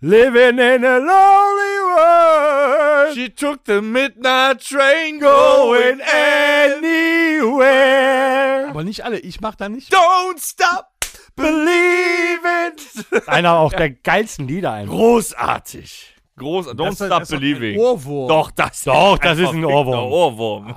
Living in a lonely world.
She took the midnight train going anywhere.
Aber nicht alle, ich mach da nicht.
Don't stop believing.
Einer auch der geilsten Lieder einfach.
Großartig. Groß, don't
Das ist-
stop
das ist doch
believing.
Ohrwurm.
Doch, das,
Doch, das ist ein
verfickter
Ohrwurm.
Ohrwurm.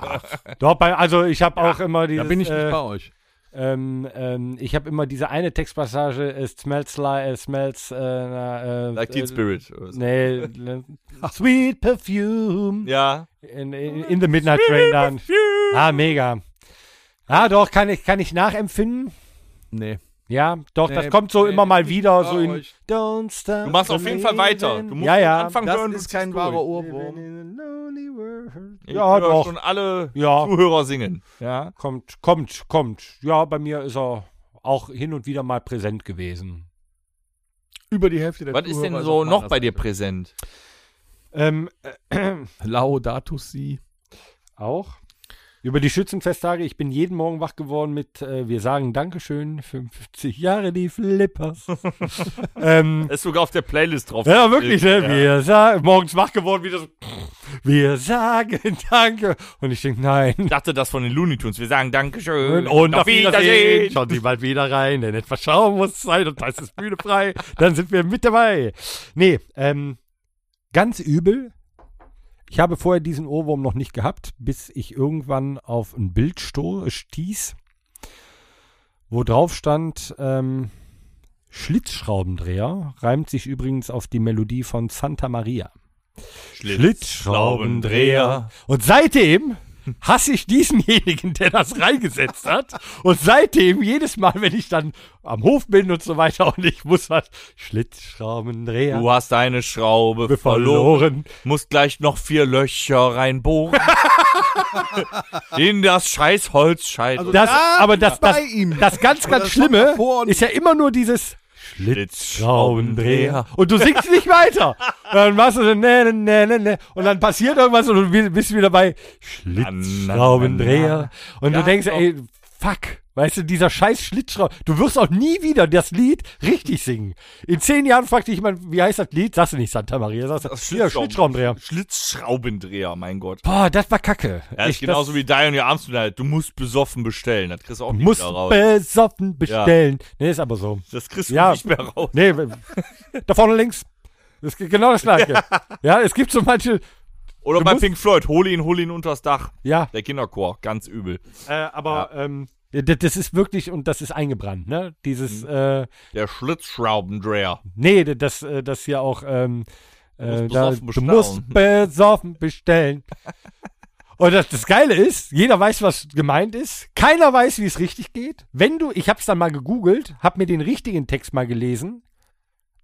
Doch, bei, also ich habe auch immer
Da
dieses,
bin ich nicht
äh,
bei euch.
ähm, ähm, ich habe immer diese eine Textpassage, äh, smells like, äh, smells, äh, na, äh,
Like
äh,
Teen Spirit. oder so.
Nee, äh, sweet perfume.
Ja.
In, in, in the midnight train dann. Ah, mega. Ah, doch, kann ich, kann ich nachempfinden.
Nee.
Ja, doch,
Nee,
das kommt so
nee,
immer mal
ich
wieder
war
so in
euch.
Don't stop
Du machst auf jeden Fall weiter. Du
believing.
musst
ja, ja.
anfangen
Das
hören. du
ist
ziehst
kein
durch.
wahrer
Living
Ohrwurm.
in a lonely world.
Ich
Ja,
höre
doch.
schon alle
Ja.
Zuhörer singen. Ja.
Kommt, kommt, kommt. Ja, bei mir ist er auch hin und wieder mal präsent gewesen.
Über die Hälfte der
Was ist denn
Zuhörer
so
auf
noch
meiner
bei dir
Seite.
präsent?
Ähm, äh,
Laudatus si.
auch. Über die Schützenfesttage, ich bin jeden Morgen wach geworden mit, äh, wir sagen Dankeschön, 50 Jahre die Flippers. ähm,
Ist sogar auf der Playlist drauf.
ja, wirklich, ne?
Ja.
Wir sagen, morgens wach geworden, wieder so, wir sagen Danke. Und ich denke, nein.
Ich dachte das von den Looney Tunes. Wir sagen Dankeschön.
Und auf Wiedersehen. Schauen Sie bald wieder rein, denn etwas Schaum muss sein und da ist es Bühne frei. Dann sind wir mit dabei. Nee, ähm, ganz übel. Ich habe vorher diesen Ohrwurm noch nicht gehabt, bis ich irgendwann auf ein Bild sto stieß, wo drauf stand, ähm, Schlitzschraubendreher reimt sich übrigens auf die Melodie von Santa Maria. Schlitzschraubendreher. Und seitdem hasse ich diesenjenigen, der das reingesetzt hat. Und seitdem, jedes Mal, wenn ich dann am Hof bin und so weiter und ich muss halt Schlitzschrauben drehen.
Du hast deine Schraube
wir verloren.
verloren. Musst gleich noch vier Löcher reinbohren. In das scheiß Holzscheit.
Also
Das,
Ah,
Da
aber das, das,
bei ihm.
das ganz, ganz
das kommt
Schlimme
davor und-
ist ja immer nur dieses
Schlitzschraubendreher.
Und du singst nicht weiter. Dann machst du so, ne, ne, ne, ne, ne. Und dann passiert irgendwas und du wi- bist wieder bei Schlitzschraubendreher. Und
Ja, genau.
du denkst,
doch.
ey, fuck. Weißt du, dieser scheiß Schlitzschraub. Du wirst auch nie wieder das Lied richtig singen. In zehn Jahren fragt dich jemand, wie heißt das Lied? Sagst du nicht Santa Maria, sagst du,
Das
hier,
Schlitzschraub-
Schlitzschraubendreher.
Schlitzschraubendreher, mein Gott.
Boah, das war kacke.
Ja, das ist
Echt,
genauso
das-
wie Dion Your Arms Tonight. Du musst besoffen bestellen. Das kriegst du auch nicht
Muss
mehr raus.
besoffen bestellen. Nee, ist aber so.
das kriegst du
Ja.
nicht mehr raus.
Nee, da vorne links. Das ist genau das Gleiche. Ja, es gibt so manche,
Oder
Du
bei
musst-
Pink Floyd. Hol ihn, hol ihn unters Dach.
ja,
Der Kinderchor. Ganz übel.
äh, aber ähm, d- das ist wirklich, und das ist eingebrannt, ne? Dieses, äh,
Der Schlitzschraubendreher.
nee, d- das, äh, das hier auch, ähm, äh,
musst
da,
besoffen
du musst besoffen bestellen. Und das, das Geile ist, jeder weiß, was gemeint ist. Keiner weiß, wie es richtig geht. Wenn du, ich hab's dann mal gegoogelt, hab mir den richtigen Text mal gelesen.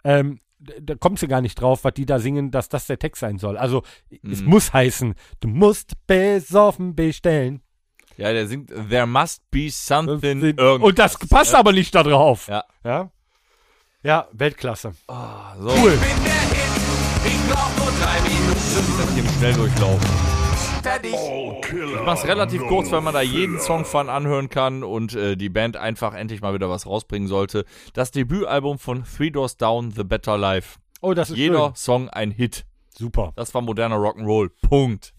Ähm, d- da kommst du gar nicht drauf, was die da singen, dass das der Text sein soll. Also,
Mhm.
es muss heißen, du musst besoffen bestellen.
Ja, der singt There must be something irgendwas.
Und das passt aber nicht da drauf.
Ja.
Ja, ja Weltklasse.
So. Cool. Ich brauch nur drei Minuten. Hier im Schnelldurchlauf.
Oh, Killer.
mach's relativ kurz, weil man da jeden Song von anhören kann und äh, die Band einfach endlich mal wieder was rausbringen sollte. Das Debütalbum von Three Doors Down, The Better Life.
Oh, das ist
Jeder
schön.
Song ein Hit.
Super.
Das war moderner Rock'n'Roll. Punkt.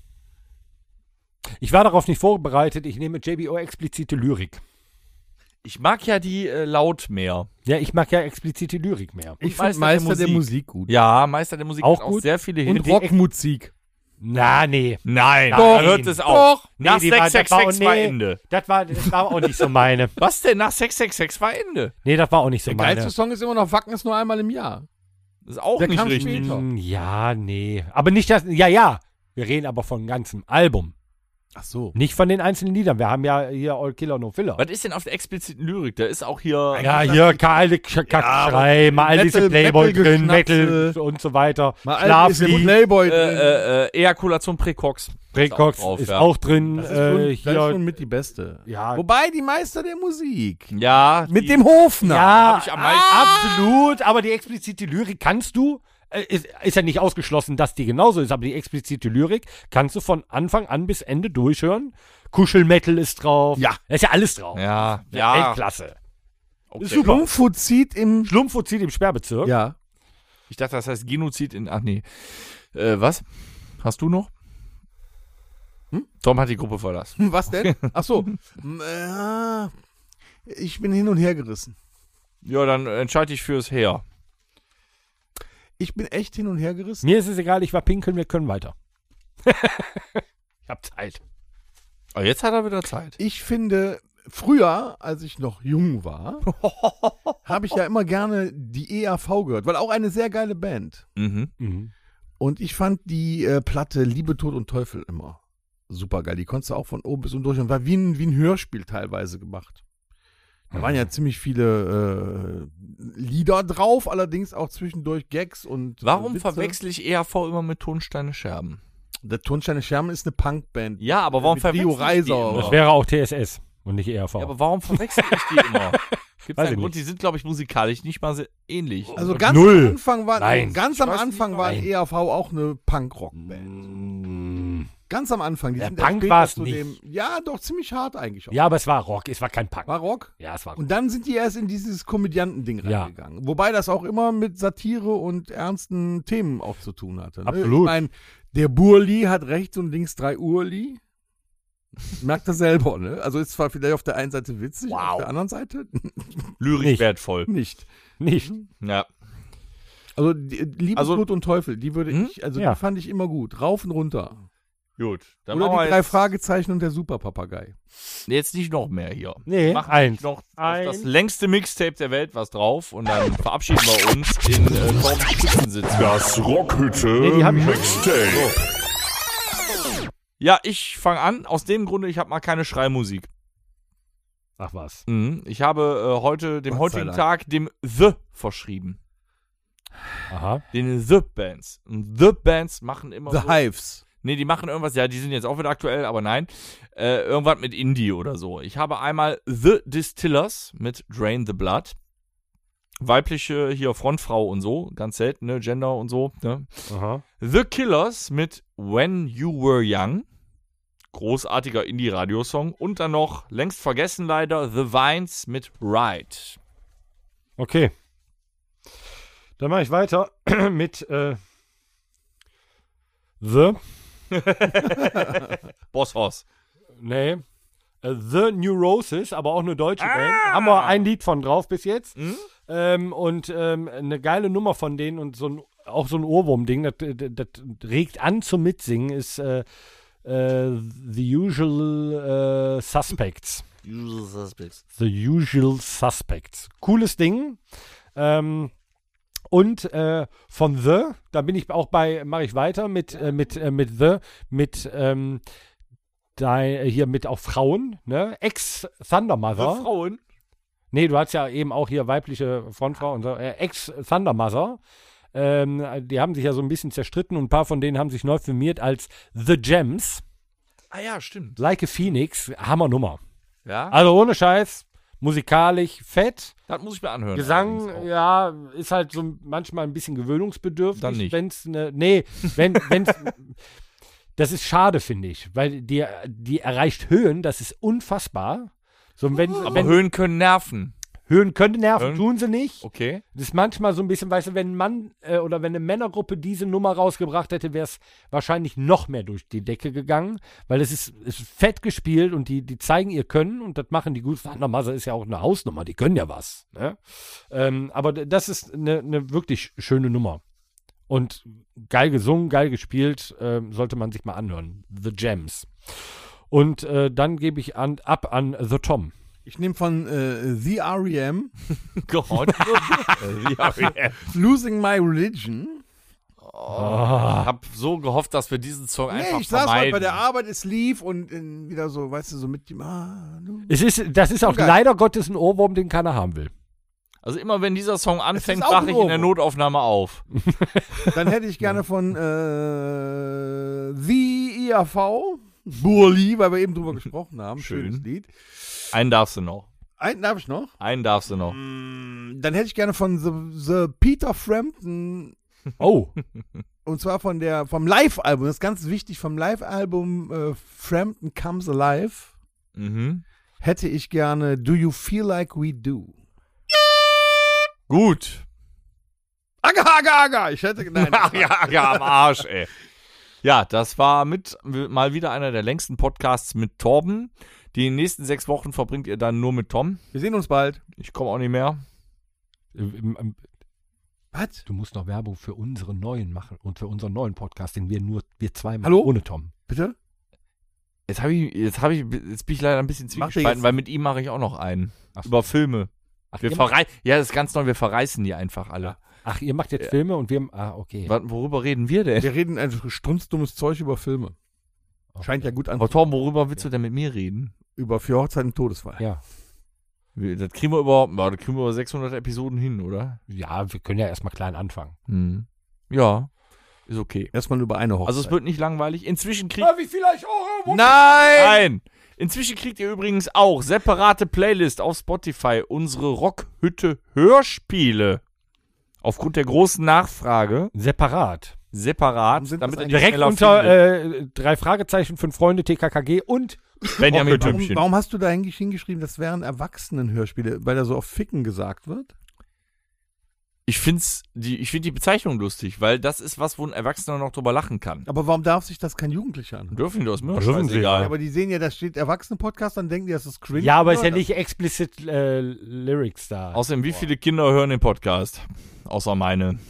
Ich war darauf nicht vorbereitet. Ich nehme JBO explizite Lyrik.
Ich mag ja die äh, laut mehr.
Ja, ich mag ja explizite Lyrik mehr.
Ich
Meister
finde Meister der Musik gut.
Ja, Meister der Musik
Auch
hat
gut.
sehr viele
Und
Hits.
Rockmusik.
Na, nee.
Nein,
Doch.
da hört es auf.
Doch.
Nach
Nee, die war-
666
das war-
war
nee.
Ende.
Das war, das war auch nicht so meine.
Was denn? Nach 666 war Ende.
Nee, das war auch nicht so
Der
meine.
geilste Song ist immer noch Wacken ist nur einmal im Jahr.
Das ist auch
Der
nicht
kam
richtig.
später.
Mm, Ja, nee. Aber nicht das. Ja, ja. Wir reden aber von ganzem Album.
Ach so.
Nicht von den einzelnen Liedern. Wir haben ja hier All Killer No Filler.
Was ist denn auf der expliziten Lyrik? Da ist auch hier.
Ja, hier Karl Kackschrei, mal all diese
Metal-
Playboy drin,
Metal-Geschnapse.
Metal und so weiter.
Mal alt ist der
Schlaflied,
Playboy.
äh,
drin.
äh, äh, Ejakulation Präcox.
Precox
Ist auch drauf,
ist
ja.
auch drin.
das ist, schon,
äh,
das ist
hier,
schon mit die beste.
ja,
Wobei die Meister der Musik.
Ja. die-
Hofner.
Ja, ah!
hab ich am meisten-
absolut. Aber die explizite Lyrik kannst du. äh, Ist, ist ja nicht ausgeschlossen, dass die genauso ist, aber die explizite Lyrik kannst du von Anfang an bis Ende durchhören. Kuschelmetal ist drauf.
Ja.
Da ist ja alles drauf.
Ja, ja.
Weltklasse.
Okay.
Super.
Lumphozid im.
Schlumpfozid im Sperrbezirk.
Ja.
Ich dachte, das heißt Genozid in. Ach nee. Äh, was? Hast du noch? Hm? Tom hat die Gruppe verlassen.
Hm, Was denn? Ach so. Hm, äh, ich bin hin und her gerissen.
Ja, dann entscheide ich fürs Heer.
Ich bin echt hin und her gerissen.
Mir ist es egal, ich war pinkeln, wir können weiter. ich hab Zeit.
Aber Ah, jetzt hat er wieder Zeit.
Ich finde, früher, als ich noch jung war, habe ich ja immer gerne die EAV gehört, weil auch eine sehr geile Band.
Mhm.
Und ich fand die äh, Platte Liebe, Tod und Teufel immer super geil. Die konntest du auch von oben bis unten durch und war wie ein, wie ein Hörspiel teilweise gemacht. Da waren
Mhm.
ja ziemlich viele äh, Lieder drauf, allerdings auch zwischendurch Gags und. äh,
Warum
Witze.
verwechsel ich EAV immer mit Tonsteine Scherben? Äh,
Der Tonsteine Scherben ist eine Punkband.
Ja, aber warum
Mit Rio
verwechsel ich die
Reiser.
immer?
Das wäre auch TSS und nicht E ERV.
Ja, aber warum verwechsel ich die immer? Gibt es
Weiß
einen
ich
Grund? Die sind, glaube ich, musikalisch nicht mal so ähnlich.
Also ganz
Null.
am Anfang war
Nein.
ganz am
Ich weiß
Anfang
nicht,
war
nein.
EAV auch eine Punkrock-Band. Ganz am Anfang. Die
Ja,
sind erst
Punk
später
war's
zu
nicht.
ja, doch ziemlich hart eigentlich. Auch.
ja, aber es war Rock, es war kein Punk.
War Rock.
Ja, es war Rock.
Und dann sind die erst in dieses Komödiantending
Ja.
reingegangen. Wobei das auch immer mit Satire und ernsten Themen auch zu tun hatte. Ne?
Absolut.
Ich meine, der Burli hat rechts und links drei Urli. Merkt er selber, ne? Also ist zwar vielleicht auf der einen Seite witzig, auf der anderen Seite
Lyrisch
Nicht.
wertvoll.
nicht.
Nicht.
Ja.
Also die- Liebe,
Also-
Tod und Teufel, die würde
Hm?
ich, also
Ja.
die fand ich immer gut. Rauf und runter.
Gut. Dann
Oder
machen wir
die drei
jetzt-
Fragezeichen und der Superpapagei.
Jetzt nicht noch mehr hier.
Nee,
Machen
eins.
noch auf
Eins.
das längste Mixtape der Welt was drauf und dann verabschieden wir uns in äh, Torben Spitzensitz.
Das Rockhütte
die hab ich-
Mixtape.
Ja, ich fange an. Aus dem Grunde, ich habe mal keine Schreimusik.
Ach was.
Mhm. Ich habe äh, heute, dem
Gott sei
heutigen
Dank.
Tag, dem The verschrieben.
Aha.
Den The Bands. Und The Bands machen immer
The
so.
Hives.
Nee, die machen irgendwas, ja, die sind jetzt auch wieder aktuell, aber nein. Äh, irgendwas mit Indie oder so. Ich habe einmal The Distillers mit Drain the Blood. Weibliche hier Frontfrau und so, ganz selten, ne, Gender und so, ne?
Aha.
The Killers mit When You Were Young. Großartiger Indie-Radiosong. Und dann noch, längst vergessen leider, The Vines mit Ride.
Okay. Dann mache ich weiter mit äh, The.
Boss Hoss.
Nee. Äh, The Neurosis, aber auch eine deutsche Band. Haben wir ein Lied von drauf bis jetzt. Ähm, und ähm, eine geile Nummer von denen und so ein, auch so ein Ohrwurm-Ding, das, äh, das, das regt an zum Mitsingen, ist äh, äh, The Usual äh, Suspects. The Usual Suspects. Cooles Ding. Ähm, und äh, von The, da bin ich auch bei, mache ich weiter mit, äh, mit, äh, mit The, mit ähm, dei- äh, hier mit auch Frauen, ne? Ex-Thundermother.
Frauen.
Nee, du hast ja eben auch hier weibliche Frontfrau und so. Äh, Ex-Thundermother. Ähm, die haben sich ja so ein bisschen zerstritten und ein paar von denen haben sich neu firmiert als The Gems.
Ah ja, stimmt.
Like a Phoenix, Hammernummer.
Ja,
Also ohne Scheiß, musikalisch fett.
das muss ich mir anhören. allerdings auch.
Gesang, ja, ist halt so manchmal ein bisschen gewöhnungsbedürftig.
Dann nicht.
Wenn's ne, nee, wenn, wenn's, das ist schade, finde ich, weil die, die erreicht Höhen, das ist unfassbar. So, wenn,
Aber
wenn
Höhen können nerven.
Höhen können nerven,
Höhen-
tun sie nicht.
Okay.
Das ist manchmal so ein bisschen, weißt du, wenn ein Mann äh, oder wenn eine Männergruppe diese Nummer rausgebracht hätte, wäre es wahrscheinlich noch mehr durch die Decke gegangen, weil es ist, es ist fett gespielt und die, die zeigen ihr Können und das machen die gut. Thundermother ist ja auch eine Hausnummer, die können ja was. Ne? Ähm, aber d- das ist eine, eine wirklich schöne Nummer. Und geil gesungen, geil gespielt, ähm, sollte man sich mal anhören. The Gems. Und äh, dann gebe ich an, ab an The Tom.
Ich nehme von äh, The R.E.M.
Gott.
Äh,
Also,
Losing My Religion.
Ich habe so gehofft, dass wir diesen Song einfach
Ah. Nee, ich saß heute
vermeiden.
bei der Arbeit, es lief und äh, wieder so, weißt du, so mit dem. Ah, du.
Es ist, das ist auch
Geil.
leider Gottes ein Ohrwurm, den keiner haben will.
also immer wenn dieser Song anfängt,
auch
wache
ein
ich in der
Ohrwurm.
Notaufnahme auf.
Dann hätte ich gerne von äh, The IAV. Burli, weil wir eben drüber gesprochen haben.
Schön.
Schönes Lied.
Einen darfst du noch.
Einen habe ich noch.
Einen darfst du noch.
Dann hätte ich gerne von The, The Peter Frampton
Oh,
und zwar von der vom Live-Album. Das ist ganz wichtig vom Live-Album äh, Frampton Comes Alive
Mhm.
hätte ich gerne Do You Feel Like We Do.
Gut.
Aga, aga, aga. Ich hätte nein.
Ach ja, ja, am Arsch, ey. Ja, das war mit mal wieder einer der längsten Podcasts mit Torben. Die nächsten sechs Wochen verbringt ihr dann nur mit Tom.
Wir sehen uns bald.
Ich komme auch nicht mehr.
Ähm, ähm,
Was?
Du musst noch Werbung für unseren neuen machen und für unseren neuen Podcast, den wir nur wir zwei machen.
Hallo?
Ohne Tom.
Bitte?
Jetzt habe ich, jetzt habe ich, jetzt bin ich leider ein bisschen
Mach dir
zwiegespalten,
jetzt-
weil mit ihm mache ich auch noch einen.
Ach so.
Über Filme.
Ach,
Wir
ihr,
verrei ja, das ist ganz neu, wir verreißen die einfach alle.
ach ihr macht jetzt Filme und wir. Ah, okay.
Wa- Worüber reden wir denn?
Wir reden einfach strunzdummes Zeug über Filme.
okay.
Scheint ja gut an.
Aber Tom, worüber willst du denn mit mir reden?
Über vier Hochzeiten und Todesfall.
Ja.
Wir- Das kriegen wir über, ja, das kriegen wir über 600 Episoden hin, oder?
Ja, wir können ja erstmal klein anfangen.
Hm. Ja, ist okay.
Erstmal über eine Hochzeit.
Also es wird nicht langweilig. Inzwischen kriegt
Darf ich vielleicht auch irgendwo...
Nein!
Nein! Inzwischen kriegt ihr übrigens auch separate Playlist auf Spotify unsere Rockhütte Hörspiele. Aufgrund der großen Nachfrage
Separat.
separat,
Warum sind
damit
das
ihr die
eigentlich-
Direkt
schneller
unter
findet.
äh, drei Fragezeichen, fünf Freunde, TKKG und
Benjamin
Warum,
Tümpchen.
warum hast du da eigentlich hingeschrieben, das wären Erwachsenenhörspiele, weil da so auf Ficken gesagt wird?
Ich find's die ich find die Bezeichnung lustig, weil das ist was, wo ein Erwachsener noch drüber lachen kann.
Aber warum darf sich das kein Jugendlicher anhören?
Dürfen die das mir doch
Dürfen sie,
scheißegal.
Ja, aber die sehen ja, da steht Erwachsenen-Podcast, dann denken die, das ist cringe.
ja, aber ist ja
Oder?
nicht explicit äh, Lyrics da.
Außerdem, wie viele Kinder hören den Podcast? Außer meine.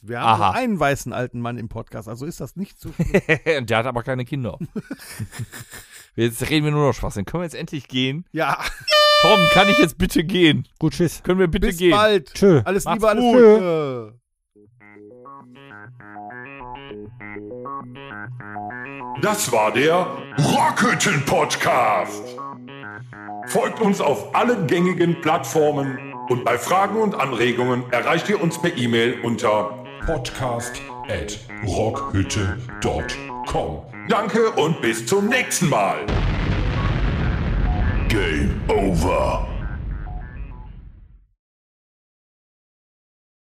Wir haben
Aha.
nur einen weißen alten Mann im Podcast, also ist das nicht zu.
Der hat aber keine Kinder. jetzt reden wir nur noch Spaß. Dann können wir jetzt endlich gehen.
ja,
Tom, kann ich jetzt bitte gehen?
Gut, tschüss.
Können wir bitte
bis
gehen?
bald.
Tschö.
Alles
Macht's
gut.
Liebe, alles Gute.
Das war der Rockhütten Podcast. Folgt uns auf allen gängigen Plattformen und bei Fragen und Anregungen erreicht ihr uns per E-Mail unter podcast@rockhütte.com. Danke und bis zum nächsten Mal. Game over.